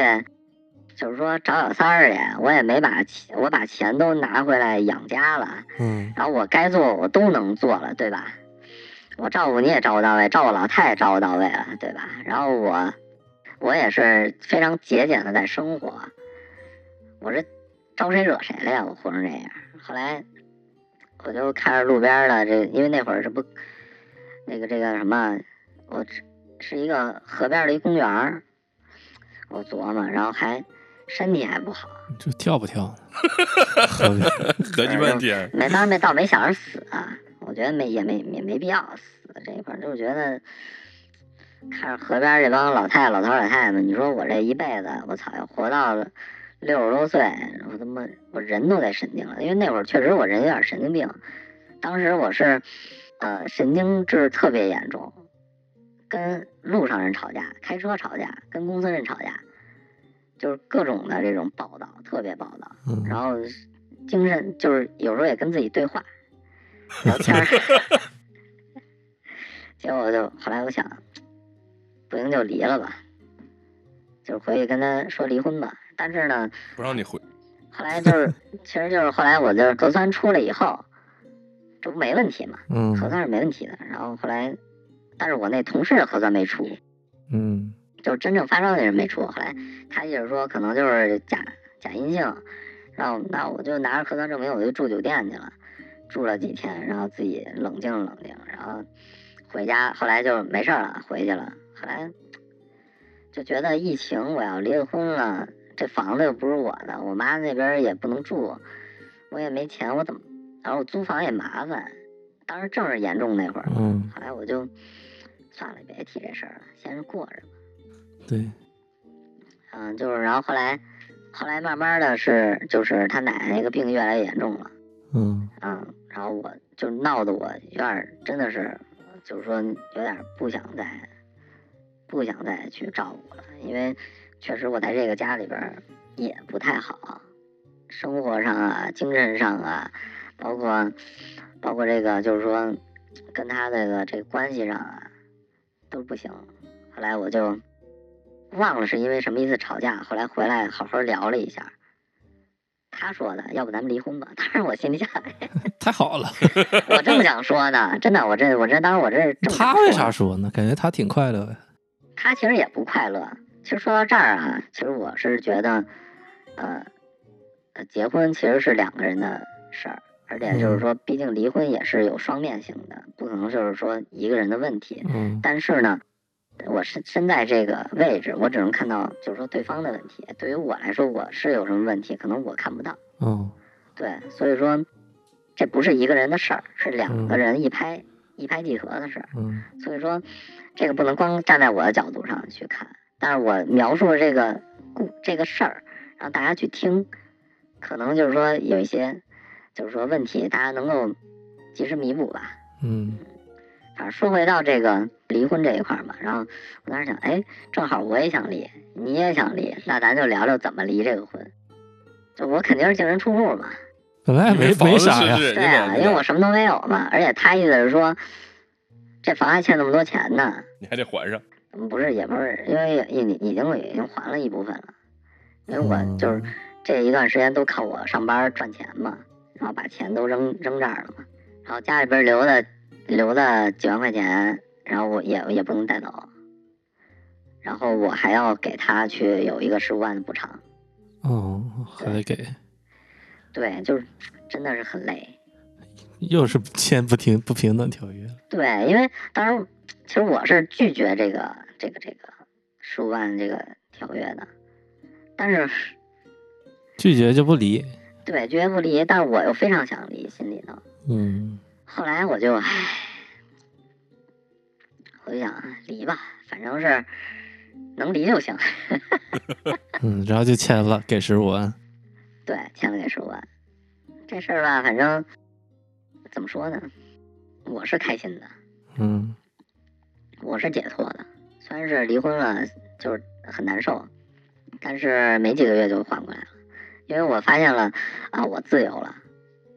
F: 就是说找小三儿去，我也没把钱，我把钱都拿回来养家了。
E: 嗯，
F: 然后我该做我都能做了，对吧？我照顾你也照顾到位，照顾老太也照顾到位了，对吧？然后我，我也是非常节俭的在生活，我这招谁惹谁了呀？我活成这样。后来，我就看着路边的这，因为那会儿这不，那个这个什么，我是是一个河边的一公园儿我琢磨，然后还身体还不好，
E: 就跳不跳？
D: 合计半天，
F: 没当然没倒没想着死啊，我觉得没也没也没必要死这一块儿，就是觉得看着河边儿这帮老太太、老头儿、老太太们，你说我这一辈子，我操，要活到六十多岁，我他妈我人都得神经了，因为那会儿确实我人有点神经病，当时我是呃神经质特别严重，跟路上人吵架，开车吵架，跟公司人吵架，就是各种的这种暴躁，特别暴躁。
E: 嗯，
F: 然后精神就是有时候也跟自己对话，聊天儿。结果我就后来我想，不行就离了吧，就是回去跟他说离婚吧。但是呢，
D: 不让你回，
F: 后来就是，其实就是后来我就是核酸出来以后，这不没问题嘛，
E: 嗯
F: 核酸是没问题的。然后后来，但是我那同事核酸没出，
E: 嗯
F: 就是真正发烧那人没出。后来他意思说可能就是假假阴性，然后那我就拿着核酸证明我就住酒店去了，住了几天，然后自己冷静冷静，然后回家，后来就没事儿了，回去了。后来就觉得疫情我要离了婚了，这房子又不是我的，我妈那边儿也不能住，我也没钱，我怎么？然后我租房也麻烦，当时正是严重那会儿，
E: 嗯，
F: 后来我就算了，别提这事儿了，先是过着。
E: 对，
F: 嗯，就是然后后来，后来慢慢的是就是他奶奶那个病越来越严重了，
E: 嗯
F: 嗯，然后我就闹得我有点儿真的是，就是说有点儿不想再，不想再去照顾了，因为确实我在这个家里边儿也不太好，生活上啊、精神上啊，包括包括这个就是说跟他这个这个关系上啊都不行。后来我就忘了是因为什么意思吵架，后来回来好好聊了一下。他说的，要不咱们离婚吧？ 当时我心里想，
E: 太好了。
F: 我正 想说呢，真的，我这我这当时我这是正想
E: 他
F: 说
E: 为
F: 呢
E: 啥说呢？感觉他挺快乐呀。
F: 他其实也不快乐。其实说到这儿啊，其实我是觉得，呃，呃结婚其实是两个人的事儿，而且
E: 嗯
F: 就是说，毕竟离婚也是有双面性的，不可能就是说一个人的问题。
E: 嗯
F: 但是呢，我是身在这个位置，我只能看到就是说对方的问题。对于我来说，我是有什么问题，可能我看不到。
E: 嗯
F: 对，所以说，这不是一个人的事儿，是两个
E: 嗯
F: 人一拍、一拍即合的事儿。
E: 嗯
F: 所以说，这个不能光站在我的角度上去看，但是我描述这个故这个事儿，让大家去听，可能就是说有一些，就是说问题，大家能够及时弥补吧。
E: 嗯
F: 反正说回到这个离婚这一块儿嘛，然后我当时想，哎，正好我也想离，你也想离，那咱就聊聊怎么离这个婚。就我肯定是净身出户嘛，
E: 本来也没
D: 房
E: 没
D: 子
E: 啥
D: 是
E: 呀
D: 不。是
F: 对
D: 人家
F: 啊，
D: 房子
F: 因为我什么都没有嘛，而且他意思是说，这房还欠那么多钱呢，
D: 你还得还上，
F: 嗯不是，也不是，因为已已经已经还了一部分了，因为我就是
E: 嗯
F: 这一段时间都靠我上班赚钱嘛，然后把钱都扔扔这儿了嘛，然后家里边留的留的几万块钱，然后我也也不能带走，然后我还要给他去有一个十五万的补偿，
E: 哦，还得给，
F: 对，就是真的是很累，
E: 又是签不停不平等条约。
F: 对，因为当时其实我是拒绝这个这个这个十五万这个条约的，但是。
E: 拒绝就不离。
F: 对，绝不离，但是我又非常想离，心里头。
E: 嗯
F: 后来我就，唉，我就想啊离吧，反正是能离就行。
E: 嗯，然后就签了，给十五万。
F: 对，签了给十五万，这事儿吧，反正怎么说呢，我是开心的，
E: 嗯
F: 我是解脱的。虽然是离婚了，就是很难受，但是没几个月就缓过来了，因为我发现了啊，我自由了，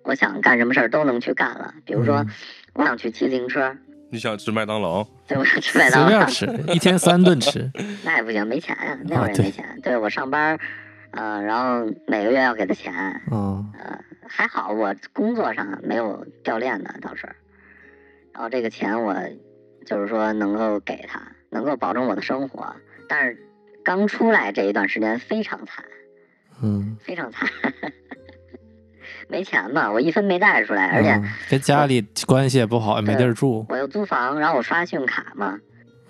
F: 我想干什么事儿都能去干了。比如说，
E: 嗯
F: 我想去骑自行车，
D: 你想吃麦当劳，
F: 对，我想吃麦
E: 随
F: 当劳
E: 便，吃，一天三顿吃。
F: 那也不行，没钱呀、那会
E: 啊
F: 儿也
E: 对
F: 没钱。对我上班，呃，然后每个月要给他钱，
E: 嗯
F: 还好我工作上没有掉链子倒是，然后这个钱我就是说能够给他，能够保证我的生活，但是刚出来这一段时间非常惨，
E: 嗯，
F: 非常惨。 没钱嘛，我一分没带出来，而且
E: 嗯跟家里关系也不好，也没地儿住。
F: 我又租房，然后我刷信用卡嘛，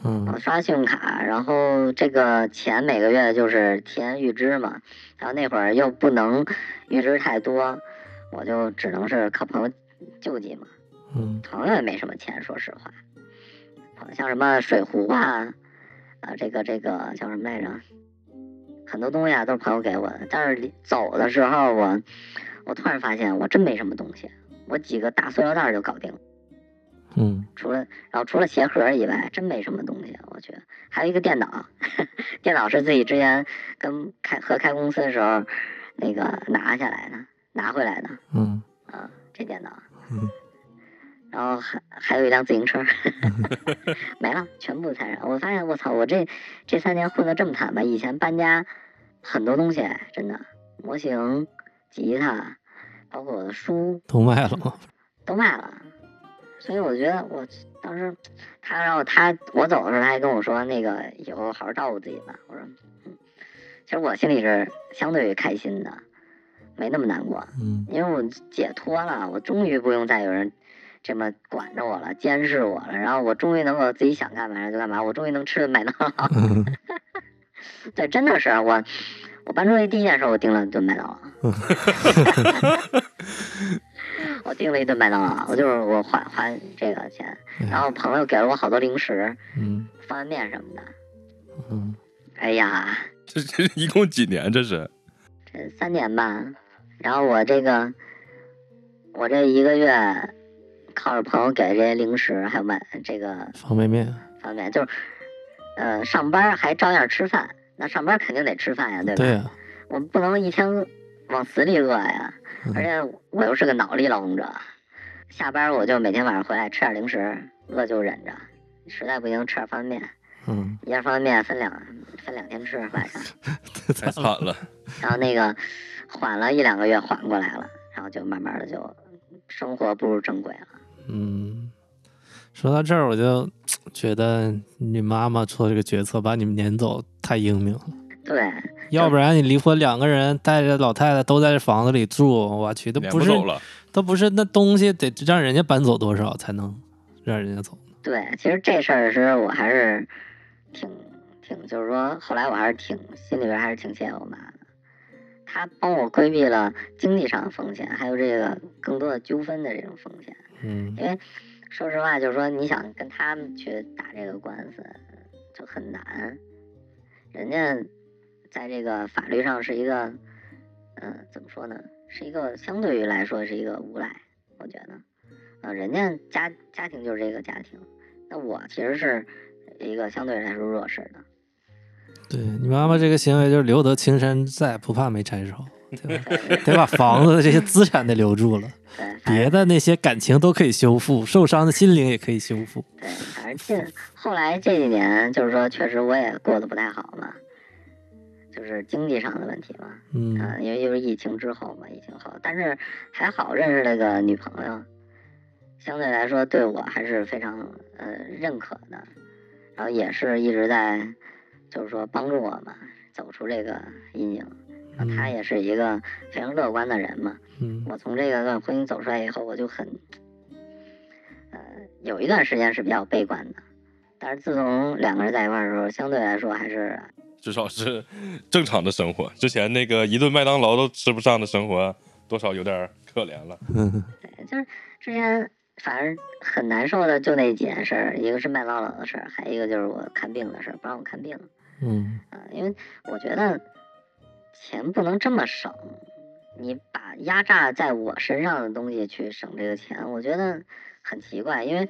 E: 嗯
F: 我呃刷信用卡，然后这个钱每个月就是提前预支嘛，然后那会儿又不能预支太多，我就只能是靠朋友救济嘛，
E: 嗯
F: 朋友也没什么钱，说实话，像什么水壶啊，啊这个这个叫什么来着，很多东西啊都是朋友给我的，但是离走的时候我我突然发现我真没什么东西，我几个大塑料袋儿就搞定了。
E: 嗯
F: 除了然后除了鞋盒以外，真没什么东西，我觉得还有一个电脑， 电脑是自己之前跟开合开公司的时候那个拿下来的，拿回来的
E: 嗯
F: 啊，这电脑，
E: 嗯
F: 然后还还有一辆自行车， 没了，全部财产。我发现我操，我这这三年混得这么惨吧？以前搬家很多东西，真的模型、吉他，包括我的书，
E: 都卖了。
F: 都卖了。所以我觉得我当时他然后他我走的时候，他还跟我说那个以后好好照顾自己吧。我说，嗯，其实我心里是相对于开心的，没那么难过，
B: 嗯
F: 因为我解脱了，我终于不用再有人这么管着我了，监视我了，然后我终于能够自己想干嘛就干嘛，我终于能吃顿麦当劳。对，真的是我，我搬出去第一件事，我订了一顿麦当劳。我订了一顿麦当劳，我就是我花花这个钱，然后朋友给了我好多零食、
E: 嗯
F: 方便面什么的。
E: 嗯，
F: 哎呀，
D: 这这一共几年？这是
F: 这三年吧，然后我这个，我这一个月靠着朋友给这些零食，还有买这个
E: 方便面，
F: 方便面，就是，呃，上班还照样吃饭，那上班肯定得吃饭呀，对吧？
E: 对啊呀、
F: 我不能一天往死里饿呀，而且我又是个脑力劳动者，下班我就每天晚上回来吃点零食，饿就忍着，实在不行吃点方便面，
E: 嗯，
F: 一袋方便面分两分两天吃晚上，
D: 太惨了，
F: 然后那个缓了一两个月缓过来了，然后就慢慢的就生活步入正轨了。
E: 嗯，说到这儿，我就觉得你妈妈做这个决策把你们撵走太英明了，
F: 对，
E: 要不然你离婚两个人带着老太太都在这房子里住，我去，都
D: 撵
E: 不是
D: 走了。
E: 都不是那东西得让人家搬走多少才能让人家走？
F: 对，其实这事儿是我还是挺挺，就是说后来我还是挺心里边还是挺谢谢我妈的，她帮我规避了经济上的风险，还有这个更多的纠纷的这种风险。
E: 嗯
F: 说实话，就是说你想跟他们去打这个官司，就很难。人家在这个法律上是一个，呃，怎么说呢？是一个相对于来说是一个无赖，我觉得。呃，人家家家庭就是这个家庭，那我其实是一个相对来说弱势的。
E: 对你妈妈这个行为就是留得青山在，不怕没柴烧，对吧
F: 对
E: 得把房子的这些资产得留住了，
F: 对，反
E: 别的那些感情都可以修复，受伤的心灵也可以修复。
F: 对，反正近后来这几年，就是说确实我也过得不太好嘛，就是经济上的问题嘛。
E: 嗯
F: 嗯，因为就是疫情之后嘛，疫情后，但是还好认识了个女朋友，相对来说对我还是非常呃认可的，然后也是一直在就是说帮助我嘛，走出这个阴影。然后她也是一个非常乐观的人嘛，
E: 嗯
F: 我从这个段婚姻走出来以后，我就很，呃，有一段时间是比较悲观的，但是自从两个人在一块儿的时候，相对来说还是
D: 至少是正常的生活。之前那个一顿麦当劳都吃不上的生活，多少有点可怜了。
F: 就是之前反正很难受的就那几件事儿，一个是麦当劳的事儿，还有一个就是我看病的事儿，不让我看病。
E: 嗯
F: 啊、因为我觉得钱不能这么省，你把压榨在我身上的东西去省这个钱，我觉得很奇怪，因为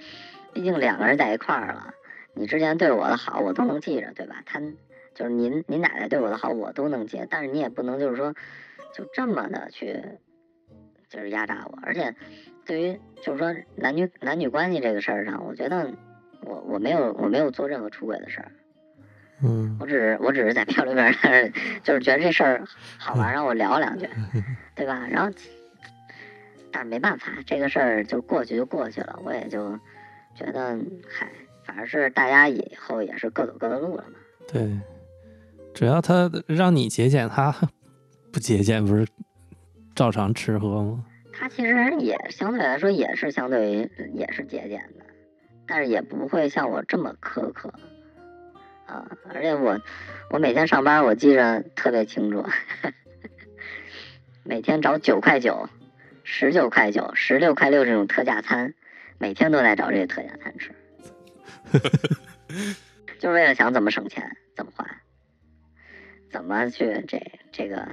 F: 毕竟两个人在一块儿了，你之前对我的好我都能记着，对吧？他就是您您奶奶对我的好我都能记，但是你也不能就是说就这么的去就是压榨我，而且对于就是说男女男女关系这个事儿上，我觉得我我没有我没有做任何出轨的事儿。
E: 嗯
F: 我只是我只是在漂流边上， 就是觉得这事儿好玩，让我聊两句，对吧？然后，但是没办法，这个事儿就过去就过去了，我也就觉得，嗨，反正是大家以后也是各走各的路了嘛。
E: 对，只要他让你节俭，他 不节俭不是照常吃喝吗？
F: 他其实也相对来说也是相对于也是节俭的，但是也不会像我这么苛刻，啊，而且我我每天上班我记着特别清楚， 每天找九块九、十九块九、十六块六这种特价餐，每天都在找这些特价餐吃， 就是为了想怎么省钱、怎么花、怎么去这这个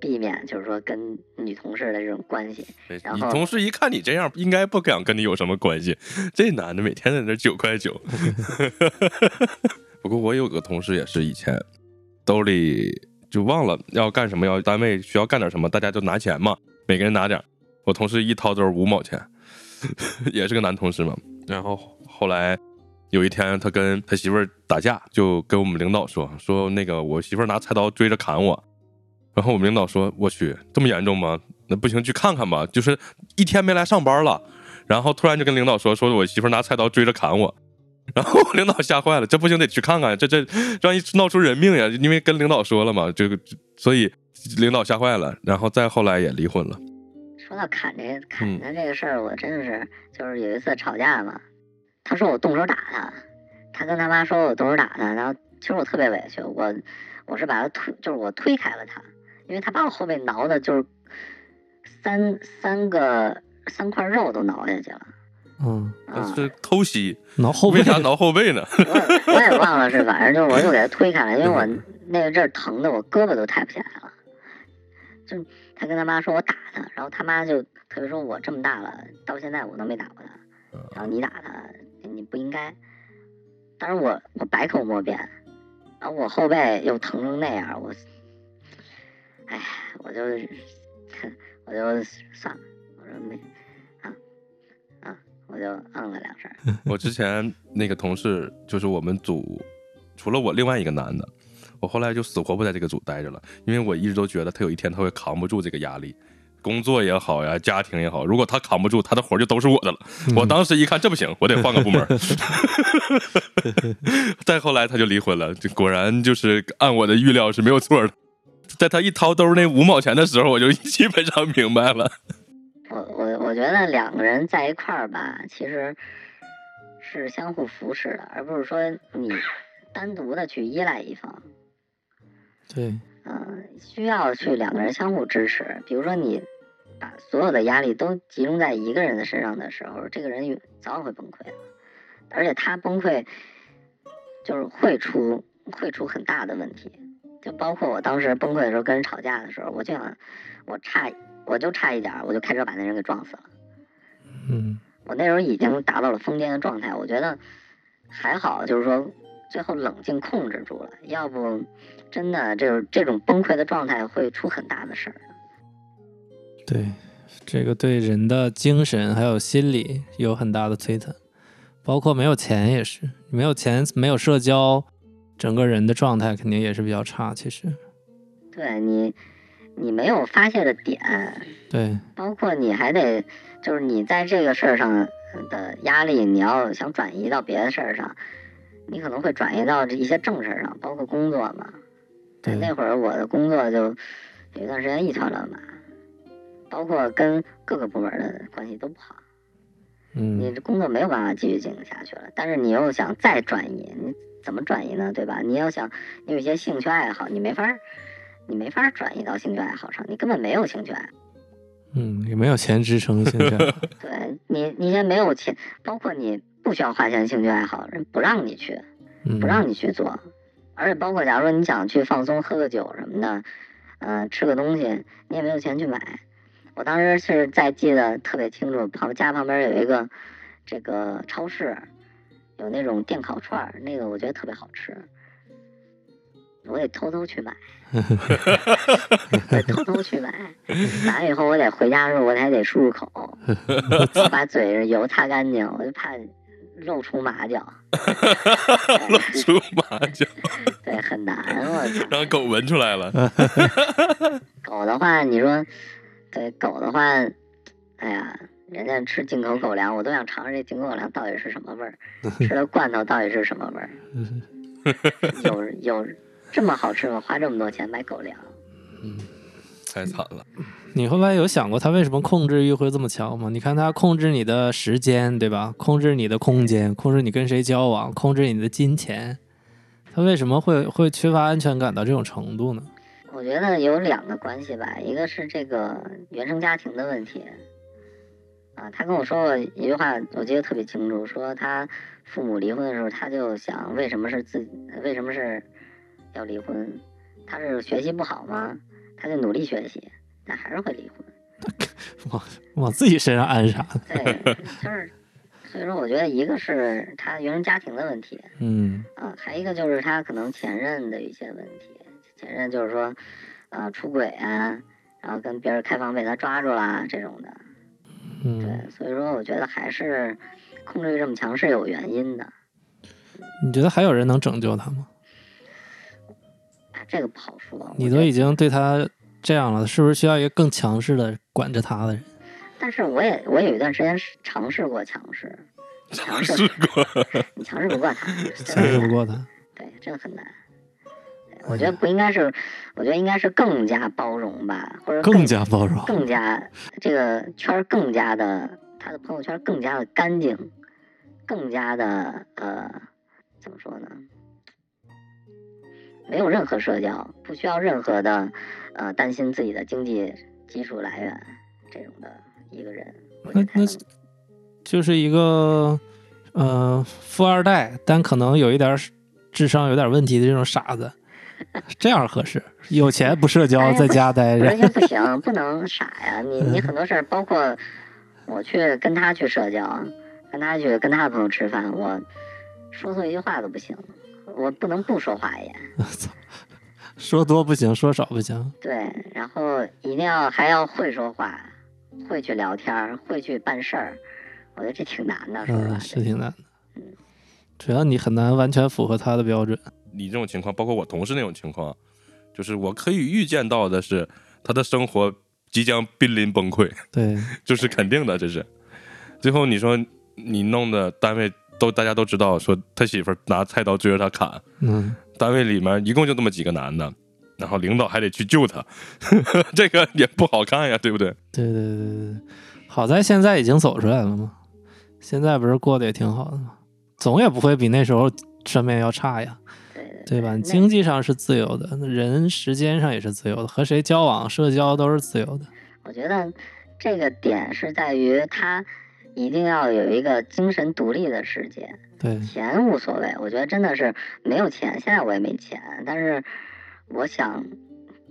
F: 避免，就是说跟女同事的这种关系。然
D: 你
F: 后
D: 同事一看你这样，应该不敢跟你有什么关系。这男的每天在那九块九。 不过我有个同事也是以前兜里就忘了要干什么，要单位需要干点什么，大家就拿钱嘛，每个人拿点儿。我同事一掏兜五毛钱， 也是个男同事嘛。然后后来有一天，他跟他媳妇儿打架，就跟我们领导说说那个我媳妇儿拿菜刀追着砍我，然后我们领导说我去这么严重吗？那不行，去看看吧。就是一天没来上班了，然后突然就跟领导说，说我媳妇儿拿菜刀追着砍我， 然后领导吓坏了，这不行得去看看，这这万一闹出人命呀！因为跟领导说了嘛，这个所以领导吓坏了，然后再后来也离婚了。
F: 说到砍这砍他这个事儿，我真是就是有一次吵架嘛，他说我动手打他，他跟他妈说我动手打他，然后其实我特别委屈，我我是把他推，就是我推开了他，因为他把我后背挠的，就是三三个三块肉都挠下去了
E: 嗯，
D: 但
F: 啊。
D: 是偷袭，
E: 挠后背
D: 为，啥挠后背呢？
F: 我我也忘了是晚上，就是我就给他推开了，因为我那个阵儿疼的我胳膊都抬不起来了。就他跟他妈说我打他，然后他妈就特别说我这么大了，到现在我都没打过他，然后你打他你不应该。但是我我百口莫辩，然后我后背又疼成那样，我，哎，我就我就算了，我说没啊啊，我就嗯了两声。
D: 我之前那个同事，就是我们组，除了我另外一个男的，我后来就死活不在这个组待着了，因为我一直都觉得他有一天他会扛不住这个压力，工作也好呀，家庭也好，如果他扛不住，他的活儿就都是我的了。
E: 嗯
D: 我当时一看这不行，我得换个部门儿。再后来他就离婚了，这果然就是按我的预料是没有错的。在他一掏兜那五毛钱的时候，我就基本上明白了。
F: 我我我觉得两个人在一块儿吧，其实是相互扶持的，而不是说你单独的去依赖一方。
E: 对，
F: 嗯，需要去两个人相互支持。比如说你把所有的压力都集中在一个人的身上的时候，这个人有早晚会崩溃的，而且他崩溃就是会出会出很大的问题。就包括我当时崩溃的时候，跟人吵架的时候，我就想，我差我就差一点儿，我就开车把那人给撞死了。
E: 嗯
F: 我那时候已经达到了疯癫的状态，我觉得还好，就是说最后冷静控制住了，要不真的就是这种崩溃的状态会出很大的事儿。
E: 对，这个对人的精神还有心理有很大的摧残，包括没有钱也是，没有钱没有社交，整个人的状态肯定也是比较差。其实，
F: 对你，你没有发泄的点，
E: 对
F: 包括你还得就是你在这个事儿上的压力，你要想转移到别的事儿上，你可能会转移到这一些正事儿上，包括工作嘛。
E: 对
F: 那会儿我的工作就有一段时间一团乱麻，包括跟各个部门的关系都不好，你
E: 嗯，
F: 这工作没有办法继续进行下去了。但是你又想再转移，你怎么转移呢？对吧？你要想你有一些兴趣爱好，你没法儿，你没法儿转移到兴趣爱好上，你根本没有兴趣爱好。
E: 嗯，也没有钱支撑现在。
F: 对你，你先没有钱，包括你不需要花钱的兴趣爱好，人不让你去，
E: 嗯，
F: 不让你去做。而且包括假如说你想去放松，喝个酒什么的，嗯、吃个东西，你也没有钱去买。我当时是在记得特别清楚，旁家旁边有一个这个超市，有那种电烤串儿，那个我觉得特别好吃，我得偷偷去买，得偷偷去买。买了以后我得回家的时候我还得漱漱口，我把嘴上油擦干净，我就怕露出马脚。
D: 露出马脚，
F: 对，很难。我操，
D: 让狗闻出来了。
F: 狗的话，你说，对狗的话，哎呀，人家吃进口狗粮，我都想尝尝这进口狗粮到底是什么味儿，吃的罐头到底是什么味儿。有有这么好吃吗？花这么多钱买狗粮？
D: 太惨了。
E: 你后来有想过他为什么控制欲会这么强吗？你看他控制你的时间，对吧？控制你的空间，控制你跟谁交往，控制你的金钱，他为什么会会缺乏安全感到这种程度呢？
F: 我觉得有两个关系吧，一个是这个原生家庭的问题，啊，他跟我说过一句话，我记得特别清楚，说他父母离婚的时候，他就想为什么是自己，为什么是要离婚？他是学习不好吗？他就努力学习，但还是会离婚。
E: 往往自己身上安啥的？
F: 对，就是，所以说我觉得一个是他原生家庭的问题，
E: 嗯
F: 啊，还有一个就是他可能前任的一些问题，前任就是说，啊，出轨啊，然后跟别人开房被他抓住啦这种的，
E: 嗯，
F: 对，所以说我觉得还是控制欲这么强是有原因的，
E: 你觉得还有人能拯救他吗？
F: 啊，这个不好说。我
E: 你
F: 觉
E: 都
F: 得
E: 已经对他这样了，是不是需要一个更强势的管着他的人？
F: 但是我也我有一段时间是尝试过强势，强势
D: 试过，
F: 你强势不过他，
E: 强势不过哎他。
F: 对，这个很难。对我觉得不应该是，我觉得应该是更加包容吧，或者
E: 更加包容
F: 更加这个圈儿更加的，他的朋友圈儿更加的干净，更加的呃，怎么说呢？没有任何社交，不需要任何的呃担心自己的经济基础来源这种的一个人，我觉得才
E: 那
F: 能
E: 那就是一个呃富二代，但可能有一点儿智商有点问题的这种傻子，这样合适。有钱不社交，
F: 哎
E: 在家待
F: 完
E: 着，
F: 全不行， 不能傻呀！你
E: 嗯
F: 你很多事儿，包括我去跟他去社交，跟他去跟他的朋友吃饭，我说错一句话都不行，我不能不说话也
E: 说多不行，说少不行。
F: 对，然后一定要还要会说话，会去聊天儿，会去办事儿，我觉得这挺难的，说实话
E: 嗯，。是挺难的。主要你很难完全符合他的标准。
D: 你这种情况，包括我同事那种情况，就是我可以预见到的是，他的生活即将濒临崩溃，
E: 对，
D: 这是肯定的，这是。最后你说你弄的单位都大家都知道，说他媳妇儿拿菜刀追着他砍，
E: 嗯，
D: 单位里面一共就那么几个男的，然后领导还得去救他， 这个也不好看呀，对不对？
E: 对对对对对。好在现在已经走出来了嘛，现在不是过得也挺好的嘛，总也不会比那时候身边要差呀。
F: 对对
E: 对吧？
F: 那
E: 经济上是自由的，那人时间上也是自由的，和谁交往、社交都是自由的。
F: 我觉得这个点是在于他一定要有一个精神独立的世界。
E: 对，
F: 钱无所谓，我觉得真的是没有钱，现在我也没钱，但是我想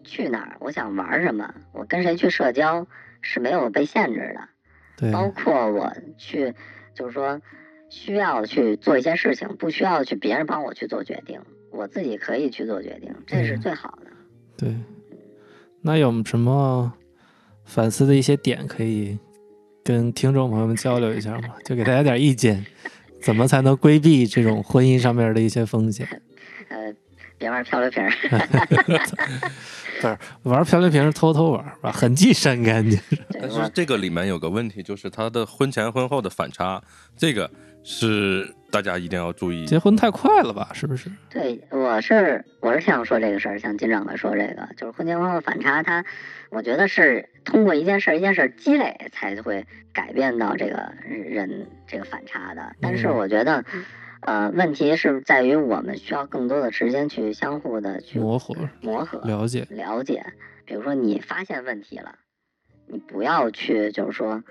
F: 去哪儿，我想玩什么，我跟谁去社交是没有被限制的，
E: 对，
F: 包括我去，就是说需要去做一些事情，不需要去别人帮我去做决定，我自己可以去做决定，这是
E: 嗯
F: 最好的。
E: 对。那有什么反思的一些点可以跟听众朋友们交流一下吗？就给大家点意见，怎么才能规避这种婚姻上面的一些风险？
F: 呃，别玩漂流瓶儿，
E: 玩漂流瓶是偷偷玩把痕迹删干净。
F: 对
D: 但是
F: 我
D: 这个里面有个问题，就是他的婚前婚后的反差，这个是大家一定要注意。
E: 结婚太快了吧？是不是？
F: 对，我是我是想说这个事儿，像金长官说这个，就是婚前婚后反差，它我觉得是通过一件事儿一件事儿积累才会改变到这个人这个反差的。但是
E: 嗯
F: 我觉得，呃，问题是在于我们需要更多的时间去相互的去
E: 模糊
F: 磨合、
E: 了解，
F: 了解。比如说你发现问题了，你不要去就是说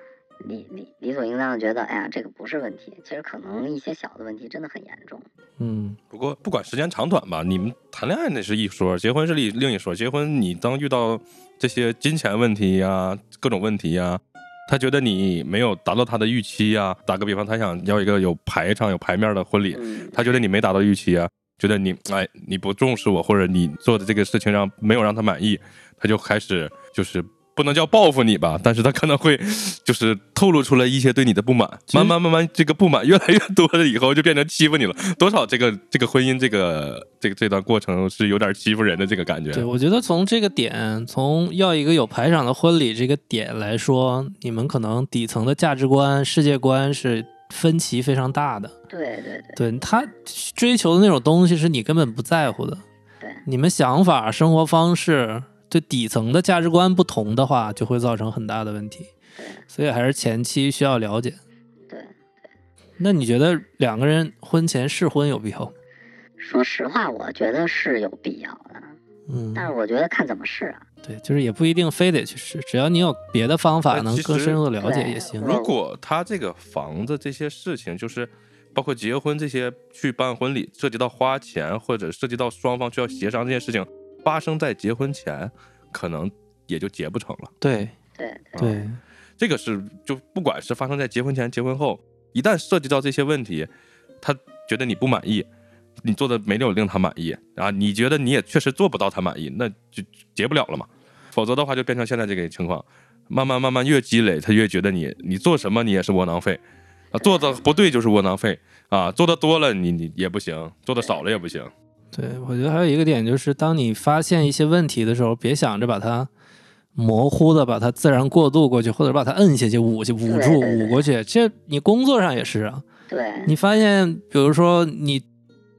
F: 理理理所应当的觉得，哎呀，这个不是问题。其实可能一些小的问题真的很严重。
E: 嗯，
D: 不过不管时间长短吧，你们谈恋爱那是一说，结婚是另另一说。结婚你当遇到这些金钱问题呀、各种问题呀、他觉得你没有达到他的预期呀、打个比方，他想要一个有排场、有牌面的婚礼，
F: 嗯，
D: 他觉得你没达到预期啊，觉得你哎你不重视我，或者你做的这个事情让没有让他满意，他就开始就是不能叫报复你吧，但是他可能会 就是透露出来一些对你的不满，
E: 实
D: 慢慢慢慢这个不满越来越多了以后，就变成欺负你了。多少这个这个婚姻这个这个这段过程是有点欺负人的这个感觉。
E: 对，我觉得从这个点，从要一个有排场的婚礼这个点来说，你们可能底层的价值观、世界观是分歧非常大的。
F: 对对对。
E: 对他追求的那种东西是你根本不在乎的。
F: 对
E: 你们想法、生活方式对底层的价值观不同的话，就会造成很大的问题。所以还是前期需要了解。
F: 对。
E: 那你觉得两个人婚前试婚有必要吗？
F: 说实话，我觉得是有必要的，
E: 嗯，
F: 但是我觉得看怎么试啊。
E: 对，就是也不一定非得去试，只要你有别的方法
D: 但
E: 能
D: 哎其
E: 更
D: 实
E: 深入的了解
F: 对
E: 也行。
D: 如果他这个房子这些事情，就是包括结婚这些去办婚礼，涉及到花钱或者涉及到双方需要协商这些事情，发生在结婚前，可能也就结不成了。
E: 对
F: 对
D: 啊
E: 对，
D: 这个是就不管是发生在结婚前、结婚后，一旦涉及到这些问题，他觉得你不满意，你做的没有令他满意啊，你觉得你也确实做不到他满意，那就结不了了嘛。否则的话，就变成现在这个情况，慢慢慢慢越积累，他越觉得你你做什么你也是窝囊废，啊，做的不对就是窝囊废啊，做的多了你你也不行，做的少了也不行。
E: 对，我觉得还有一个点就是，当你发现一些问题的时候，别想着把它模糊的把它自然过渡过去，或者把它摁下去、捂去、捂住、
F: 对对对嗯
E: 捂过去。这你工作上也是啊，
F: 对，
E: 你发现，比如说你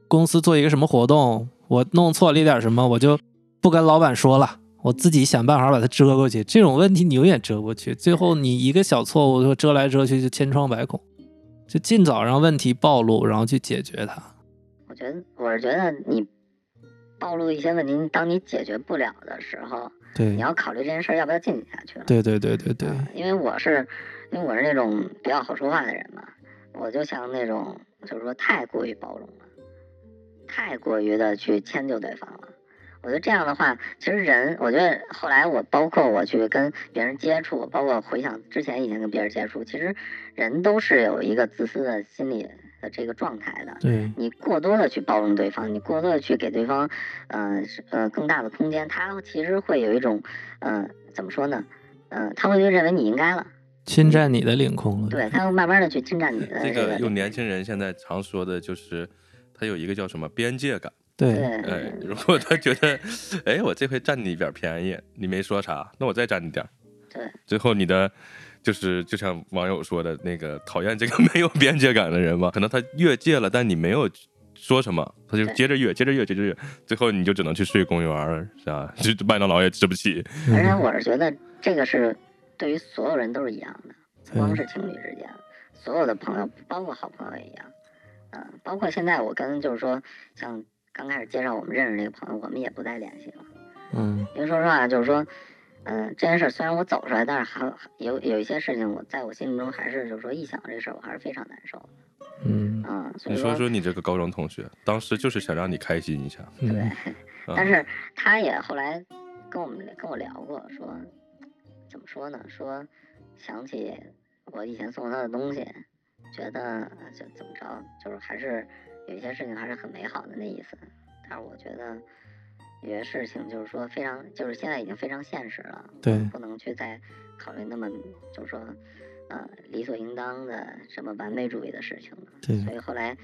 E: 公司做一个什么活动，我弄错了一点什么，我就不跟老板说了，我自己想办法把它遮过去。这种问题你永远遮不过去，最后你一个小错误，就遮来遮去就千疮百孔。就尽早让问题暴露，然后去解决它。
F: 我觉得我是觉得你暴露一些问题，当你解决不了的时候，
E: 对
F: 你，要考虑这件事儿要不要进行下去了。
E: 对对对对对，
F: 啊因为我是，因为我是那种比较好说话的人嘛，我就像那种就是说太过于包容了，太过于的去迁就对方了。我觉得这样的话，其实人，我觉得后来我包括我去跟别人接触，包括回想之前以前跟别人接触，其实人都是有一个自私的心理的这个状态的。
E: 对
F: 你过多的去包容对方，你过多的去给对方，呃是呃更大的空间，他其实会有一种，呃怎么说呢？呃，他会认为你应该了，
E: 侵占你的领空了。
F: 对，他会慢慢的去侵占你的
D: 这
F: 个
D: 个用年轻人现在常说的就是，他有一个叫什么边界感。
E: 对
F: 对
D: 哎，如果他觉得，哎，我这回占你点儿便宜，你没说啥，那我再占你点儿。
F: 对，
D: 最后你的就是就像网友说的那个讨厌这个 没有边界感的人嘛，可能他越界了，但你没有说什么，他就
F: 对
D: 接着越，接着越，接着越，最后你就只能去睡公园儿，是吧？ 就麦当劳也吃不起。
F: 而且我是觉得这个是对于所有人都是一样的，不光是情侣之间，所有的朋友，包括好朋友也一样，嗯、包括现在我跟就是说，像刚开始介绍我们认识那个朋友，我们也不再联系了。
E: 嗯
F: 因为说实话，就是说，嗯、这件事儿虽然我走出来，但是还有有一些事情，我在我心目中还是就是说，一想到这事儿，我还是非常难受的。
E: 嗯
F: 嗯，所以
D: 你说说你这个高中同学，当时就是想让你开心一下，
E: 嗯，
D: 啊、
F: 但是他也后来跟我们跟我聊过，说怎么说呢？说想起我以前送他的东西，觉得呃就怎么着，就是还是有一些事情还是很美好的那意思。但是我觉得有些事情就是说非常，就是现在已经非常现实了，
E: 对
F: 不能去再考虑那么就是说呃理所应当的什么完美主义的事情了。
E: 对
F: 所以后来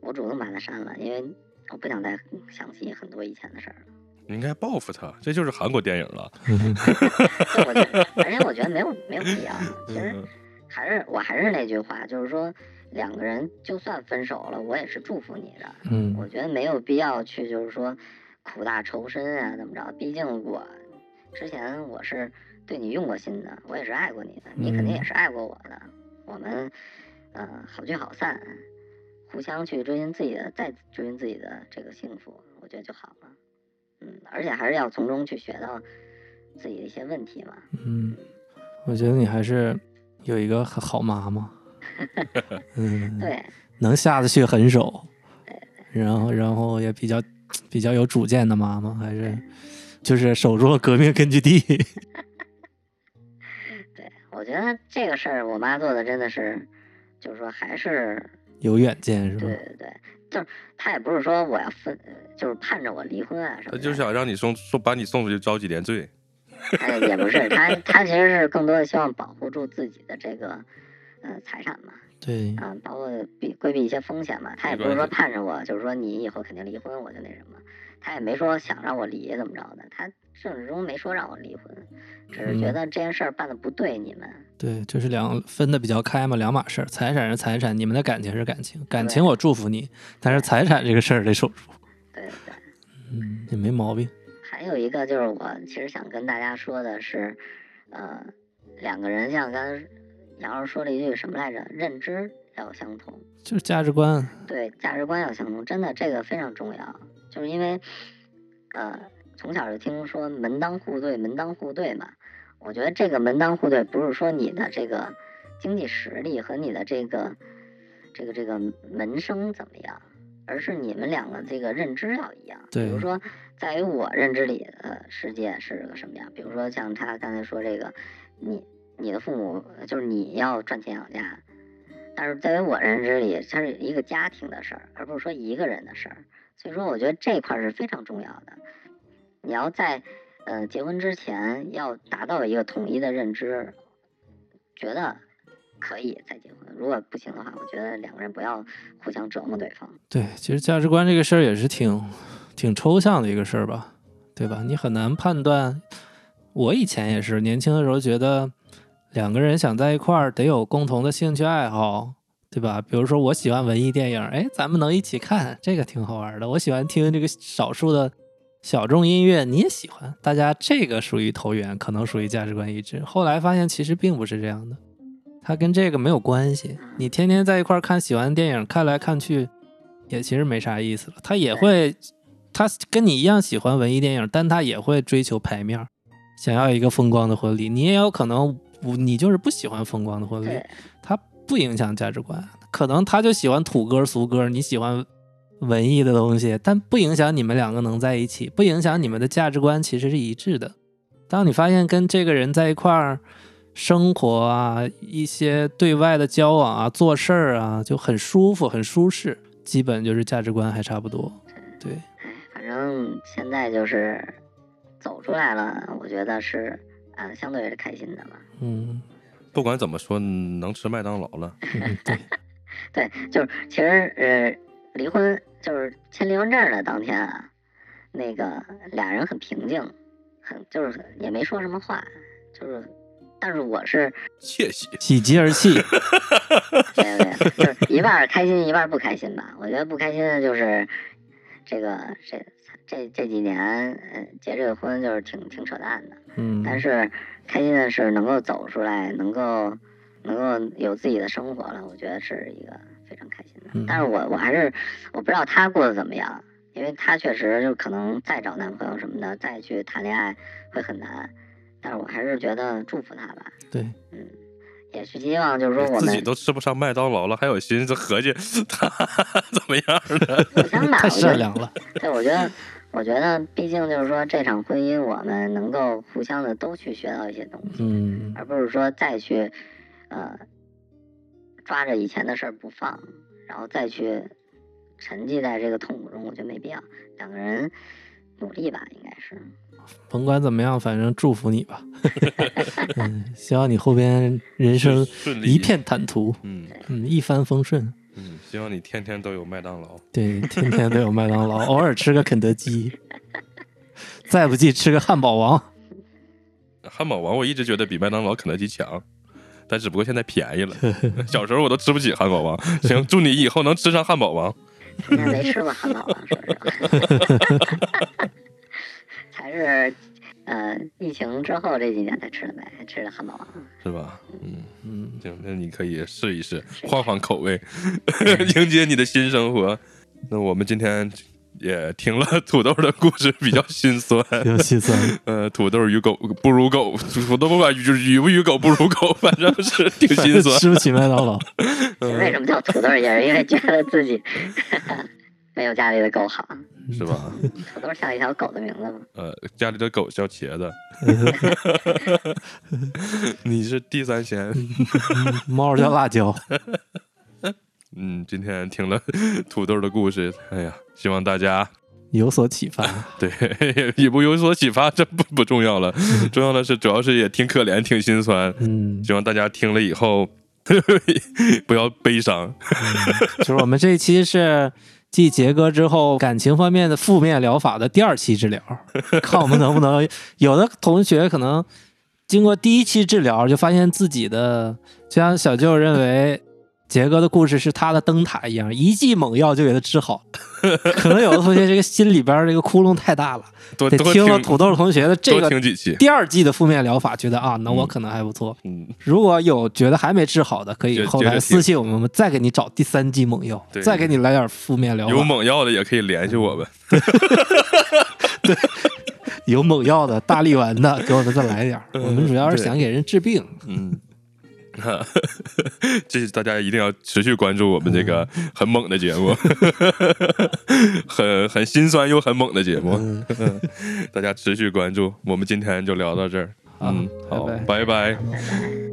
F: 我主动把它删了，因为我不想再想起很多以前的事儿了。
D: 你应该报复他，这就是韩国电影了。
F: 就我觉得， 而且我觉得没有没有必要。其实
D: 嗯，
F: 还是我还是那句话，就是说两个人就算分手了，我也是祝福你的。
E: 嗯
F: 我觉得没有必要去就是说苦大仇深啊，怎么着？毕竟我之前我是对你用过心的，我也是爱过你的，你肯定也是爱过我的。我们呃好聚好散，互相去追寻自己的，再追寻自己的这个幸福，我觉得就好了。嗯，而且还是要从中去学到自己的一些问题嘛。
E: 嗯，我觉得你还是有一个很好妈 妈。嗯，
F: 对，
E: 能下得去狠手，然后然后也比较比较有主见的妈妈，还是就是守住了革命根据地。
F: 对，我觉得这个事儿我妈做的真的是，就是说还是
E: 有远
D: 嗯
E: 见是吧
F: 对？对对，就是他也不是说我要分，呃就是盼着我离婚啊什
D: 他
F: 么的，
D: 呃就是想让你送送把你送出去遭几年罪。
F: 哎也不是，他他其实是更多的希望保护住自己的这个呃财产嘛，
E: 对
F: 啊，包括避规避一些风险嘛，他也
D: 嗯没
F: 不是说
D: 关系
F: 盼着我，就是说你以后肯定离婚我就那什么，他也没说想让我离怎么着的，他甚至中没说让我离婚，只是觉
E: 嗯
F: 得这件事儿办的不对，你们
E: 对，就是两分的比较开嘛，两码事儿。财产是财产，你们的感情是感情，感情我祝福你，但是财产这个事儿得守住。
F: 对对对。
E: 嗯，也没毛病。
F: 还有一个就是我其实想跟大家说的是，呃，两个人像刚才杨老师说了一句什么来着？认知要相同，
E: 就是价值观，
F: 对，价值观要相同，真的这个非常重要，就是因为，呃，从小就听说门当户对，门当户对嘛，我觉得这个门当户对不是说你的这个经济实力和你的这个这个这个门生怎么样，而是你们两个这个认知要一样。
E: 对
F: 比如说，在于我认知里，呃，世界是个什么样？比如说像他刚才说这个，你你的父母呃就是你要赚钱养家，但是在于我认知里，它是一个家庭的事儿，而不是说一个人的事儿。所以说，我觉得这块儿是非常重要的。你要在呃结婚之前要达到一个统一的认知，觉得可以再结婚。如果不行的话，我觉得两个人不要互相折磨对方。
E: 对，其实价值观这个事儿也是挺挺抽象的一个事儿吧，对吧？你很难判断我以前也是年轻的时候觉得，两个人想在一块儿得有共同的兴趣爱好，对吧？比如说我喜欢文艺电影，哎，咱们能一起看，这个挺好玩的。我喜欢听这个少数的小众音乐，你也喜欢，大家这个属于投缘，可能属于价值观一致。后来发现其实并不是这样的，它跟这个没有关系。你天天在一块儿看喜欢的电影，看来看去也其实没啥意思了。他也会，他跟你一样喜欢文艺电影，但他也会追求牌面儿。想要一个风光的婚礼，你也有可能不，你就是不喜欢风光的婚礼
F: 对，哎
E: 它不影响价值观。可能他就喜欢土歌俗歌，你喜欢文艺的东西，但不影响你们两个能在一起，不影响你们的价值观其实是一致的。当你发现跟这个人在一块儿生活啊，一些对外的交往啊，做事儿啊，就很舒服、很舒适，基本就是价值观还差不多。对，
F: 哎，反正现在就是走出来了，我觉得是啊、相对是开心的吧。
E: 嗯，
D: 不管怎么说，能吃麦当劳了。
E: 嗯对，
F: 对，就是其实呃，离婚就是签离婚证儿的当天啊，那个俩人很平静，很就是很也没说什么话，就是，但是我是
D: 窃喜，
E: 喜极而泣。
F: 没有没有， 就是一半儿开心一半儿不开心吧。我觉得不开心的就是这个这这这几年呃结这个婚就是挺挺扯淡的，
E: 嗯，
F: 但是开心的是能够走出来，能够能够有自己的生活了，我觉得是一个非常开心的
E: 嗯。
F: 但是我我还是我不知道他过得怎么样，因为他确实就可能再找男朋友什么的，再去谈恋爱会很难。但是我还是觉得祝福他吧，
E: 对。
F: 也是希望就是说我
D: 自己
F: 们
D: 都吃不上麦当劳了，还有心思合计他怎么样呢？
F: 互相吧，
E: 太
F: 我觉
E: 善
F: 得
E: 良了，
F: 对，我觉得，我觉得，毕竟就是说，这场婚姻我们能够互相的都去学到一些东西，
E: 嗯
F: 而不是说再去，呃，抓着以前的事儿不放，然后再去沉寂在这个痛苦中，我觉得没必要。两个人努力吧，应该是。
E: 甭管怎么样，反正祝福你吧。 嗯，希望你后边人生
D: 顺利
E: 一。片坦途，
D: 嗯
E: 嗯，一帆风顺。
D: 嗯，希望你天天都有麦当劳。
E: 对，天天都有麦当 劳，偶尔吃个肯德基，再不济吃个汉堡王。
D: 汉堡王我一直觉得比麦当劳、肯德基强，但只不过现在便宜了。小时候我都吃不起汉堡王。行，祝你以后能吃上汉堡王。
F: 应该没吃过汉堡王，说实话， 还是呃疫情之后这几年才吃的呗，吃的汉堡王。
D: 是吧？嗯，
E: 嗯，
D: 行，那你可以试一试，换换口味， 迎接你的新生活。那我们今天也听了土豆的故事，比较心酸。
E: 有心酸。
D: 呃，土豆与狗不如狗， 土豆不管与与不与狗不如狗， 反正是挺心 酸。
E: 吃不起麦当劳。
F: 为什么叫土豆儿也是因为觉得自己 没有家里的狗好。啊
D: 是 吧？
F: 土豆儿像一条狗的名字吗？
D: 呃，家里的狗叫茄 子，你是第三弦。
E: 猫叫辣椒。
D: 嗯，今天听了土豆的故事，哎呀，希望大家
E: 有所启发，
D: 对， 也不有所启发，这不不重要 了，重要的是主要是也挺可怜，挺心酸，
E: 嗯，
D: 希望大家听了以后 不要悲伤。
E: 就是我们这一期是继杰哥之后感情方面的负面疗法的第二期治疗，看我们能不能有的同学可能经过第一期治疗就发现自己的，就像小舅认为杰哥的故事是他的灯塔一样，一剂猛药就给他治好。可能有的同学这个心里边这个窟窿太大了，
D: 多
E: 得
D: 多
E: 听
D: 听
E: 了土豆同学的这
D: 多
E: 个
D: 听几期，
E: 第二季的负面疗法，觉得啊，那我可能还不错。
D: 嗯，
E: 如果有觉得还没治好的，可以
D: 就
E: 后
D: 接
E: 台
D: 着
E: 私
D: 听
E: 信我们，我们再给你找第三剂猛药
D: 对，
E: 再给你来点负面疗
D: 有
E: 法。
D: 猛药的也可以联系我们。
E: 有猛药的、大力丸 的，给我们再来点儿。我们主要是想给人治病。
D: 嗯， 这大家一定要持续关注我们这个
E: 嗯
D: 很猛的节目， 很很心酸又很猛的节目，
E: 嗯
D: 大家持续关注。我们今天就聊到这儿，
E: 好
D: 嗯，好，
E: 拜拜
D: 拜拜
F: 拜拜。